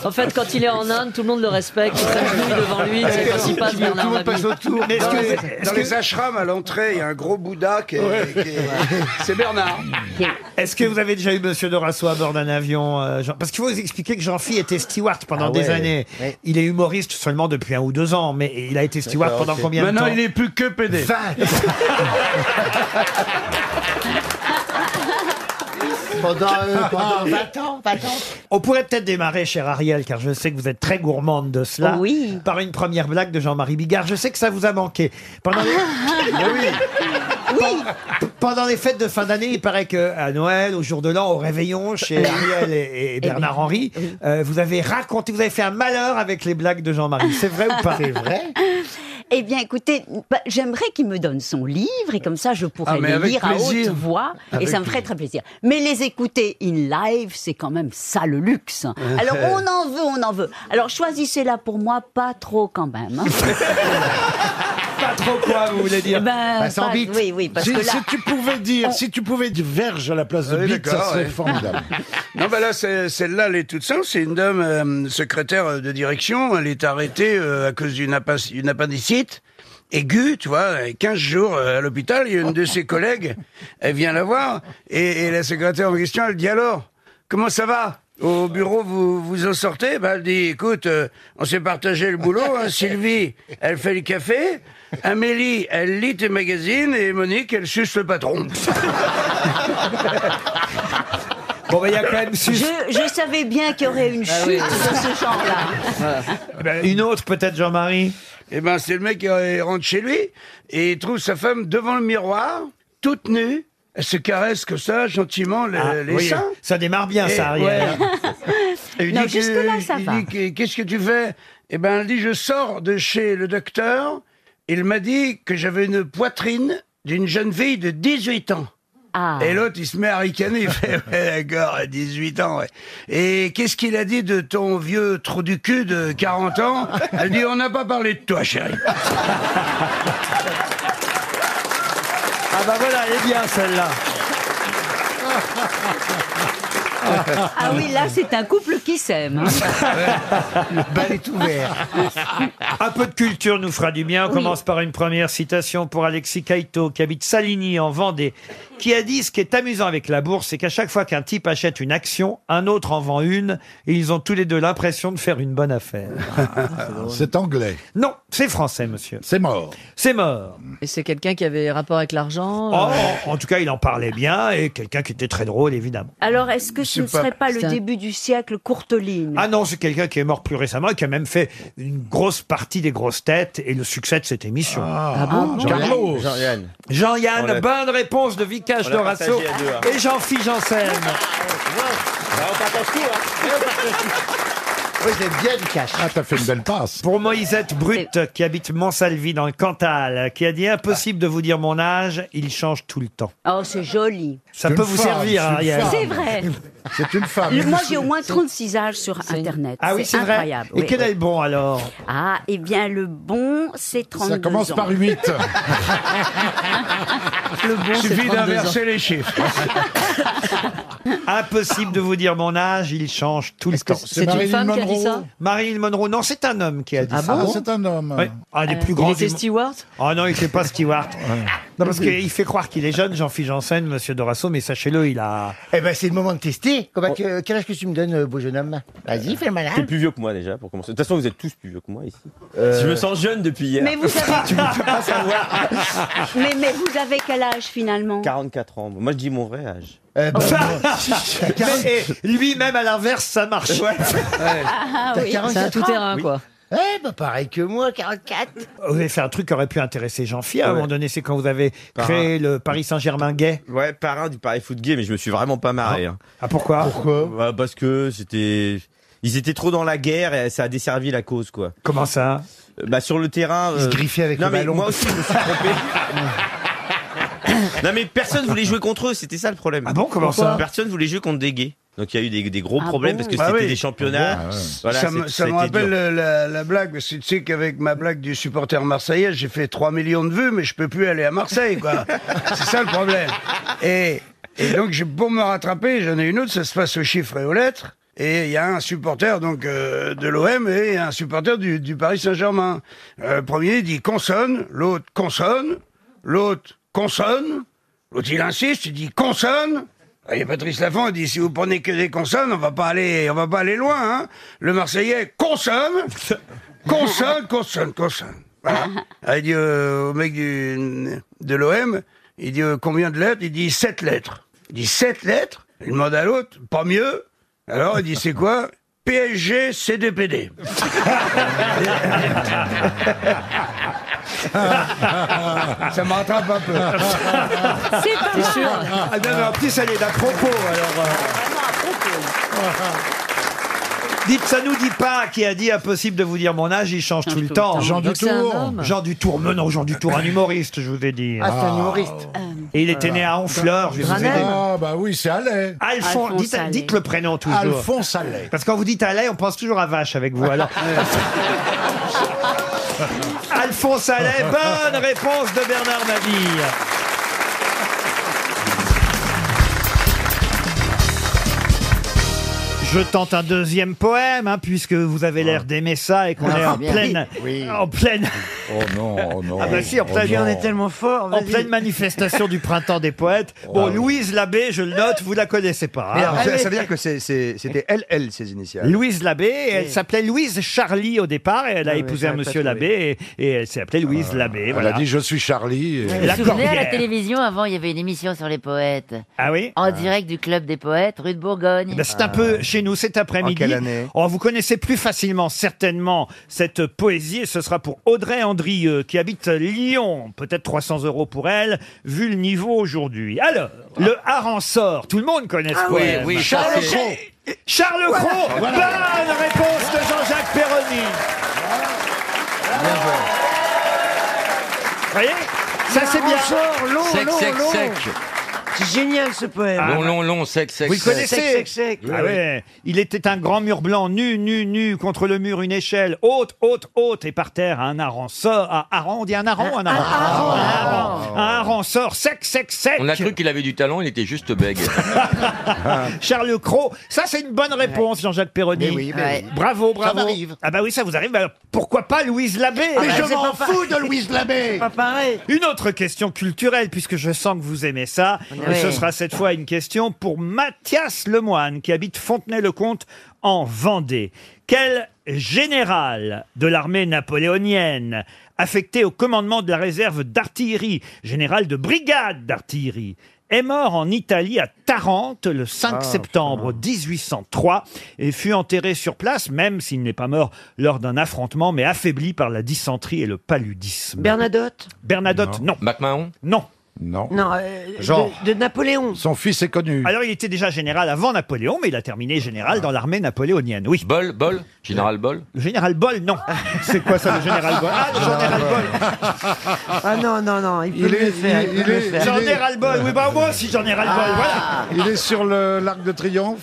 Speaker 4: En fait, quand il est en Inde, tout le monde le respecte. Il s'agenouille devant lui. euh, C'est le principal Bernard Mabille.
Speaker 1: Mais est-ce
Speaker 5: dans,
Speaker 1: que-
Speaker 5: les,
Speaker 1: est-ce
Speaker 5: dans
Speaker 1: que-
Speaker 5: les ashrams, à l'entrée, il y a un gros Bouddha qui est. qui est- C'est Bernard.
Speaker 1: Est-ce que vous avez déjà eu Monsieur Dorasso à bord d'un avion euh, Jean- Parce qu'il faut vous expliquer que Jean-Phi était steward pendant
Speaker 14: Ah ouais,
Speaker 1: des années.
Speaker 14: ouais.
Speaker 1: Il est humoriste seulement depuis un ou deux ans, mais il a été steward
Speaker 14: D'accord,
Speaker 1: pendant
Speaker 14: ok.
Speaker 1: combien de temps
Speaker 14: Maintenant, il
Speaker 1: est plus que PD.
Speaker 14: Pendant, euh,
Speaker 1: Ah,
Speaker 14: pendant 20 ans, 20 ans.
Speaker 1: On pourrait peut-être démarrer, cher Ariel, car je sais que vous êtes très gourmande de cela,
Speaker 14: Oh
Speaker 1: par une première blague de Jean-Marie Bigard. Je sais que ça vous a manqué. Pendant les...
Speaker 14: Ah,
Speaker 1: Ah, Pen- Pendant les fêtes de fin d'année, il paraît qu'à Noël, au jour de l'an, au réveillon, chez Ariel et,
Speaker 14: Eh
Speaker 1: et Bernard Henry, euh, vous avez raconté, vous avez fait un malheur avec les blagues de Jean-Marie. C'est vrai ou pas
Speaker 14: C'est vrai.
Speaker 2: Eh bien, écoutez, bah, j'aimerais qu'il me donne son livre et comme ça, je pourrais
Speaker 14: Ah, mais
Speaker 2: le
Speaker 14: avec
Speaker 2: lire à
Speaker 14: plaisir.
Speaker 2: haute voix et
Speaker 14: Avec
Speaker 2: ça me ferait très plaisir. Mais les écouter in live, c'est quand même ça le luxe. Alors, on en veut, on en veut. Alors, choisissez-la pour moi, pas trop quand même. hein.
Speaker 1: Pas trop quoi, vous voulez dire
Speaker 2: Ben,
Speaker 14: Bah, sans
Speaker 2: pas-
Speaker 14: bite.
Speaker 2: Oui, oui, parce
Speaker 14: Si-
Speaker 2: que là...
Speaker 14: si
Speaker 11: Tu pouvais dire, si tu pouvais dire verge à la place de
Speaker 5: Oui,
Speaker 11: bite, ça
Speaker 5: d'accord,
Speaker 11: serait
Speaker 5: ouais.
Speaker 11: formidable.
Speaker 5: Non, bah là, c'est- celle-là, elle est toute simple. C'est une dame euh, secrétaire de direction. Elle est arrêtée euh, à cause d'une appa- une appendicite aiguë, tu vois, et 15 jours euh, à l'hôpital. Il y a une de ses collègues, elle vient la voir, et, et la secrétaire en question, elle dit alors, comment ça va au bureau, vous vous en sortez bah, Elle dit, écoute, euh, on s'est partagé le boulot. hein. Sylvie, elle fait le café. Amélie, elle lit tes magazines. Et Monique, elle suce le patron.
Speaker 1: Bon, bah, il y a quand même
Speaker 2: Je,
Speaker 1: sus-
Speaker 2: je savais bien qu'il y aurait
Speaker 13: Ah
Speaker 2: une chute de ce genre-là.
Speaker 1: Eh ben, Une autre, peut-être, Jean-Marie
Speaker 5: Eh ben, c'est le mec qui euh, rentre chez lui et il trouve sa femme devant le miroir, toute nue. Elle se caresse comme ça, gentiment, le-
Speaker 1: Ah,
Speaker 5: les
Speaker 1: oui,
Speaker 5: seins.
Speaker 1: Ça démarre bien,
Speaker 5: Et-
Speaker 1: ça, Ariel.
Speaker 5: ouais. Et il
Speaker 2: Non,
Speaker 5: dit que-
Speaker 2: jusque-là, ça
Speaker 5: il
Speaker 2: va.
Speaker 5: dit que- Qu'est-ce que tu fais Eh ben, elle dit Je sors de chez le docteur. Il m'a dit que j'avais une poitrine d'une jeune fille de 18 ans.
Speaker 24: Ah.
Speaker 5: Et l'autre, il se met à ricaner. Il fait, ouais, d'accord, à 18 ans, ouais. Et qu'est-ce qu'il a dit de ton vieux trou du cul de 40 ans Elle dit, on n'a pas parlé de toi, chérie.
Speaker 8: Ah bah voilà, elle est bien celle-là.
Speaker 24: Ah oui, là, c'est un couple qui s'aime.
Speaker 2: hein.
Speaker 1: bal est ouvert. Un peu de culture nous fera du bien. On
Speaker 24: Oui.
Speaker 1: commence par une première citation pour Alexis Kaito, qui habite Saligny, en Vendée, qui a dit ce qui est amusant avec la bourse, c'est qu'à chaque fois qu'un type achète une action, un autre en vend une, et ils ont tous les deux l'impression de faire une bonne affaire.
Speaker 35: Ah,
Speaker 1: Ah,
Speaker 35: C'est anglais.
Speaker 1: Non, c'est français, monsieur.
Speaker 35: C'est mort.
Speaker 1: C'est mort.
Speaker 3: Et c'est quelqu'un qui avait rapport avec l'argent.
Speaker 1: Oh,
Speaker 3: euh,
Speaker 1: en tout cas, il en parlait bien, et quelqu'un qui était très drôle, évidemment.
Speaker 24: Alors, est-ce que ce
Speaker 1: C'est
Speaker 24: ne
Speaker 1: pas-
Speaker 24: serait pas le
Speaker 1: c'est un-
Speaker 24: début du siècle Courteline
Speaker 1: Ah non, c'est quelqu'un qui est mort plus récemment et qui a même fait une grosse partie des grosses têtes et le succès de cette émission.
Speaker 8: Ah bon Ah, Jean-Yann. Carlos.
Speaker 1: Jean-Yann.
Speaker 8: On l'a-
Speaker 1: Jean-Yann, bonne réponse de Vicage
Speaker 8: On l'a
Speaker 1: Dorasso
Speaker 8: partagé à deux, hein.
Speaker 1: et Jean-Philippe Janssen.
Speaker 8: Ah, hein.
Speaker 14: Oui, j'aime bien du cash.
Speaker 1: Ah, t'as fait une belle passe. Pour Moïsette Brut, qui habite Montsalvi dans le Cantal, qui a dit impossible de vous dire mon âge, il change tout le temps.
Speaker 24: Oh, c'est joli.
Speaker 1: Ça peut vous servir, Ariel.
Speaker 24: C'est vrai.
Speaker 1: C'est une
Speaker 24: Le- Moi, j'ai au moins 36 âges sur Internet.
Speaker 1: Ah oui, c'est vrai.
Speaker 24: incroyable.
Speaker 1: Et
Speaker 24: oui,
Speaker 1: quel
Speaker 24: oui.
Speaker 1: est le bon alors
Speaker 24: Ah, eh bien, le bon, c'est 32
Speaker 35: Ça commence
Speaker 24: ans.
Speaker 35: par 8.
Speaker 24: Le bon,
Speaker 5: Il
Speaker 24: c'est
Speaker 5: suffit
Speaker 24: 32 ans.
Speaker 5: d'inverser les chiffres.
Speaker 1: Impossible de vous dire mon âge, il change tout le temps.
Speaker 35: c'est C'est une Marilyn femme qui a dit Monroe ça
Speaker 1: Marilyn Monroe, non, c'est un homme qui a dit
Speaker 35: Ah
Speaker 1: ça.
Speaker 35: bon C'est un homme.
Speaker 1: Oui. Un des
Speaker 35: Euh,
Speaker 1: Ah, plus grands.
Speaker 35: il était
Speaker 1: du mo-
Speaker 35: steward
Speaker 1: Ah non, il n'était pas steward. Non, parce qu'il fait croire qu'il est jeune, Jean-Philippe Janssen, Monsieur Dorasso, mais sachez-le, il a. Oh.
Speaker 14: Eh ben, c'est le moment de tester. Comment que- quel âge que tu me donnes, euh, beau jeune homme Vas-y, fais le malin.
Speaker 9: T'es plus vieux que moi déjà pour commencer. De toute façon, vous êtes tous plus vieux que moi ici.
Speaker 14: Euh,
Speaker 9: Je me sens jeune depuis hier.
Speaker 24: Mais vous savez-
Speaker 9: tu me fais pas savoir.
Speaker 24: mais, mais vous avez quel âge finalement
Speaker 9: 44 ans. Moi, je dis mon vrai âge.
Speaker 35: Oh.
Speaker 1: Mais, eh, Lui-même, à l'inverse, ça marche.
Speaker 24: Ah,
Speaker 14: T'as
Speaker 24: oui.
Speaker 14: 44
Speaker 24: C'est un tout-terrain,
Speaker 14: ans
Speaker 24: quoi.
Speaker 14: Eh ben, pareil que moi, 44.
Speaker 1: Vous avez fait un truc qui aurait pu intéresser Jean-Philippe à un
Speaker 9: Ouais.
Speaker 1: moment donné, c'est quand vous avez créé le Paris Saint-Germain gay.
Speaker 9: Ouais, parrain du Paris Foot Gay, mais je me suis vraiment pas marré. hein.
Speaker 1: Ah pourquoi
Speaker 9: Bah, Parce que c'était. Ils étaient trop dans la guerre et ça a desservi la cause, quoi.
Speaker 1: Comment ça
Speaker 9: Euh, Bah, sur le terrain.
Speaker 14: Ils se
Speaker 9: euh,
Speaker 14: griffaient avec
Speaker 9: non,
Speaker 14: le
Speaker 9: mais
Speaker 14: ballon.
Speaker 9: Moi aussi, je me suis trompé. non, mais personne voulait jouer contre eux, c'était ça le problème.
Speaker 1: Ah bon, comment Pourquoi ça
Speaker 9: Personne voulait jouer contre des gays. Donc, il y a eu des, des gros
Speaker 5: Ah
Speaker 9: problèmes
Speaker 5: bon
Speaker 9: parce que
Speaker 5: Bah
Speaker 9: c'était
Speaker 5: oui.
Speaker 9: des championnats.
Speaker 5: Ah ouais.
Speaker 9: Voilà,
Speaker 5: ça
Speaker 9: c'est-
Speaker 5: me, ça
Speaker 9: ça a
Speaker 5: me
Speaker 9: été
Speaker 5: rappelle
Speaker 9: dur.
Speaker 5: euh, la, la blague, parce que tu sais qu'avec ma blague du supporter marseillais, j'ai fait 3 millions de vues, mais je peux plus aller à Marseille, quoi. C'est ça le problème. Et, et donc, j'ai- pour me rattraper, j'en ai une autre, ça se passe aux chiffres et aux lettres. Et il y a un supporter donc euh, de l'OM et un supporter du, du Paris Saint-Germain. Euh, Le premier dit consonne, l'autre consonne, l'autre consonne, l'autre il insiste, il dit consonne, et Patrice Lafont a dit si vous prenez que des consonnes, on va pas aller, on va pas aller loin. hein. Le Marseillais consonne, consonne, consonne, consonne. Voilà. Ah, Il dit euh, au mec du, de l'OM, il dit euh, combien de lettres Il dit sept lettres. Il dit sept lettres. Il demande à l'autre, pas mieux. Alors il dit c'est quoi PSG CDPD. Ça me rattrape un peu.
Speaker 8: C'est pas mal.
Speaker 1: Ah non, mais en plus, elle est d'à propos, alors. Dites, ça nous dit pas qui a dit impossible de vous dire mon âge, il change tout le temps.
Speaker 35: temps. Jean Donc Dutour. c'est un homme.
Speaker 1: Jean Dutour, mais non, Jean Dutour, un humoriste, je vous ai dit.
Speaker 35: Ah, c'est un humoriste.
Speaker 1: Et il était né à Honfleur, je vais vous aider.
Speaker 35: Ah, bah oui, c'est Allais.
Speaker 1: Alphonse, dites, dites le prénom toujours.
Speaker 35: Alphonse Allais.
Speaker 1: Parce que quand vous dites Allais, on pense toujours à vache avec vous, alors. Alphonse Allais, bonne réponse de Bernard Mabille. Je tente un deuxième poème, hein, puisque vous avez l'air d'aimer ça et qu'on
Speaker 8: Ah,
Speaker 1: est en
Speaker 8: bien.
Speaker 1: pleine,
Speaker 8: Oui.
Speaker 1: en pleine,
Speaker 35: Oh non, oh non.
Speaker 1: Ah bah si, en
Speaker 35: oh
Speaker 1: plein-
Speaker 35: non.
Speaker 1: tellement fort. En pleine manifestation du printemps des poètes. Bon, Louise Labbé, je le note, vous la connaissez pas.
Speaker 4: Mais
Speaker 1: hein.
Speaker 4: alors, ça, ça veut dire que c'est- c'est- c'était LL, ces initiales.
Speaker 1: Louise Labbé, et elle
Speaker 4: Oui.
Speaker 1: s'appelait Louise Charlie au départ, et elle a
Speaker 4: Ah oui,
Speaker 1: épousé un
Speaker 4: j'aurais pas
Speaker 1: monsieur Labbé, et, et elle s'est appelée Louise Labbé.
Speaker 35: Elle a dit je suis Charlie.
Speaker 6: Vous
Speaker 35: et-
Speaker 6: vous souvenez, à la télévision, avant, il y avait une émission sur les poètes.
Speaker 1: Ah oui
Speaker 6: En direct du Club des poètes, rue de
Speaker 25: Mm.
Speaker 6: Bourgogne.
Speaker 1: Ben, c'est un
Speaker 25: Ah. Euh.
Speaker 1: peu chez nous cet après-midi.
Speaker 6: En quelle année
Speaker 1: Oh, vous connaissez plus facilement, certainement, cette poésie. Et ce sera pour Audrey Andrieux, qui habite Lyon. Peut-être 300 euros pour elle, vu le niveau aujourd'hui. Alors, le harançor. Tout le monde connaît ce
Speaker 8: Ah oui,
Speaker 1: poème.
Speaker 8: oui, ça,
Speaker 1: Charles
Speaker 8: c'est-
Speaker 1: Cros. Charles
Speaker 8: Voilà.
Speaker 1: Cros.
Speaker 8: Voilà.
Speaker 1: Bonne réponse de Jean-Jacques Perroni. Vous voyez Ça, c'est bien.
Speaker 8: Harançon, l'eau, Sec, l'eau, sec, l'eau. sec.
Speaker 1: C'est génial ce poème.
Speaker 2: Long, long, long, sec, sec,
Speaker 1: Vous le
Speaker 2: sec.
Speaker 1: connaissez
Speaker 2: Sec, sec, sec.
Speaker 1: Ah ouais. Il était un grand mur blanc, nu, nu, nu, contre le mur, une échelle, haute, haute, haute, et par terre, un aran sort. Un aran, on dit un aran, ou un aran. Un aran, un aran sort, sec, sec, sec.
Speaker 2: On a cru qu'il avait du talent, il était juste bègue.
Speaker 1: Charles Cros. Ça, c'est une bonne réponse, Jean-Jacques Perroni.
Speaker 2: Mais oui, mais Ouais. oui.
Speaker 1: Bravo, bravo.
Speaker 2: Ça m'arrive.
Speaker 1: Ah bah oui, ça vous arrive. mais alors, pourquoi pas Louise Labbé
Speaker 8: Ah bah, c'est pas pareil. C'est pas
Speaker 1: pareil. Une autre question culturelle, puisque je sens que vous aimez ça.
Speaker 8: Ouais.
Speaker 1: Et ce sera cette fois une question pour Mathias Lemoine, qui habite Fontenay-le-Comte en Vendée. Quel général de l'armée napoléonienne affecté au commandement de la réserve d'artillerie, général de brigade d'artillerie, est mort en Italie à Tarente le 5 septembre 1803 et fut enterré sur place, même s'il n'est pas mort lors d'un affrontement, mais affaibli par la dysenterie et le paludisme.
Speaker 15: Bernadotte
Speaker 1: Bernadotte, non.
Speaker 2: MacMahon
Speaker 1: Non. Non.
Speaker 15: Non, euh,
Speaker 1: Genre.
Speaker 15: De, de Napoléon.
Speaker 1: Son fils est connu. Alors, il était déjà général avant Napoléon, mais il a terminé général dans l'armée napoléonienne, oui.
Speaker 2: Bol, Bol Général Bol
Speaker 1: Le général Bol, non. C'est quoi ça, le général Bol Ah, le général Bol
Speaker 15: Ah non, non, non, il peut
Speaker 1: Il
Speaker 15: le
Speaker 1: est-
Speaker 15: faire.
Speaker 1: il-
Speaker 15: il peut
Speaker 1: il
Speaker 15: le
Speaker 1: est-
Speaker 15: faire.
Speaker 1: J'en ai ras-le-bol, oui, bah moi aussi j'en ai ras-le-bol, voilà. Il est sur l'arc de triomphe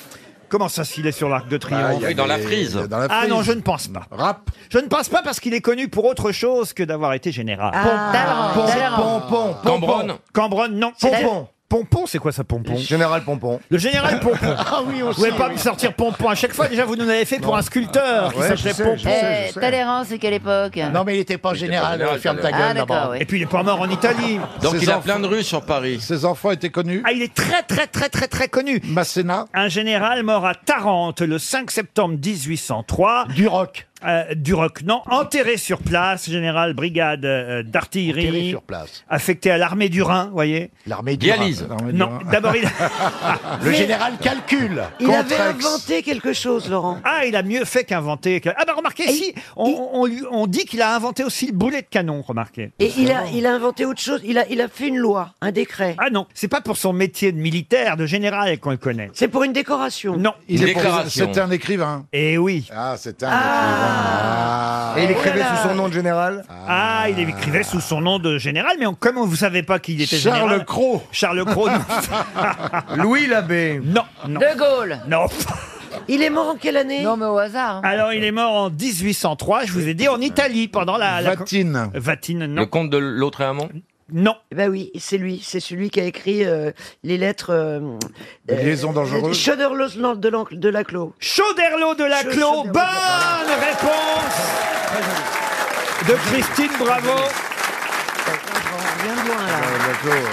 Speaker 1: Comment ça s'il est sur l'arc de
Speaker 2: Ah,
Speaker 1: triomphe
Speaker 2: il y a Oui, dans la des- frise. dans la
Speaker 1: Ah
Speaker 2: frise.
Speaker 1: non, je ne pense pas. Rap Je ne pense pas parce qu'il est connu pour autre chose que d'avoir été général.
Speaker 8: Ah, Pompon, Talleyrand. pompon, pompon. Cambronne
Speaker 1: Cambronne, non.
Speaker 8: C'est-
Speaker 1: Pompon. Pompon, c'est quoi ça, Pompon Général Pompon. Le général Pompon.
Speaker 8: Ah oui,
Speaker 1: Vous
Speaker 8: aussi,
Speaker 1: pouvez pas
Speaker 8: oui.
Speaker 1: me sortir Pompon. À chaque fois, déjà, vous nous avez fait pour un sculpteur qui
Speaker 8: Ouais, je
Speaker 1: s'appelait
Speaker 8: sais,
Speaker 1: Pompon.
Speaker 8: je sais,
Speaker 6: Eh, Talleyrand, c'est quelle époque
Speaker 1: Non, mais il était pas
Speaker 2: général, général, ferme ta Talleyrand. gueule,
Speaker 6: Ah, d'accord,
Speaker 2: là-bas.
Speaker 6: oui.
Speaker 1: Et puis il est pas mort en Italie.
Speaker 2: Donc
Speaker 1: Ses
Speaker 2: il a
Speaker 1: enfants-
Speaker 2: plein de rues sur Paris.
Speaker 1: Ses enfants étaient connus Ah, il est très, très, très, très, très connu. Masséna Un général mort à Tarente le 5 septembre 1803. Duroc Euh, Duroc, non. Enterré sur place, général brigade euh, d'artillerie.
Speaker 11: Enterré sur place.
Speaker 1: Affecté à l'armée du Rhin, voyez.
Speaker 11: L'armée
Speaker 1: du Dialyse. Rhin, l'armée du Non, Rhin. d'abord, il-
Speaker 11: Le
Speaker 1: Mais-
Speaker 11: général calcule.
Speaker 15: Il avait
Speaker 1: Contrex.
Speaker 15: inventé quelque chose, Laurent.
Speaker 1: Ah, il a mieux fait qu'inventer. que- Ah bah remarquez, si, on, on lui- on dit qu'il a inventé aussi le boulet de canon, remarquez.
Speaker 15: Et il a, il a inventé autre chose. Il a, il a fait une loi, un décret.
Speaker 1: Ah non, c'est pas pour son métier de militaire, de général qu'on le connaît.
Speaker 15: C'est pour une décoration.
Speaker 1: Non.
Speaker 15: Il
Speaker 1: Une
Speaker 15: est pour-
Speaker 1: déclaration.
Speaker 15: c'est un
Speaker 1: écrivain. Eh oui. Ah, c'est un écrivain.
Speaker 15: Ah.
Speaker 4: Et il écrivait sous son nom de général
Speaker 1: Ah, il écrivait sous son nom de général, mais on- comme on- vous savez pas qu'il était
Speaker 4: Charles
Speaker 1: général... Cros. Charles Cros. Louis Labbé. Non, non.
Speaker 6: De Gaulle.
Speaker 1: Non.
Speaker 15: Il est mort en quelle année
Speaker 6: Non, mais au hasard. hein.
Speaker 1: Alors, il est mort en 1803, je vous ai dit, en Italie, pendant la... la-
Speaker 2: Vatine.
Speaker 1: Vatine, non.
Speaker 2: Le comte de l'autre et un mont
Speaker 1: Non.
Speaker 15: Ben oui, c'est lui. C'est celui qui a écrit euh, les lettres. Euh,
Speaker 4: Les liaisons dangereuses.
Speaker 15: Chauderlos de l'an- de la Clos.
Speaker 1: Chauderlos de la Clos. Bonne réponse de Christine Bravo.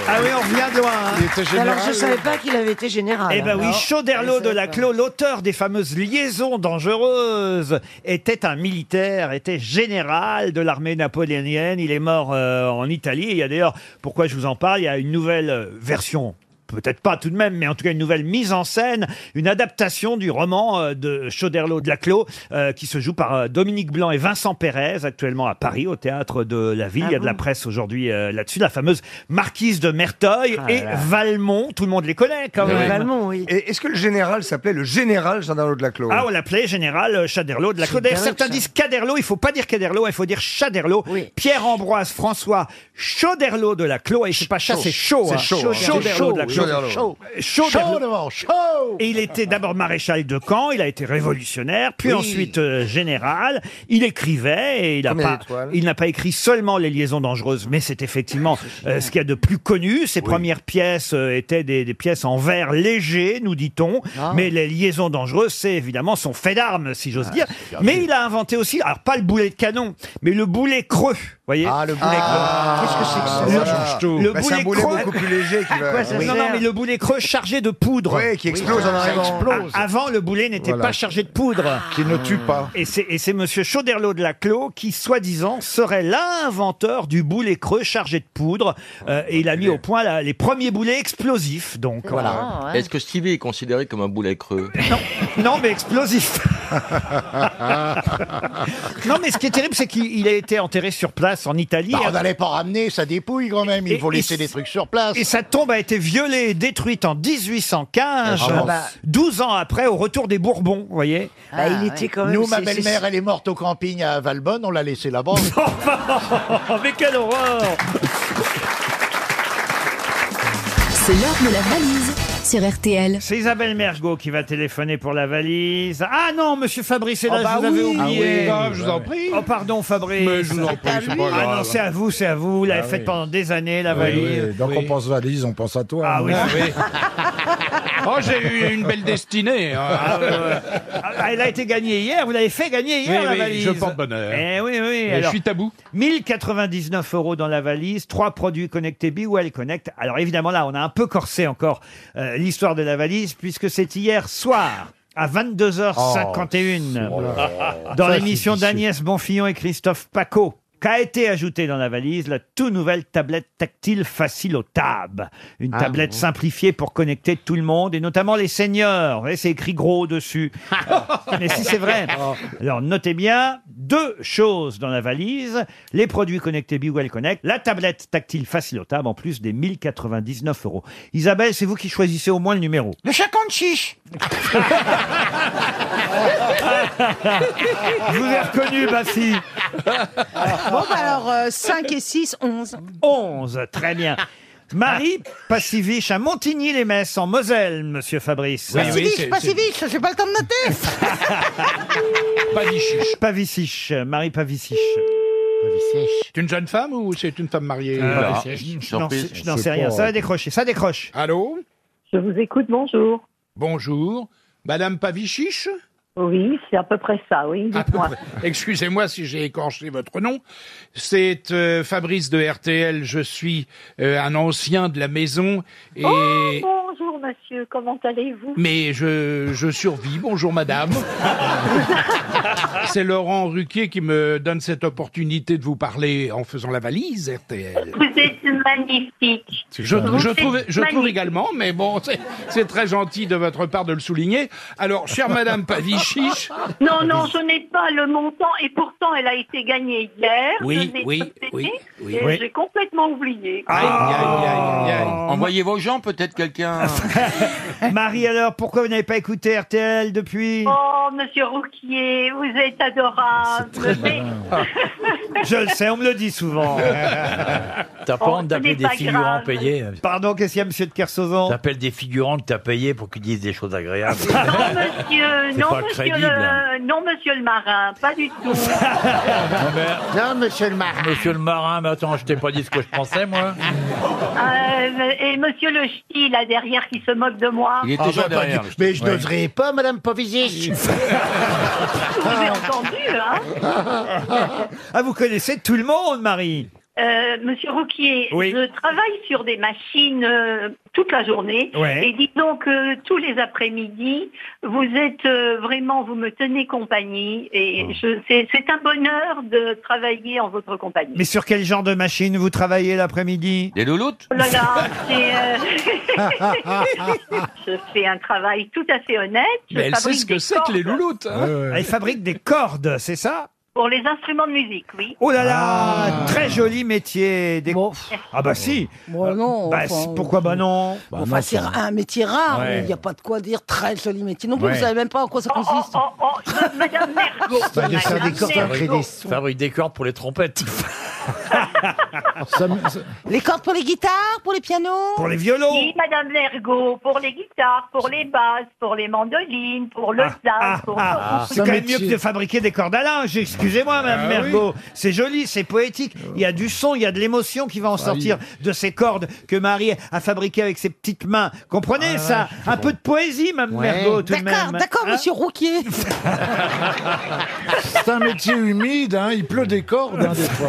Speaker 1: Ah oui, on revient de loin. hein.
Speaker 15: Alors je savais pas qu'il avait été général.
Speaker 1: Eh ben oui,
Speaker 15: Alors,
Speaker 1: Chauderlos de la Clos, l'auteur des fameuses liaisons dangereuses, était un militaire, était général de l'armée napoléonienne. Il est mort euh, en Italie. Il y a d'ailleurs, pourquoi je vous en parle, il y a une nouvelle euh, version. Peut-être pas tout de même, mais en tout cas une nouvelle mise en scène, une adaptation du roman euh, de Chauderlos de la Clos, euh, qui se joue par euh, Dominique Blanc et Vincent Pérez, actuellement à Paris, au théâtre de la ville.
Speaker 28: Ah
Speaker 1: il y a de la
Speaker 28: bon
Speaker 1: presse aujourd'hui euh, là-dessus, la fameuse Marquise de Merteuil
Speaker 4: Ah là
Speaker 1: et
Speaker 4: là.
Speaker 1: Valmont. Tout le monde les connaît quand même.
Speaker 4: Et est-ce que le général s'appelait le général Gendarme de la Clos
Speaker 1: Ah, on l'appelait général euh, Chaderlo de la
Speaker 4: C'est
Speaker 1: Codère.
Speaker 4: dingue,
Speaker 1: Certains
Speaker 4: ça.
Speaker 1: disent Caderlo, il faut pas dire Caderlo, hein, il faut dire Chaderlo. Pierre-Ambroise François Chauderlo de la Clos, et c'est pas chat,
Speaker 11: Chaud.
Speaker 1: c'est chaud.
Speaker 11: C'est
Speaker 1: hein.
Speaker 11: chaud, hein.
Speaker 1: Chauderlo de la
Speaker 11: C'est chaud, oui.
Speaker 1: Clos.
Speaker 11: Chaud. Chaudement,
Speaker 1: Chauderlo. Et il était d'abord maréchal de camp, il a été révolutionnaire, puis
Speaker 11: Oui.
Speaker 1: ensuite euh, général. Il écrivait et il n'a
Speaker 4: Combien
Speaker 1: pas,
Speaker 4: d'étoiles
Speaker 1: il n'a pas écrit seulement les liaisons dangereuses, mais c'est effectivement euh, ce qu'il y a de plus connu. Ses premières pièces euh, étaient des, des pièces en vers léger, nous dit-on,
Speaker 4: Ah.
Speaker 1: mais les liaisons dangereuses, c'est évidemment son fait d'armes, si
Speaker 4: Ah,
Speaker 1: j'ose dire. Mais il a inventé aussi, alors pas le boulet de canon, mais le boulet creux, voyez Ah, le boulet creux. Qu'est-ce que c'est
Speaker 4: Ah, ça change tout.
Speaker 1: Le
Speaker 4: Bah, c'est
Speaker 1: boulet,
Speaker 4: un boulet
Speaker 1: creux-
Speaker 4: beaucoup plus léger qui va- Ah
Speaker 1: Ouais, ça
Speaker 4: Oui.
Speaker 1: sert. Non, non, mais le boulet creux chargé de poudre.
Speaker 4: Ouais, qui explose
Speaker 1: ça-
Speaker 4: en
Speaker 1: ça
Speaker 4: arrivant.
Speaker 1: explose. A- Ah, Avant, le boulet n'était
Speaker 4: Voilà.
Speaker 1: pas chargé de poudre.
Speaker 4: Qui ne tue pas.
Speaker 1: Et c'est, et c'est monsieur Chauderlot de la Clos qui, soi-disant, serait l'inventeur du boulet creux chargé de poudre. Euh, et il a mis au point la- les premiers boulets explosifs, donc. Voilà.
Speaker 11: Ah,
Speaker 2: Est-ce que Stevie est considéré comme un boulet creux
Speaker 1: Non, mais explosif. non, mais ce qui est terrible, c'est qu'il il a été enterré sur place en Italie.
Speaker 11: Bah, on n'allait pas ramener sa dépouille quand même. Il
Speaker 1: Et-
Speaker 11: faut
Speaker 1: et
Speaker 11: laisser
Speaker 1: s-
Speaker 11: des trucs sur place.
Speaker 1: Et sa tombe a été violée et détruite en 1815,
Speaker 11: Ah bon.
Speaker 1: 12 ans après, au retour des Bourbons, vous voyez.
Speaker 24: Ah,
Speaker 19: Bah,
Speaker 24: bah,
Speaker 14: Ah,
Speaker 11: Nous, ma belle-mère, elle est morte au camping à Valbonne. On l'a laissée là-bas.
Speaker 1: mais quelle horreur
Speaker 19: C'est l'heure de la valise sur RTL.
Speaker 1: C'est Isabelle Mergot qui va téléphoner pour la valise. Ah non, monsieur Fabrice est là,
Speaker 28: Ah bah
Speaker 1: je vous avais
Speaker 28: oui.
Speaker 1: oublié.
Speaker 28: Ah oui, grave, je vous en prie.
Speaker 1: Oh pardon, Fabrice.
Speaker 28: Mais je vous en C'est prie, à c'est lui. pas grave.
Speaker 1: Ah non, c'est à vous, c'est à vous. Vous l'avez
Speaker 28: Ah
Speaker 1: faite
Speaker 28: oui.
Speaker 1: pendant des années, la valise.
Speaker 28: donc on pense valise, on pense à toi. Ah
Speaker 1: oui.
Speaker 20: Oh, j'ai eu une belle destinée. hein.
Speaker 1: Ah, ouais, ouais. Ah, Elle a été gagnée hier, vous l'avez fait gagner hier
Speaker 20: Oui,
Speaker 1: la
Speaker 20: oui,
Speaker 1: valise.
Speaker 20: je porte bonheur.
Speaker 1: Eh oui, oui.
Speaker 20: Mais je suis
Speaker 1: tabou. 1099 euros dans la valise, trois produits connectés BeWell Connect. Alors évidemment là, on a un peu corsé encore euh, l'histoire de la valise puisque c'est hier soir. À 22h51,
Speaker 28: Oh, c'est-
Speaker 1: dans
Speaker 28: Ça,
Speaker 1: l'émission
Speaker 28: c'est
Speaker 1: d'Agnès Bonfillon et Christophe Paco, qu'a été ajoutée dans la valise la tout nouvelle tablette tactile facile au tab. Une
Speaker 28: Ah,
Speaker 1: tablette
Speaker 28: bon.
Speaker 1: simplifiée pour connecter tout le monde, et notamment les seniors. Vous voyez, c'est écrit gros dessus. Euh, Mais si c'est vrai.
Speaker 28: Oh.
Speaker 1: Alors notez bien deux choses dans la valise. Les produits connectés BeWell Connect, la tablette tactile facile au tab, en plus des 1099 euros. Isabelle, c'est vous qui choisissez au moins le numéro.
Speaker 8: Le 56
Speaker 1: Je vous ai reconnu, Bassi.
Speaker 29: Bon, bah alors, 5 et 6, 11.
Speaker 1: 11, très bien. Marie Passivich à Montigny-les-Messes en Moselle, monsieur Fabrice.
Speaker 29: Passivich, passivich, j'ai pas le temps de noter.
Speaker 1: Paviciche. Marie Paviciche.
Speaker 20: C'est une jeune femme ou c'est une femme mariée
Speaker 1: Euh, je n'en sais- je n'en sais rien. Ça va décrocher. Ça décroche.
Speaker 20: Allô
Speaker 18: Je vous écoute, bonjour.
Speaker 20: Bonjour. Madame Pavichiche
Speaker 18: Oui, c'est à peu près ça, oui, dites-moi.
Speaker 20: Excusez-moi si j'ai écorché votre nom. C'est euh, Fabrice de RTL. Je suis euh, un ancien de la maison et
Speaker 18: Oh, bonjour, monsieur, comment allez-vous
Speaker 20: mais je, je survis. Bonjour madame. C'est Laurent Ruquier qui me donne cette opportunité de vous parler en faisant la valise RTL.
Speaker 18: Vous êtes magnifique.
Speaker 20: Je, je
Speaker 18: Vous
Speaker 20: trouve,
Speaker 18: êtes
Speaker 20: je trouve
Speaker 18: magnifique.
Speaker 20: également, mais bon, c'est- c'est très gentil de votre part de le souligner. Alors, chère Madame Pavichiche,
Speaker 18: Non, non, je n'ai pas le montant et pourtant elle a été gagnée hier.
Speaker 20: Oui,
Speaker 18: Je n'ai
Speaker 20: oui,
Speaker 18: pas fait,
Speaker 20: oui, oui.
Speaker 18: et
Speaker 20: Oui. Ah.
Speaker 18: J'ai complètement oublié.
Speaker 2: Envoyez vos gens, peut-être
Speaker 1: Ah,
Speaker 2: quelqu'un.
Speaker 1: Marie, alors, pourquoi vous n'avez pas écouté RTL depuis
Speaker 18: Oh, monsieur Rouquier, vous êtes adorable. Mais-
Speaker 1: Je le sais, on me le dit souvent.
Speaker 25: T'as pas
Speaker 1: Oh,
Speaker 25: honte
Speaker 1: ce
Speaker 25: d'appeler
Speaker 1: n'est
Speaker 25: des
Speaker 1: pas
Speaker 25: figurants
Speaker 1: grave.
Speaker 25: payés hein
Speaker 1: Pardon, qu'est-ce qu'il y a, monsieur de Kersauzon
Speaker 25: T'appelles des figurants que t'as payés pour qu'ils disent des choses agréables.
Speaker 18: Non, monsieur,
Speaker 25: C'est
Speaker 18: non,
Speaker 25: pas
Speaker 18: monsieur
Speaker 25: crédible, hein.
Speaker 18: le, non, monsieur le marin, pas du tout.
Speaker 25: non, monsieur le marin. Monsieur le marin, mais attends, je t'ai pas dit ce que je pensais, moi.
Speaker 18: Euh, et monsieur le ch'ti, là derrière, qui se moque de moi.
Speaker 25: Ah, bah, pas du-
Speaker 11: Mais je
Speaker 25: Ouais.
Speaker 11: n'oserais pas, madame Pavisic.
Speaker 18: Vous avez entendu, hein
Speaker 1: Ah, vous connaissez tout le monde, Marie
Speaker 18: Euh, Monsieur Rouquier, je travaille sur des machines euh, toute la journée.
Speaker 1: Ouais.
Speaker 18: Et disons que tous les après-midi, vous êtes euh, vraiment, vous me tenez compagnie.
Speaker 25: Oh.
Speaker 18: Et je- c'est c'est un bonheur de travailler en votre compagnie.
Speaker 1: Mais sur quel genre de machine vous travaillez l'après-midi
Speaker 2: Des louloutes
Speaker 18: Oh là là, c'est, euh, je fais un travail tout à fait honnête. Je
Speaker 1: Mais elle sait
Speaker 18: fabrique
Speaker 1: ce que
Speaker 18: des
Speaker 1: c'est que
Speaker 18: cordes
Speaker 1: les louloutes, hein. Ouais, ouais. Elle fabrique des cordes, c'est ça
Speaker 18: Pour les instruments de musique, oui.
Speaker 1: Oh là là Très joli métier. Des... Ah bah si
Speaker 29: Bon, non.
Speaker 1: Bah,
Speaker 29: enfin,
Speaker 1: si, Pourquoi bah non
Speaker 29: Enfin, c'est un métier rare,
Speaker 1: Ouais.
Speaker 29: mais il n'y a pas de quoi dire très joli métier. Non plus,
Speaker 25: Ouais.
Speaker 29: vous savez même pas en quoi ça consiste.
Speaker 18: Madame Mergo.
Speaker 25: Bah, de faire
Speaker 29: Madame
Speaker 25: des cordes,
Speaker 29: Mergo.
Speaker 25: fabrique- Fabrique des cordes pour les trompettes.
Speaker 29: Les cordes pour les guitares, pour les pianos.
Speaker 1: Pour les violons.
Speaker 18: Oui, Madame Lergo, pour les guitares, pour les basses, pour les mandolines, pour le jazz, pour...
Speaker 1: Ah, c'est quand même mieux que de fabriquer des cordes à linge. Excusez-moi, Madame
Speaker 18: Ah oui.
Speaker 1: Mergot. C'est joli, c'est poétique. Il y a du son, il y a de l'émotion qui va en sortir de ces cordes que Marie a fabriquées avec ses petites mains. Comprenez ça Un peu de poésie, Madame
Speaker 29: Ouais.
Speaker 1: Mergot, tout de même.
Speaker 29: D'accord, d'accord, monsieur Rouquier.
Speaker 11: Hein C'est un métier humide, hein, il pleut des cordes hein, des fois.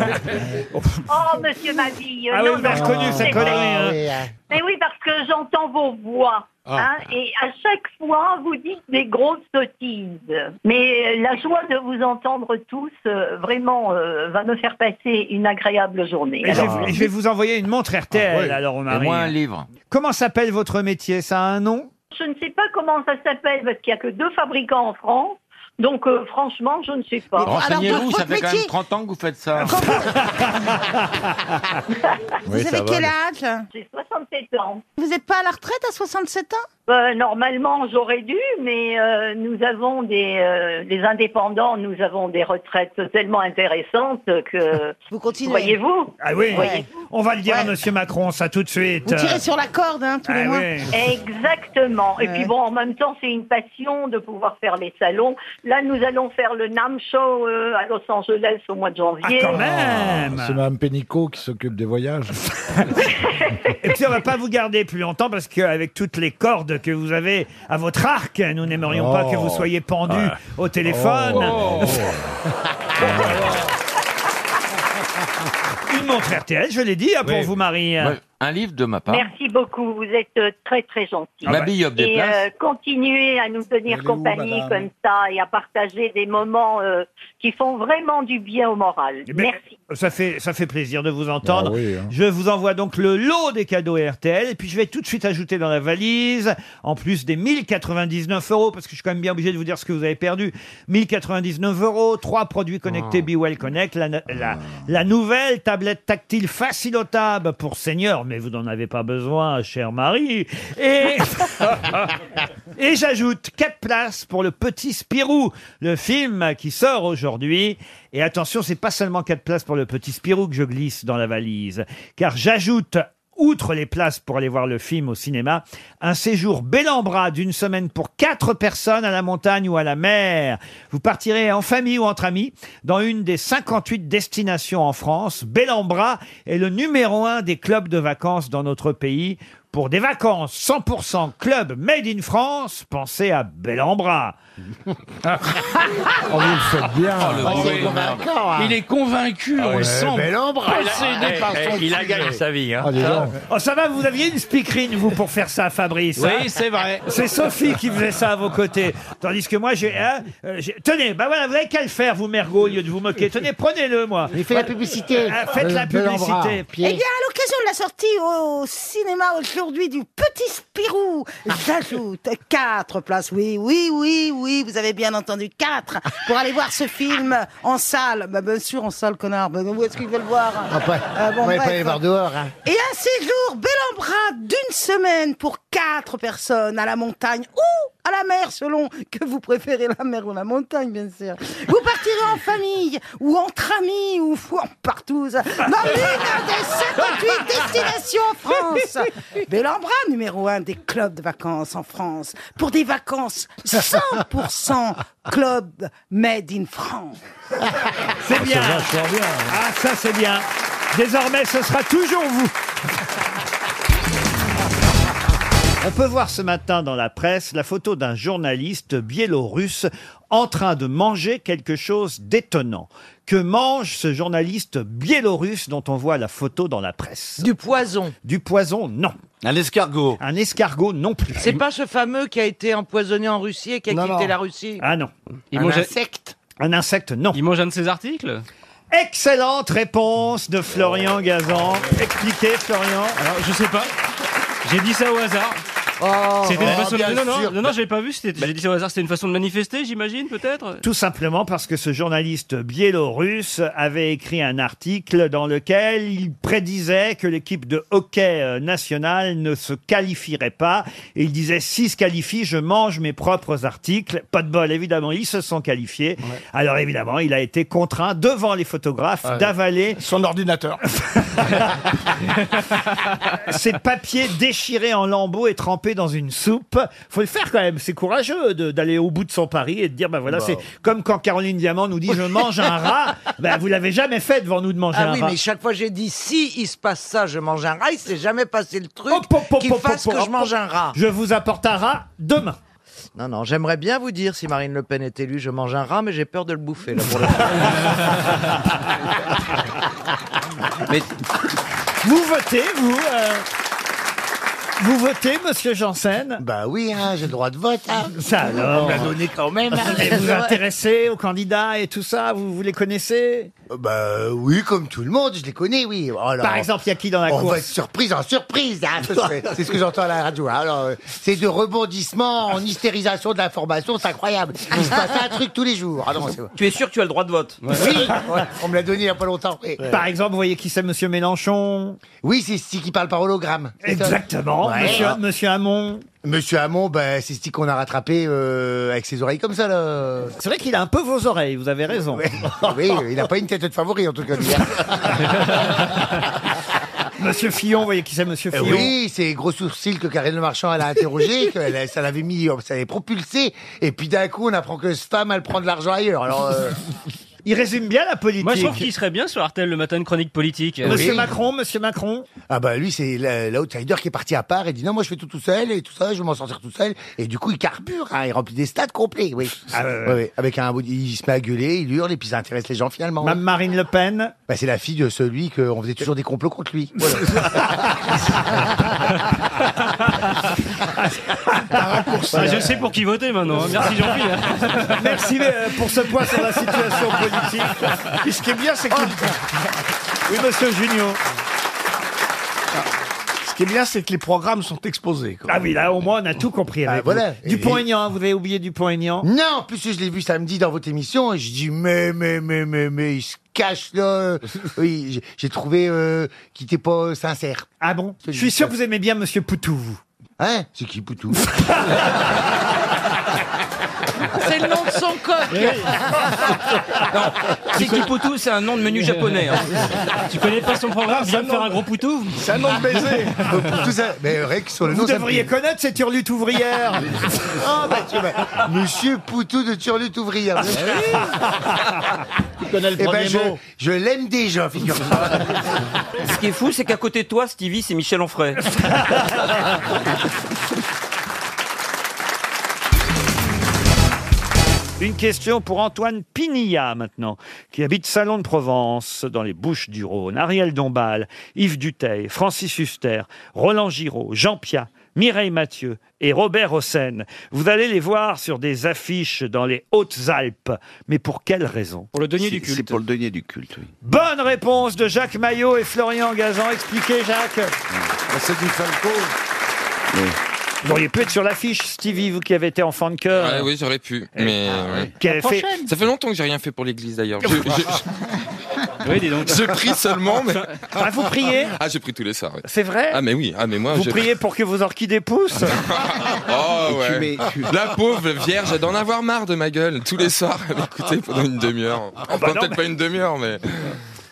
Speaker 18: Oh, monsieur Maville
Speaker 11: Ah oui, vous m'avez reconnu,
Speaker 18: c'est
Speaker 11: cette connerie, hein.
Speaker 18: Mais oui, parce que j'entends vos voix.
Speaker 11: Ah.
Speaker 18: hein, et à chaque fois, vous dites des grosses sottises. Mais euh, la joie de vous entendre tous, euh, vraiment, euh, va me faire passer une agréable journée.
Speaker 1: Et je,
Speaker 18: Alors,
Speaker 1: vais- je vais vous envoyer une montre RTL,
Speaker 2: Ah ouais.
Speaker 1: alors,
Speaker 2: Et
Speaker 1: Marie.
Speaker 2: moi, un livre.
Speaker 1: Comment s'appelle votre métier Ça a un nom
Speaker 18: Je ne sais pas comment ça s'appelle parce qu'il n'y a que deux fabricants en France. Donc, euh, franchement, je ne sais pas.
Speaker 2: Renseignez-vous, ça fait quand même 30 ans que vous faites ça.
Speaker 29: Vous avez quel âge
Speaker 18: J'ai 67 ans.
Speaker 29: Vous n'êtes pas à la retraite à 67 ans
Speaker 18: Euh, normalement, j'aurais dû, mais euh, nous avons des euh, les indépendants, nous avons des retraites tellement intéressantes que
Speaker 29: vous continuez.
Speaker 18: Voyez-vous
Speaker 1: Ah oui,
Speaker 18: Voyez-
Speaker 1: on va le dire à Monsieur Macron, ça tout de suite.
Speaker 29: Vous tirez sur la corde, hein, tous les
Speaker 1: Ah
Speaker 29: mois.
Speaker 1: oui.
Speaker 18: Exactement. Et puis bon, en même temps, c'est une passion de pouvoir faire les salons. Là, nous allons faire le NAM Show euh, à Los Angeles au mois de janvier.
Speaker 1: Ah,
Speaker 7: C'est Mme Pénicaud qui s'occupe des voyages.
Speaker 1: Et puis on va pas vous garder plus longtemps parce qu'avec toutes les cordes que vous avez à votre arc, nous n'aimerions pas
Speaker 7: Oh.
Speaker 1: que vous soyez pendu
Speaker 7: Ouais.
Speaker 1: au téléphone.
Speaker 7: Oh.
Speaker 1: Une montre RTL, je l'ai dit, hein, pour
Speaker 2: Oui.
Speaker 1: vous, Marie.
Speaker 2: Moi, Un livre de ma part.
Speaker 18: Merci beaucoup, vous êtes euh, très très gentil.
Speaker 2: Ah bah, Bill, hop,
Speaker 18: et
Speaker 2: déplace.
Speaker 18: euh, continuez à nous tenir compagnie
Speaker 1: madame
Speaker 18: comme ça et à partager des moments euh, qui font vraiment du bien au moral. Merci.
Speaker 1: Eh ben, Ça fait, ça fait plaisir de vous entendre. Je vous envoie donc le lot des cadeaux RTL. Et puis je vais tout de suite ajouter dans la valise, en plus des 1099 euros, parce que je suis quand même bien obligé de vous dire ce que vous avez perdu. 1099 euros, trois produits connectés Be Well Connect, la, la- la nouvelle tablette tactile facilotable pour seniors, mais vous n'en avez pas besoin, cher Marie. Et, et j'ajoute quatre places pour le petit Spirou, le film qui sort aujourd'hui. Et attention, c'est pas seulement quatre places pour le petit Spirou que je glisse dans la valise, car j'ajoute Outre les places pour aller voir le film au cinéma, un séjour bel en bras d'une semaine pour quatre personnes à la montagne ou à la mer. Vous partirez en famille ou entre amis dans une des 58 destinations en France. Bel en bras est le numéro un des clubs de vacances dans notre pays. Pour des vacances 100% club made in France, pensez à bel en bras.
Speaker 7: Oh, vous le faites bien.
Speaker 20: Oh, oui. Il est convaincu,
Speaker 7: Ah
Speaker 20: on
Speaker 7: ouais,
Speaker 20: le sent.
Speaker 7: bel ombre. Eh,
Speaker 20: possédé par son sujet.
Speaker 7: hein.
Speaker 1: Oh, ça va, vous aviez une speakerine, vous, pour faire ça, Fabrice.
Speaker 20: Oui,
Speaker 1: hein
Speaker 20: c'est vrai.
Speaker 1: C'est Sophie qui faisait ça à vos côtés. Tandis que moi, j'ai. hein, euh, j'ai- tenez, bah voilà, vous avez qu'à le faire, vous, mergo, au lieu de vous moquer. Tenez, prenez-le, moi.
Speaker 14: Il fait la publicité. Euh,
Speaker 1: Ah, faites la
Speaker 14: Bel en bras,
Speaker 1: publicité.
Speaker 29: Eh bien, à l'occasion de la sortie au cinéma aujourd'hui du Petit Spirou, j'ajoute quatre places. Oui, oui, oui, oui, vous avez bien entendu quatre pour aller voir ce film en salle. Bah, bien sûr, en salle, connard. Bah, où est-ce qu'ils veulent voir
Speaker 14: On peut,
Speaker 29: Euh, bon,
Speaker 14: on peut Ah, pas
Speaker 29: bref.
Speaker 14: aller voir dehors. hein.
Speaker 29: Et un séjour bel en bras d'une semaine pour quatre personnes à la montagne ou à la mer, selon que vous préférez la mer ou la montagne, bien sûr. Vous partirez en famille ou entre amis ou fou- en partout ça, dans l'une des 58 destinations en France. Bel en bras, numéro un des clubs de vacances en France pour des vacances 100% club made in France.
Speaker 1: C'est bien. Ah, ça, c'est bien. Désormais, ce sera toujours vous. On peut voir ce matin dans la presse la photo d'un journaliste biélorusse en train de manger quelque chose d'étonnant. Que mange ce journaliste biélorusse dont on voit la photo dans la presse Du poison. Du poison, non. Un escargot. Un escargot, non plus.
Speaker 10: C'est pas ce fameux qui a été empoisonné en Russie et qui a
Speaker 1: Non,
Speaker 10: quitté
Speaker 1: non.
Speaker 10: la Russie
Speaker 1: Ah non.
Speaker 10: Il Un mange- insecte
Speaker 1: Un insecte, non. Il mange un de ses articles Excellente réponse de Florian Gazan. Expliquez, Florian. Alors, je sais pas. J'ai dit ça au hasard.
Speaker 10: Ah,
Speaker 17: C'était une façon de-
Speaker 1: Oh, bien
Speaker 17: Non, non,
Speaker 1: sûr.
Speaker 17: non, non, j'avais pas vu. c'était-
Speaker 10: Bah-
Speaker 17: J'ai dit ça au hasard. C'était une façon de manifester, j'imagine, peut-être.
Speaker 1: Tout simplement parce que ce journaliste biélorusse avait écrit un article dans lequel il prédisait que l'équipe de hockey euh, nationale ne se qualifierait pas. Et il disait, si se qualifie, je mange mes propres articles. Pas de bol, évidemment, ils se sont qualifiés. Alors évidemment, il a été contraint, devant les photographes,
Speaker 28: Ouais.
Speaker 1: d'avaler
Speaker 28: Son ordinateur.
Speaker 1: ces papiers déchirés en lambeaux et trempés dans une soupe. Faut le faire quand même. C'est courageux de- d'aller au bout de son pari et de dire, ben voilà,
Speaker 10: Bah
Speaker 1: c'est
Speaker 10: ouais.
Speaker 1: comme quand Caroline Diamant nous dit, je mange un rat. Ben, vous l'avez jamais fait devant nous de manger
Speaker 10: Ah
Speaker 1: un
Speaker 10: oui,
Speaker 1: rat.
Speaker 10: mais chaque fois j'ai dit si il se passe ça, je mange un rat. Il s'est jamais passé le
Speaker 1: Oh,
Speaker 10: truc qu'il fasse que je mange un rat.
Speaker 1: Je vous apporte un rat demain.
Speaker 10: Non, non, j'aimerais bien vous dire si Marine Le Pen est élue, je mange un rat, mais j'ai peur de le bouffer. Là, pour le
Speaker 1: Vous votez, vous euh, Vous votez, monsieur Janssen
Speaker 14: Bah oui, hein, j'ai le droit de vote. hein.
Speaker 1: Ça alors
Speaker 14: On me l'a donné quand même. hein.
Speaker 1: Et vous vous intéressez aux candidats et tout ça Vous, vous les connaissez
Speaker 14: Bah oui, comme tout le monde, je les connais, oui. Alors,
Speaker 1: Par exemple, il y a qui dans la
Speaker 14: on
Speaker 1: course
Speaker 14: va être surprise en surprise. hein. C'est ce que j'entends à la radio. hein. Alors, euh, c'est de rebondissement en hystérisation de l'information, c'est incroyable. Il se passe un truc tous les jours. Ah non, c'est-
Speaker 10: Tu es sûr que tu as le droit de vote
Speaker 14: Oui, on me l'a donné il n'y a pas longtemps. Oui.
Speaker 1: Par exemple, vous voyez qui c'est, monsieur Mélenchon
Speaker 14: Oui, c'est ce qui parle par hologramme. C'est ça
Speaker 1: Exactement,
Speaker 14: Ouais. Ah.
Speaker 1: monsieur, monsieur Hamon.
Speaker 14: Monsieur Hamon, ben, c'est ce qu'on a rattrapé euh, avec ses oreilles comme ça. Là.
Speaker 1: C'est vrai qu'il a un peu vos oreilles, vous avez raison.
Speaker 14: Oui, il n'a pas une tête de favori en tout cas. hein.
Speaker 1: Monsieur Fillon, vous voyez qui c'est, monsieur
Speaker 14: Euh,
Speaker 1: Fillon
Speaker 14: oui, c'est gros sourcils que Karine Le Marchand elle a interrogé, que elle- ça l'avait mis, ça l'avait propulsé, et puis d'un coup on apprend que cette femme elle prend de l'argent ailleurs. Alors, euh,
Speaker 1: Il résume bien la politique.
Speaker 10: Moi, je trouve qu'il serait bien sur Artel le matin de chronique politique.
Speaker 1: Monsieur
Speaker 14: Oui.
Speaker 1: Macron, monsieur Macron.
Speaker 14: ah bah lui c'est la- l'outsider qui est parti à part et dit non moi je fais tout tout seul et tout ça, je vais m'en sortir tout seul et du coup il carbure, hein, il remplit des stades complets, oui.
Speaker 1: Ah, ouais,
Speaker 14: Ouais, ouais, Avec un, il se met à gueuler, il hurle et puis ça intéresse les gens finalement.
Speaker 1: Mme Marine Le Pen.
Speaker 14: Bah, c'est la fille de celui qu'on faisait toujours des complots contre lui. Voilà.
Speaker 10: Ah, je sais pour qui voter maintenant. hein. Merci Jean-Pierre.
Speaker 1: Merci euh, pour ce point sur la situation politique. Puis ce qui est bien, c'est que... Oui, monsieur Junio.
Speaker 11: Ce qui est bien, c'est que les programmes sont exposés. quoi.
Speaker 1: Ah oui, là, au moins, on a tout compris. Avec
Speaker 14: Ah, voilà.
Speaker 1: vous. Dupont-Aignan, vous avez oublié Dupont-Aignan
Speaker 14: Non, en plus je l'ai vu samedi dans votre émission et je dis mais mais mais mais mais il se cache là. Oui, j'ai- j'ai trouvé euh, qu'il était pas sincère.
Speaker 1: Ah bon Je suis sûr que vous aimez bien monsieur Poutou, vous.
Speaker 14: Hein C'est qui Poutou
Speaker 8: C'est le nom de son coq.
Speaker 10: Tiki Poutou, c'est un nom de menu japonais. hein. Tu connais pas son programme Viens me faire un gros poutou
Speaker 11: C'est un nom de baiser.
Speaker 14: Euh, Poutou, ça- mais Rex sur le
Speaker 1: Vous
Speaker 14: nom. ça me
Speaker 1: devriez
Speaker 14: plaît.
Speaker 1: connaître cette hurlute ouvrière.
Speaker 14: Ah, bah, tu vois, Monsieur Poutou de Turlut ouvrière.
Speaker 1: Ah, bah
Speaker 5: Tu connais le
Speaker 14: Eh ben
Speaker 5: premier
Speaker 14: je,
Speaker 5: mot.
Speaker 14: je l'aime déjà, figure-toi.
Speaker 10: Ce qui est fou, c'est qu'à côté de toi, Stevie, c'est Michel Onfray.
Speaker 1: Une question pour Antoine Pinilla maintenant, qui habite Salon de Provence, dans les Bouches du Rhône. Ariel Dombal, Yves Duteil, Francis Huster, Roland Giraud, Jean Pia, Mireille Mathieu et Robert Hossein. Vous allez les voir sur des affiches dans les Hautes-Alpes. Mais pour quelle raison
Speaker 10: Pour le denier du
Speaker 9: C'est
Speaker 10: culte.
Speaker 9: pour le denier du culte, oui.
Speaker 1: Bonne réponse de Jacques Maillot et Florian Gazan. Expliquez, Jacques.
Speaker 9: Ah, C'est du Falco
Speaker 1: Vous auriez pu être sur l'affiche, Stevie, vous qui avez été enfant de cœur.
Speaker 13: Ah oui, j'aurais pu, mais ouais.
Speaker 1: Qui avait fait...
Speaker 13: ça fait longtemps que j'ai rien fait pour l'église d'ailleurs. Je, je-
Speaker 10: Oui, dis donc.
Speaker 13: je prie seulement, mais
Speaker 1: Ah, vous priez
Speaker 13: ah j'ai pris tous les soirs. oui.
Speaker 1: C'est vrai
Speaker 13: Ah mais oui, ah mais moi
Speaker 1: Vous
Speaker 13: j'ai-
Speaker 1: priez pour que vos orchidées poussent
Speaker 13: Oh
Speaker 1: Et tu
Speaker 13: ouais.
Speaker 1: mets- tu-
Speaker 13: La pauvre vierge d'en avoir marre de ma gueule tous les soirs. Elle m'écoutait pendant une demi-heure. Enfin,
Speaker 1: bah non,
Speaker 13: peut-être
Speaker 1: mais-
Speaker 13: pas une demi-heure, mais.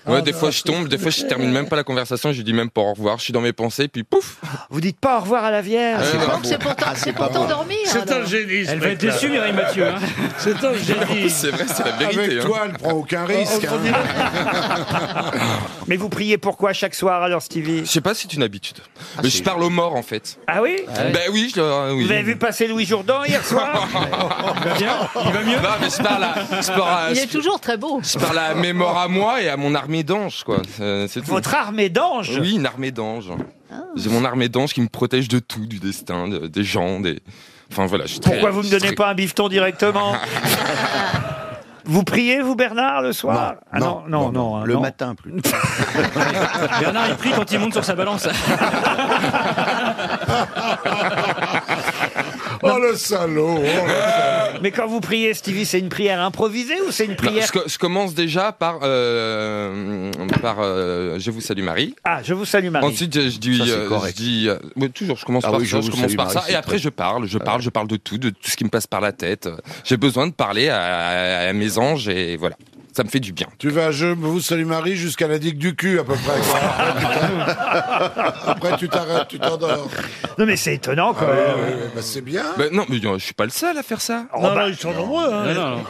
Speaker 1: Ah,
Speaker 13: Ouais,
Speaker 1: bah,
Speaker 13: des fois je tombe, des fois je termine même pas la conversation, je lui dis même pas au revoir, je suis dans mes pensées, puis pouf
Speaker 1: Vous dites pas au revoir à la Vierge
Speaker 13: Eh, bah,
Speaker 36: Ah, C'est pour t'en-
Speaker 1: Ah,
Speaker 36: c'est pour t'endormir.
Speaker 13: C'est
Speaker 36: alors.
Speaker 13: un génie,
Speaker 10: Elle va être déçue, Mireille Mathieu. hein.
Speaker 11: C'est un génie.
Speaker 13: C'est vrai, c'est la vérité.
Speaker 11: Avec
Speaker 13: hein.
Speaker 11: toi, elle prend aucun risque. hein.
Speaker 1: Mais vous priez pourquoi chaque soir alors, Stevie
Speaker 13: Je sais pas si c'est une habitude. mais je parle aux morts en fait.
Speaker 1: Ah oui
Speaker 13: Ben oui, je leur- oui.
Speaker 1: Vous avez vu passer Louis Jourdan hier soir
Speaker 13: Il va mieux Non, mais je parle à, je parle à-
Speaker 4: Il est toujours très beau.
Speaker 13: je parle à mes morts à moi et à mon armée d'anges, quoi. C'est c'est tout.
Speaker 1: Votre armée d'anges
Speaker 13: Oui, une armée d'anges. J'ai mon armée d'anges qui me protège de tout, du destin, de- des gens, des. Enfin voilà, je suis très-
Speaker 1: Pourquoi vous me
Speaker 13: je suis très-
Speaker 1: donnez pas un bifton directement Vous priez, vous, Bernard, le soir Ah non, non, non. hein,
Speaker 9: Le
Speaker 1: non.
Speaker 9: matin, plus.
Speaker 10: Bernard, il prie quand il monte sur sa balance.
Speaker 11: Oh le salaud. oh, le salaud.
Speaker 1: Mais quand vous priez, Stevie, c'est une prière improvisée ou c'est une
Speaker 13: Non,
Speaker 1: prière
Speaker 13: je, co- je commence déjà par euh, par euh, je vous salue Marie.
Speaker 1: Ah, je vous salue, Marie.
Speaker 13: Ensuite, je, je dis,
Speaker 9: Ça, c'est
Speaker 13: euh,
Speaker 9: correct.
Speaker 13: je dis, euh, oui, toujours, je commence
Speaker 9: Ah
Speaker 13: par
Speaker 9: oui,
Speaker 13: ça,
Speaker 9: je
Speaker 13: je
Speaker 9: vous
Speaker 13: commence
Speaker 9: salue,
Speaker 13: par ça,
Speaker 9: Marie,
Speaker 13: et
Speaker 9: c'est
Speaker 13: après
Speaker 9: très-
Speaker 13: je parle, je parle, je parle de tout, de tout ce qui me passe par la tête. J'ai besoin de parler à, à mes anges et voilà, ça me fait du bien.
Speaker 11: Tu vas, je vous salue Marie, jusqu'à la digue du cul à peu près. quoi. Après tu t'arrêtes, tu t'endors.
Speaker 1: Non, mais c'est étonnant, quand même.
Speaker 13: Ah
Speaker 11: Ouais, ouais, bah, c'est bien.
Speaker 13: euh, Ben non, mais euh, je suis pas le seul à faire ça.
Speaker 1: Oh,
Speaker 11: Non,
Speaker 1: bah,
Speaker 11: non, ils sont nombreux. hein.
Speaker 10: Non, non.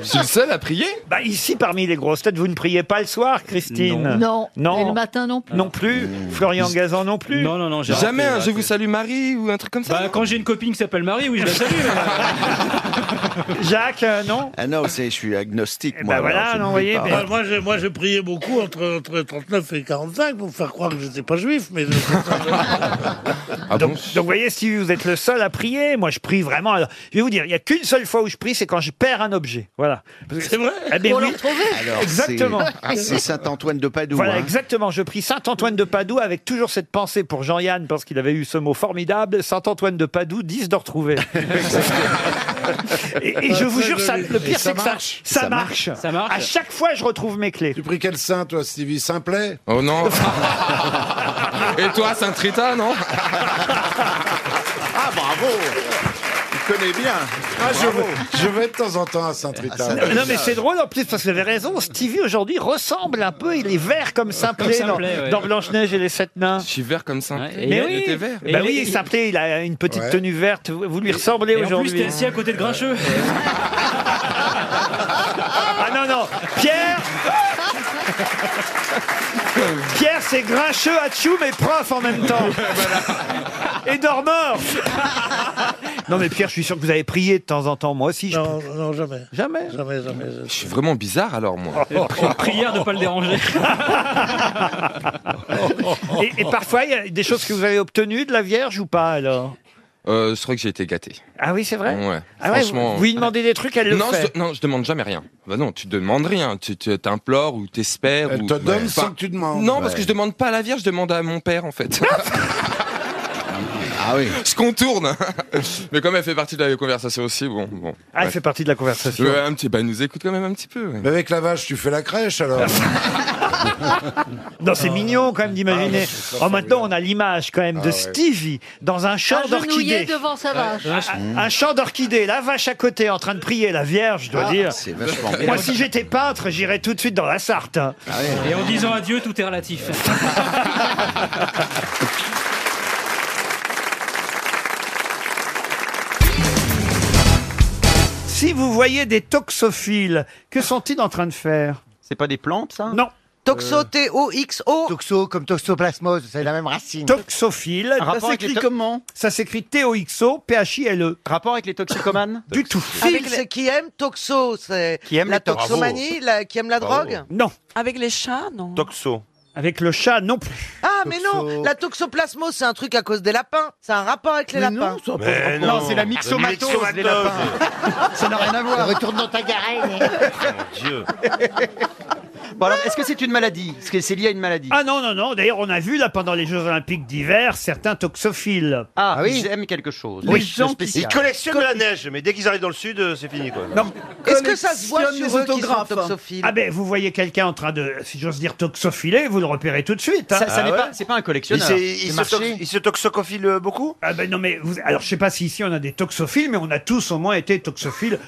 Speaker 13: Je suis le seul à prier
Speaker 1: Bah ici, parmi les grosses têtes, vous ne priez pas le soir, Christine
Speaker 5: Non.
Speaker 1: Non.
Speaker 5: Et le matin non plus.
Speaker 1: Non plus. Florian Gazan non plus.
Speaker 5: Non, non, non, j'ai
Speaker 13: Jamais
Speaker 5: raté,
Speaker 13: un
Speaker 5: j'ai
Speaker 13: Je vous salue Marie ou un truc comme ça
Speaker 5: Bah, quand j'ai une copine qui s'appelle Marie, oui, je la salue.
Speaker 1: Jacques, euh, non
Speaker 3: Ah non, c'est, je suis agnostique.
Speaker 1: moi, ben voilà, alors, je non, ne vous voyez, prie pas.
Speaker 11: Bah,
Speaker 1: ben-
Speaker 24: moi, j'ai, moi, j'ai prié beaucoup entre, entre 39 et 45 pour faire croire que j'étais pas juif, mais
Speaker 13: Ah
Speaker 1: donc, donc, vous voyez, si vous êtes le seul à prier, moi je prie vraiment. Alors, je vais vous dire, il n'y a qu'une seule fois où je prie, c'est quand je perds un objet. Voilà. C'est vrai
Speaker 24: Pour le retrouver.
Speaker 3: Alors,
Speaker 1: ben Exactement.
Speaker 13: Ah,
Speaker 3: c'est- C'est Saint-Antoine de Padoue.
Speaker 1: Voilà,
Speaker 3: hein.
Speaker 1: exactement. Je prie Saint-Antoine de Padoue avec toujours cette pensée pour Jean-Yann, parce qu'il avait eu ce mot formidable. Saint-Antoine de Padoue, 10 de retrouver. et, et je vous jure, ça, le pire, c'est que ça, ça, marche. À chaque fois, je retrouve mes clés.
Speaker 26: Tu pries quel saint, toi, Stevie Simplet
Speaker 13: Oh non Et toi, Saint-Trita, non
Speaker 26: Ah, bravo Tu connais bien ah, je, vais, je vais de temps en temps à Saint-Trita.
Speaker 1: Non mais c'est drôle en plus parce que vous avez raison, Stevie aujourd'hui ressemble un peu, il est vert comme Simplet dans,
Speaker 13: Simplet, ouais.
Speaker 1: dans Blanche-Neige et les Sept Nains. Je
Speaker 13: suis vert comme Simplet.
Speaker 1: Mais
Speaker 13: il
Speaker 1: oui,
Speaker 13: était vert.
Speaker 1: Bah oui, Simplet, il a une petite
Speaker 13: Ouais.
Speaker 1: tenue verte, vous vous lui ressemblez
Speaker 5: Et en plus,
Speaker 1: aujourd'hui.
Speaker 5: t'es assis à côté de Grincheux.
Speaker 1: Ah non, non, Pierre Pierre, c'est grincheux, atchoum et prof en même temps. Et dormeur Non mais Pierre, je suis sûr que vous avez prié de temps en temps, moi aussi. Je...
Speaker 24: Non, non, jamais.
Speaker 1: Jamais
Speaker 24: Jamais, jamais. Oh.
Speaker 13: Je suis vraiment bizarre alors, moi.
Speaker 5: Prière de pas le déranger.
Speaker 1: Et, et parfois, il y a des choses que vous avez obtenues de la Vierge ou pas alors
Speaker 13: Euh, je crois que j'ai été gâté.
Speaker 1: Ah oui, c'est vrai
Speaker 13: Ouais.
Speaker 1: Ah ouais,
Speaker 13: Franchement.
Speaker 1: vous, vous lui demandez des trucs, elle le
Speaker 13: non,
Speaker 1: fait.
Speaker 13: Je, non, je demande jamais rien. Bah non, tu demandes rien. Tu tu- t'implores ou t'espères.
Speaker 26: Elle
Speaker 13: ou...
Speaker 26: te donne
Speaker 13: Enfin,
Speaker 26: sans que tu demandes.
Speaker 13: Non, parce
Speaker 26: Ouais.
Speaker 13: que je demande pas à la Vierge, je demande à mon père en fait.
Speaker 26: Ah oui.
Speaker 13: je contourne. Mais comme elle fait partie de la conversation aussi, bon. bon.
Speaker 1: Ah, elle fait partie de la conversation.
Speaker 13: Ouais, un petit, bah, elle nous écoute quand même un petit peu. ouais.
Speaker 26: Mais avec la vache, tu fais la crèche alors.
Speaker 1: Ah, Non,
Speaker 24: Ah.
Speaker 1: c'est mignon quand même d'imaginer. oh, maintenant, on a l'image quand
Speaker 13: Ah,
Speaker 1: même de
Speaker 26: ouais.
Speaker 1: Stevie dans un champ
Speaker 5: Agenouillé
Speaker 1: d'orchidées.
Speaker 5: devant sa vache.
Speaker 1: Un- Un champ d'orchidées, la vache à côté en train de prier, la Vierge, je dois
Speaker 26: Ah,
Speaker 1: dire.
Speaker 26: c'est vachement bien.
Speaker 1: Moi, si j'étais peintre, j'irais tout de suite dans la Sarthe. hein.
Speaker 13: Ah
Speaker 5: Et en disant adieu, tout est relatif.
Speaker 1: Si vous voyez des toxophiles, que sont-ils en train de faire
Speaker 9: C'est pas des plantes, ça Euh,
Speaker 1: Non.
Speaker 9: Toxo,
Speaker 1: T-O-X-O.
Speaker 14: Toxo comme toxoplasmose, c'est la même racine.
Speaker 1: Toxophile.
Speaker 9: Un rapport avec les to-
Speaker 1: Ça s'écrit T-O-X-O, P-H-I-L-E.
Speaker 9: Rapport avec les toxicomanes
Speaker 1: E. Du tout.
Speaker 10: Avec ceux qui aiment toxo, c'est
Speaker 9: Qui aiment
Speaker 10: la
Speaker 9: les toxos.
Speaker 10: toxomanie, la- qui aiment la
Speaker 9: Bravo.
Speaker 10: drogue.
Speaker 1: Non.
Speaker 10: Avec les chats, non.
Speaker 9: Toxo.
Speaker 1: Avec le chat, non plus.
Speaker 10: Ah, mais non, la toxoplasmose, c'est un truc à cause des lapins. C'est un rapport avec les lapins.
Speaker 9: Mais non, c'est la mixomatose, les lapins. ça n'a rien à voir.
Speaker 14: Retourne dans ta garenne.
Speaker 9: Dieu. Bon, alors, est-ce que c'est une maladie Est-ce que c'est lié à une maladie
Speaker 1: Ah non, non, non. D'ailleurs, on a vu là pendant les Jeux Olympiques d'hiver certains toxophiles.
Speaker 9: Ah, ils aiment quelque chose.
Speaker 1: Les
Speaker 9: de
Speaker 1: gens qui-
Speaker 9: spécial.
Speaker 1: Ils collectent-
Speaker 37: Collectionne la neige, mais dès qu'ils arrivent dans le sud, euh, c'est fini quoi.
Speaker 1: Non.
Speaker 10: Est-ce que ça se voit sur eux qui sont hein. toxophiles
Speaker 1: Ah ben, vous voyez quelqu'un en train de, si j'ose dire, toxophiler, vous le repérez tout de suite. hein.
Speaker 9: Ça,
Speaker 10: Ah
Speaker 9: ça n'est pas, c'est pas un collectionneur.
Speaker 37: Il se, tox- il se toxocophile beaucoup
Speaker 1: Ah ben non mais vous- alors je sais pas si ici on a des toxophiles, mais on a tous au moins été toxophiles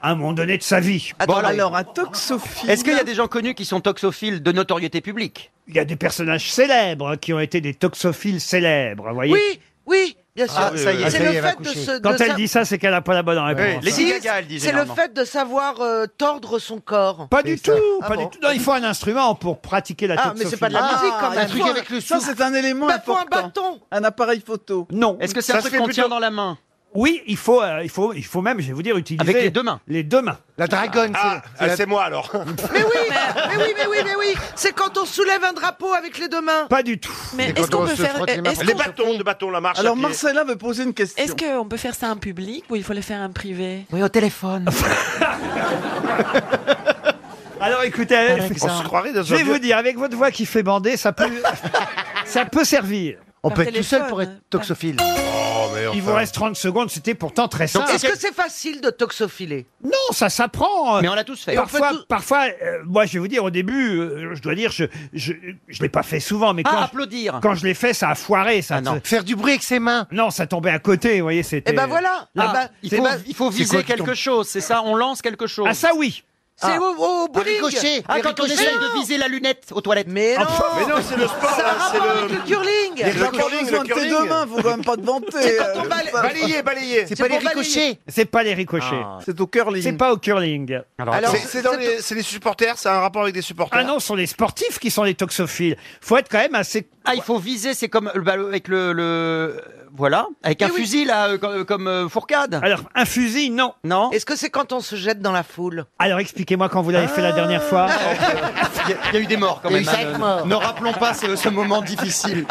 Speaker 1: à un moment donné de sa vie.
Speaker 9: Bon,
Speaker 10: un toxophile.
Speaker 9: Ah. Est-ce qu'il y a des gens connus qui sont toxophiles de notoriété publique
Speaker 1: Il y a des personnages célèbres hein, qui ont été des toxophiles célèbres, vous voyez.
Speaker 10: Oui, oui, bien sûr.
Speaker 1: Ah, ça y est,
Speaker 10: c'est
Speaker 1: ça y est,
Speaker 10: le
Speaker 1: elle va
Speaker 10: fait de
Speaker 1: coucher.
Speaker 10: se.
Speaker 1: Quand
Speaker 10: de
Speaker 1: elle
Speaker 10: sa-
Speaker 1: dit ça, c'est qu'elle n'a pas la bonne réponse.
Speaker 9: Lady
Speaker 10: Si,
Speaker 9: Gaga, elle dit
Speaker 10: C'est le
Speaker 9: généralement.
Speaker 10: fait de savoir euh, tordre son corps.
Speaker 1: Pas du tout,
Speaker 10: Ah
Speaker 1: pas
Speaker 10: bon
Speaker 1: du tout. Non, il faut un instrument pour pratiquer la
Speaker 10: Ah,
Speaker 1: toxophilie.
Speaker 10: mais c'est pas de la musique quand même. Faut
Speaker 24: Ça, c'est un élément
Speaker 10: Bah, faut
Speaker 24: important.
Speaker 10: un bâton.
Speaker 24: Un appareil photo.
Speaker 1: Non.
Speaker 9: Est-ce que c'est un
Speaker 1: Ça
Speaker 9: truc
Speaker 1: se fait
Speaker 9: qu'on
Speaker 1: plutôt-
Speaker 9: tient dans la main
Speaker 1: Oui, il faut, euh, il faut, il faut même, je vais vous dire, utiliser
Speaker 9: Avec les deux mains.
Speaker 1: Les deux mains.
Speaker 14: La dragonne,
Speaker 37: Ah, ah, c'est moi alors.
Speaker 10: Mais oui, mais oui, mais oui, mais oui. C'est quand on soulève un drapeau avec les deux mains.
Speaker 1: Pas du tout.
Speaker 38: Mais est-ce qu'on peut faire. est-ce
Speaker 37: Les
Speaker 38: qu'on-
Speaker 37: bâtons, de bâtons, la marche. à
Speaker 24: Alors
Speaker 37: pied.
Speaker 24: Marcella veut poser une question.
Speaker 38: Est-ce qu'on peut faire ça en public ou il faut le faire en privé
Speaker 10: Oui, au téléphone.
Speaker 1: Alors écoutez, euh,
Speaker 37: exemple. On se croirait dans
Speaker 1: je vais
Speaker 37: un
Speaker 1: vous
Speaker 37: lieu-
Speaker 1: dire, avec votre voix qui fait bander, ça peut, ça peut servir.
Speaker 14: On
Speaker 38: Par
Speaker 14: peut être tout seul
Speaker 38: téléphone,
Speaker 14: pour être
Speaker 38: par-
Speaker 14: toxophile.
Speaker 26: Oh, mais
Speaker 1: Il
Speaker 26: enfin.
Speaker 1: vous reste 30 secondes, c'était pourtant très simple.
Speaker 10: Est-ce que c'est facile de toxophiler
Speaker 1: Non, ça s'apprend. euh,
Speaker 9: Mais on l'a tous fait.
Speaker 1: Parfois,
Speaker 10: on peut tout-
Speaker 1: parfois euh, moi je vais vous dire, au début, euh, je dois dire, je je, je l'ai pas fait souvent, mais quand,
Speaker 9: Ah,
Speaker 1: je,
Speaker 9: applaudir Ah,
Speaker 1: quand je l'ai fait, ça a foiré. Ça,
Speaker 9: non.
Speaker 14: Faire du bruit avec ses mains.
Speaker 1: non, ça tombait à côté, vous voyez, c'était...
Speaker 10: Eh ben voilà.
Speaker 1: Là,
Speaker 10: Ah bah,
Speaker 9: il,
Speaker 1: c'est
Speaker 9: faut,
Speaker 1: pas-
Speaker 9: il faut
Speaker 1: c'est quoi
Speaker 9: viser
Speaker 1: qui
Speaker 9: quelque
Speaker 1: tombe
Speaker 9: chose, c'est ça On lance quelque chose.
Speaker 1: Ah ça oui
Speaker 8: C'est
Speaker 9: Ah.
Speaker 8: au, au bowling.
Speaker 9: ricochet. Ah, quand on essaye de viser la lunette aux toilettes. Ah, Mais
Speaker 8: non. Mais non, c'est le sport,
Speaker 9: Ça a
Speaker 8: là,
Speaker 9: rapport
Speaker 8: c'est le-
Speaker 9: avec le curling.
Speaker 8: Les J'ai pas curling, besoin le de tes curling. deux mains, faut quand même pas te vanter.
Speaker 9: C'est quand on
Speaker 8: Euh,
Speaker 9: balaye-
Speaker 8: pas-
Speaker 9: balayer, balayer.
Speaker 8: C'est pas les ricochets.
Speaker 1: C'est pas les ricochets.
Speaker 9: Ah.
Speaker 1: C'est au curling. C'est pas au curling.
Speaker 39: Alors, c'est- c'est dans les, c'est les supporters, ça a un rapport avec des supporters.
Speaker 1: Ah non, ce sont les sportifs qui sont les toxophiles. Faut être quand même assez.
Speaker 9: Ah, il faut viser, c'est comme euh, bah, le ballon- avec le, le- Voilà, avec un
Speaker 8: Mais oui.
Speaker 9: fusil, là, euh, comme, comme, euh, Fourcade.
Speaker 1: Eh Alors, un fusil, non.
Speaker 9: Non
Speaker 8: Est-ce que c'est quand on se jette dans la foule Ah.
Speaker 1: Alors expliquez-moi quand vous l'avez fait la dernière fois.
Speaker 9: Il y, a- il y a eu des morts quand
Speaker 8: Il y a
Speaker 9: même.
Speaker 8: eu cinq
Speaker 9: hein.
Speaker 8: morts.
Speaker 9: Ne rappelons pas ce, ce moment difficile.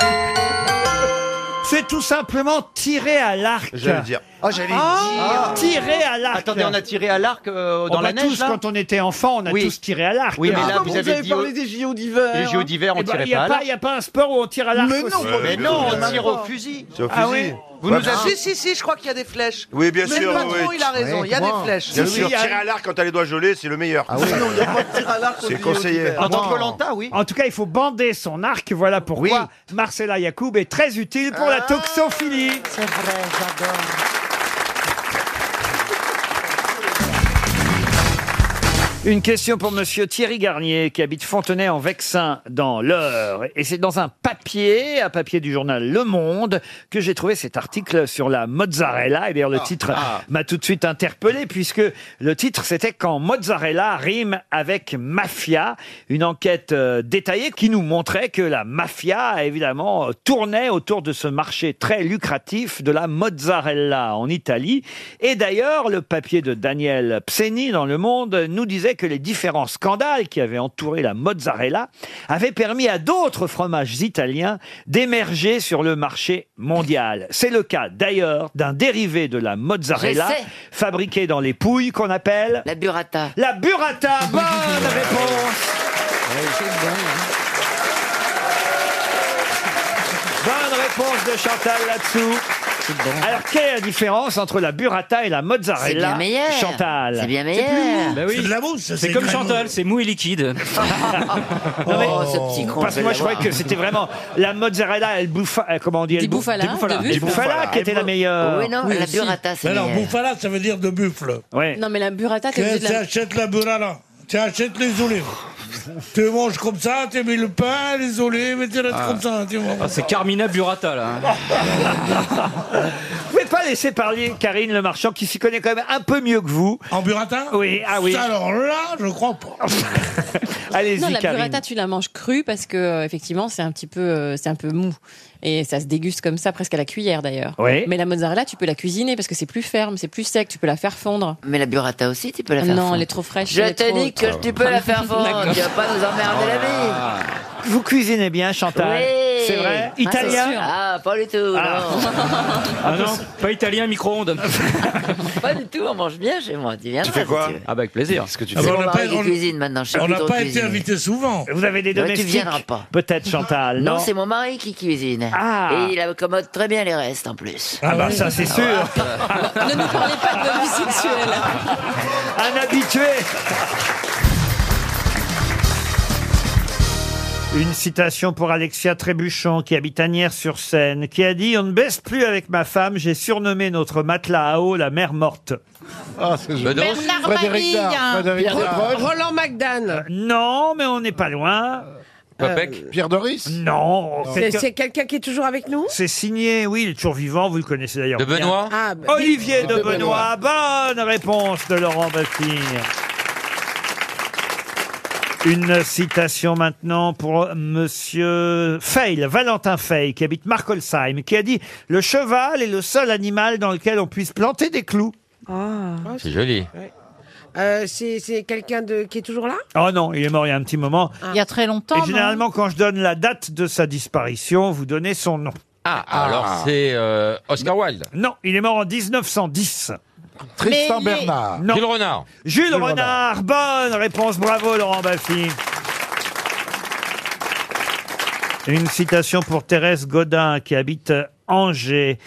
Speaker 1: C'est tout simplement tirer à l'arc.
Speaker 9: J'allais le dire.
Speaker 1: Oh,
Speaker 9: j'allais
Speaker 1: dire. Tirer à l'arc.
Speaker 9: Attendez, on a tiré à l'arc euh, dans
Speaker 1: On
Speaker 9: la
Speaker 1: a
Speaker 9: neige.
Speaker 1: tous,
Speaker 9: là
Speaker 1: quand on était enfant, on a
Speaker 9: Oui.
Speaker 1: tous tiré à l'arc.
Speaker 9: Oui, mais là, Ah, vous avez dit. au-
Speaker 8: des JO d'hiver.
Speaker 9: Les JO d'hiver, on
Speaker 1: Eh ben,
Speaker 9: tirait
Speaker 1: y a
Speaker 9: pas à l'arc.
Speaker 1: Il n'y a pas un sport où on tire à l'arc.
Speaker 9: Mais non,
Speaker 1: aussi.
Speaker 9: mais Mais non, non, on tire au fusil. C'est au
Speaker 1: Ah
Speaker 9: fusil.
Speaker 1: oui.
Speaker 9: Vous nous avez-
Speaker 8: Si, si, si, je crois qu'il y a des flèches.
Speaker 39: Oui, bien
Speaker 8: Mais
Speaker 39: sûr.
Speaker 8: Le patron,
Speaker 39: oui.
Speaker 8: il a raison, il y a des flèches.
Speaker 39: Bien
Speaker 8: Si,
Speaker 39: sûr,
Speaker 8: si, il y a-
Speaker 39: tirer à l'arc quand t'as les doigts gelés, c'est le meilleur.
Speaker 11: Ah
Speaker 39: C'est conseillé.
Speaker 1: oui. En tout cas, il faut bander son arc. Voilà pourquoi Marcella Yacoub est très utile pour
Speaker 9: Ah.
Speaker 1: la toxophilie.
Speaker 40: C'est vrai, j'adore.
Speaker 1: Une question pour Monsieur Thierry Garnier qui habite Fontenay en Vexin dans l'Eure. Et c'est dans un papier, un papier du journal Le Monde, que j'ai trouvé cet article sur la mozzarella. Et d'ailleurs, le titre m'a tout de suite interpellé puisque le titre c'était quand mozzarella rime avec mafia. Une enquête euh, détaillée qui nous montrait que la mafia, évidemment, euh, tournait autour de ce marché très lucratif de la mozzarella en Italie. Et d'ailleurs, le papier de Daniel Pseni dans Le Monde nous disait que les différents scandales qui avaient entouré la mozzarella avaient permis à d'autres fromages italiens d'émerger sur le marché mondial. C'est le cas d'ailleurs d'un dérivé de la mozzarella
Speaker 25: Je sais.
Speaker 1: fabriqué dans les Pouilles qu'on appelle
Speaker 25: La burrata.
Speaker 1: la burrata. Bonne réponse. Bonne réponse de Chantal là-dessous. Alors, quelle est la différence entre la burrata et la mozzarella
Speaker 25: C'est bien meilleur.
Speaker 1: Chantal.
Speaker 25: C'est bien meilleur. C'est plus mou.
Speaker 1: Ben
Speaker 10: C'est de la mousse, ça, Bah C'est c'est comme vraiment- Chantal,
Speaker 1: c'est mou et liquide.
Speaker 25: Oh, ce petit con,
Speaker 1: Parce
Speaker 25: je
Speaker 1: que
Speaker 25: vais
Speaker 1: moi,
Speaker 25: l'avoir.
Speaker 1: je croyais que c'était vraiment la mozzarella, elle bouffa, euh, comment on dit, elle
Speaker 25: Di
Speaker 1: bouffe-
Speaker 25: Bufala,
Speaker 1: Di Bufala.
Speaker 25: de
Speaker 1: Di
Speaker 25: buffle.
Speaker 1: Bufala qui était la meilleure.
Speaker 25: Oui, non, la
Speaker 11: aussi.
Speaker 25: burrata, c'est
Speaker 11: Mais Alors,
Speaker 25: meilleur.
Speaker 11: bufala, ça veut dire de buffle.
Speaker 1: Ouais.
Speaker 7: Non, mais la burrata,
Speaker 11: Tu
Speaker 7: t'as dit de la...
Speaker 11: achètes la burrata, tu achètes les olives. tu manges comme ça, tu mets le pain, les olives, et tu restes comme ça. Tu vois.
Speaker 10: Ah, c'est Carmina Burrata là.
Speaker 1: Vous pouvez pas laisser parler Karine Le Marchand qui s'y connaît quand même un peu mieux que vous.
Speaker 11: En burrata
Speaker 1: Oui, ah oui.
Speaker 11: Alors là, je crois pas.
Speaker 1: Allez-y,
Speaker 7: Non, la
Speaker 1: Karine.
Speaker 7: burrata, tu la manges crue parce que euh, effectivement, c'est un petit peu, euh, c'est un peu mou et ça se déguste comme ça, presque à la cuillère d'ailleurs.
Speaker 25: Oui.
Speaker 7: Mais la mozzarella, tu peux la cuisiner parce que c'est plus ferme, c'est plus sec, tu peux la faire fondre.
Speaker 25: Mais la burrata aussi, tu peux la
Speaker 7: Ah
Speaker 25: faire
Speaker 7: non,
Speaker 25: fondre.
Speaker 7: elle est trop fraîche,
Speaker 25: Je
Speaker 7: elle est
Speaker 25: te
Speaker 7: trop-
Speaker 25: dis que
Speaker 7: trop-
Speaker 25: tu peux la faire fondre.
Speaker 7: D'accord.
Speaker 25: Tu vas pas nous emmerder la vie.
Speaker 1: Vous cuisinez bien, Chantal.
Speaker 25: Oui.
Speaker 1: C'est
Speaker 25: Ah,
Speaker 1: vrai.
Speaker 25: c'est sûr.
Speaker 1: Italien.
Speaker 25: Ah, pas du tout. non.
Speaker 10: Ah non, pas italien, micro-ondes.
Speaker 25: pas du tout. On mange bien chez moi. Tu viens
Speaker 10: Tu fais quoi Ah bah avec plaisir. Qu'est-ce que tu
Speaker 25: C'est
Speaker 10: fais
Speaker 25: mon
Speaker 11: n'a
Speaker 25: mari
Speaker 11: pas-
Speaker 25: qui
Speaker 11: on-
Speaker 25: cuisine maintenant. je sais
Speaker 11: on
Speaker 25: plus
Speaker 11: n'a
Speaker 25: trop
Speaker 11: pas
Speaker 25: cuisiner.
Speaker 11: été invité souvent.
Speaker 1: Vous avez des
Speaker 25: Non, tu
Speaker 1: domestiques.
Speaker 25: viendras pas.
Speaker 1: Peut-être, Chantal. Non,
Speaker 25: Non, c'est mon mari qui cuisine.
Speaker 1: Ah.
Speaker 25: Et il accommode très bien les restes en plus.
Speaker 1: Ah bah ça, c'est sûr. Ah,
Speaker 7: ne nous parlez pas de votre vie sexuelle.
Speaker 1: Un habitué. Une citation pour Alexia Trébuchon, qui habite Agnières-sur-Seine, qui a dit « On ne baisse plus avec ma femme, j'ai surnommé notre matelas à eau la mer morte.
Speaker 41: Ah, c'est joli.
Speaker 29: Bernard
Speaker 41: Frédéric
Speaker 29: Mabille,
Speaker 41: Dard, Frédéric
Speaker 29: Ro-
Speaker 41: Dard.
Speaker 29: Roland McDan. »
Speaker 1: Euh, Non, mais on n'est pas loin.
Speaker 41: Euh,
Speaker 1: Euh,
Speaker 41: Papec Pierre Doris
Speaker 1: Non.
Speaker 29: C'est-
Speaker 1: quelqu'un-
Speaker 29: C'est quelqu'un qui est toujours avec nous
Speaker 1: C'est signé, oui, il est toujours vivant, vous le connaissez d'ailleurs.
Speaker 3: De
Speaker 1: bien.
Speaker 3: Benoît
Speaker 29: Ah, bah,
Speaker 1: Olivier
Speaker 29: dis-
Speaker 1: de Benoît. bonne réponse de Laurent Baffie. Une citation maintenant pour Monsieur Feil, Valentin Feil, qui habite Markolsheim, qui a dit « Le cheval est le seul animal dans lequel on puisse planter des clous.
Speaker 29: Ah.
Speaker 3: C'est joli.
Speaker 29: Euh, c'est c'est quelqu'un de qui est toujours là »
Speaker 1: Oh non, il est mort il y a un petit moment.
Speaker 29: Il y a très longtemps.
Speaker 1: Et généralement, quand je donne la date de sa disparition, vous donnez son nom.
Speaker 42: Ah, alors c'est euh, Oscar Wilde.
Speaker 1: Non, il est mort en 1910.
Speaker 41: Tristan Mais il est- Bernard.
Speaker 1: Non.
Speaker 42: Jules Renard.
Speaker 1: Jules,
Speaker 41: Jules
Speaker 1: Renard. Bonne réponse. Bravo, Laurent Baffy. Une citation pour Thérèse Godin, qui habite Angers.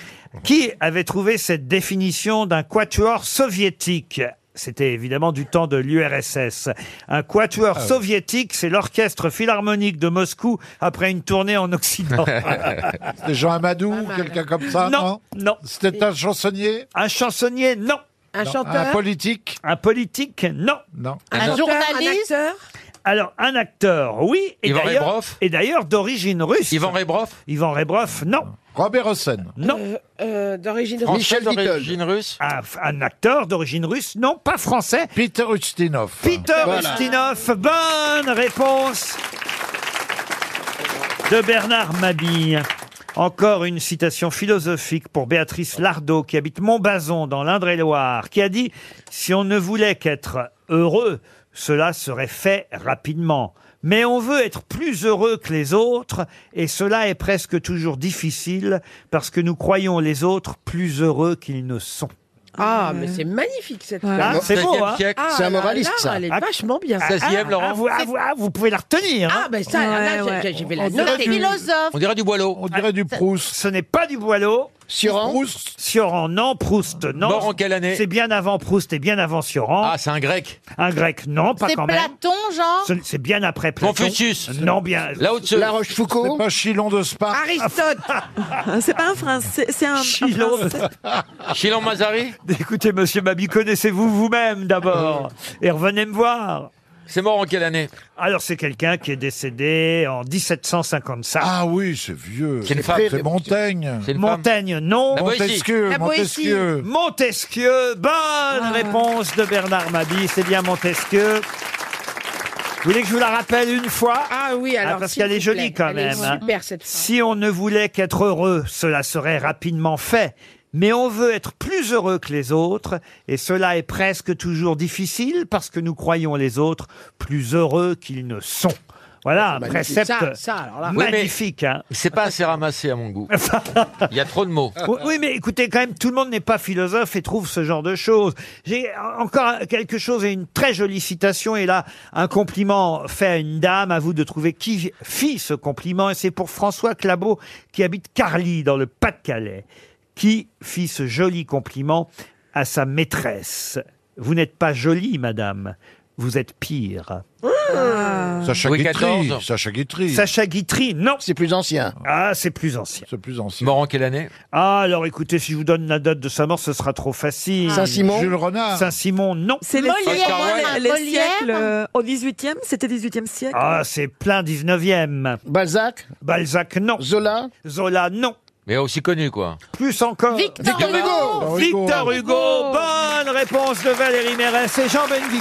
Speaker 1: Qui avait trouvé cette définition d'un quatuor soviétique c'était évidemment du temps de l'URSS. Un quatuor
Speaker 41: Ah
Speaker 1: soviétique, c'est l'orchestre philharmonique de Moscou après une tournée en Occident.
Speaker 41: C'était Jean Amadou, quelqu'un comme ça
Speaker 1: Non,
Speaker 41: Non,
Speaker 1: non.
Speaker 41: C'était un chansonnier
Speaker 1: Un chansonnier, non.
Speaker 2: Un Non. chanteur Un
Speaker 1: politique Un politique, non. non.
Speaker 2: Un Un chanteur, journaliste un acteur
Speaker 1: Alors, un acteur, oui. Et
Speaker 5: Ivan
Speaker 1: d'ailleurs-
Speaker 5: Rebrov
Speaker 1: Et d'ailleurs, d'origine russe.
Speaker 5: Yvan Rebrov
Speaker 1: Yvan Rebrov, non. Robert Hossein Non.
Speaker 29: Euh,
Speaker 2: D'origine
Speaker 1: russe un, un acteur d'origine russe, non, pas français. Peter Ustinov. Peter
Speaker 8: Voilà.
Speaker 1: Ustinov, bonne réponse de Bernard Mabille. Encore une citation philosophique pour Béatrice Lardot, qui habite Montbazon, dans l'Indre-et-Loire, qui a dit « Si on ne voulait qu'être heureux, cela serait fait rapidement. Mais on veut être plus heureux que les autres, et cela est presque toujours difficile, parce que nous croyons les autres plus heureux qu'ils ne sont. »
Speaker 2: Ah, mais c'est magnifique cette
Speaker 1: Ah,
Speaker 2: phrase.
Speaker 1: c'est beau, hein
Speaker 2: Ah, là, là, Elle est vachement bien.
Speaker 1: Ah, ah, ah, vous, ah, vous- ah, vous pouvez la retenir. hein.
Speaker 2: Ah, ben ça, là, là, j'ai- j'ai- je vais la noter.
Speaker 1: On dirait du Boileau. On dirait du Proust. Ce n'est pas du Boileau. Sioran Proust. Sioran, non. Proust, non.
Speaker 5: Mort en quelle année
Speaker 1: C'est bien avant Proust et bien avant Sioran. Ah, c'est un grec. Un grec, non, pas
Speaker 38: C'est
Speaker 1: quand même.
Speaker 38: Platon, genre
Speaker 1: Ce- C'est bien après Platon.
Speaker 5: Confucius.
Speaker 1: Non, bien.
Speaker 5: Lao Tse. La Rochefoucauld. C'est pas
Speaker 1: Chilon de Sparte.
Speaker 38: Aristote
Speaker 4: Ah, C'est pas un français, c'est un. un
Speaker 1: Chilon.
Speaker 4: Français.
Speaker 5: Chilan Mazari
Speaker 1: Écoutez, monsieur Mabi, connaissez-vous vous-même d'abord Et revenez me voir.
Speaker 5: C'est mort en quelle année
Speaker 1: Alors, c'est quelqu'un qui est décédé en 1755. Ah oui, c'est vieux.
Speaker 7: C'est une femme. C'est Montaigne. C'est une femme.
Speaker 1: Montaigne, non.
Speaker 7: La poésie. Montesquieu, La Ah. poésie. Montesquieu.
Speaker 1: Montesquieu, bonne réponse de Bernard Mabi, c'est bien Montesquieu. Vous voulez que je vous la rappelle une fois
Speaker 2: Ah oui, alors.
Speaker 1: parce
Speaker 2: s'il
Speaker 1: qu'elle est
Speaker 2: vous
Speaker 1: jolie
Speaker 2: plaît.
Speaker 1: quand
Speaker 2: Elle
Speaker 1: même.
Speaker 2: est
Speaker 1: hein.
Speaker 2: super cette phrase.
Speaker 1: Si on ne voulait qu'être heureux, cela serait rapidement fait. Mais on veut être plus heureux que les autres, et cela est presque toujours difficile parce que nous croyons les autres plus heureux qu'ils ne sont.
Speaker 2: Ah,
Speaker 1: Voilà un
Speaker 5: magnifique.
Speaker 1: précepte
Speaker 5: Ça, ça, alors là. Oui, mais-
Speaker 1: magnifique. hein.
Speaker 5: C'est pas assez ramassé à mon goût. Il y a trop de mots.
Speaker 1: Oui, oui, mais écoutez, quand même, tout le monde n'est pas philosophe et trouve ce genre de choses. J'ai encore quelque chose et une très jolie citation, et là, un compliment fait à une dame, à vous de trouver qui fit ce compliment, et c'est pour François Clabot, qui habite Carly, dans le Pas-de-Calais, qui fit ce joli compliment à sa maîtresse. Vous n'êtes pas jolie, madame, vous êtes pire.
Speaker 7: Sacha
Speaker 1: Louis
Speaker 7: Guitry.
Speaker 1: XIV.
Speaker 7: Sacha Guitry.
Speaker 1: Sacha Guitry, non. C'est plus ancien. Ah, c'est plus ancien.
Speaker 7: C'est plus ancien.
Speaker 5: Mort en quelle année
Speaker 1: Ah, alors écoutez, si je vous donne la date de sa mort, ce sera trop facile.
Speaker 7: Saint-Simon Jules Renard.
Speaker 1: Saint-Simon, non.
Speaker 4: C'est les, siècles, les siècles, euh, au 18e, c'était 18e siècle.
Speaker 1: Ah, c'est plein 19e. Balzac Balzac, non. Zola Zola, non.
Speaker 5: Mais aussi connu, quoi.
Speaker 1: Plus encore. Victor
Speaker 5: Hugo.
Speaker 1: Victor Hugo. Bonne réponse de Valérie Mérès et Jean Benguigui.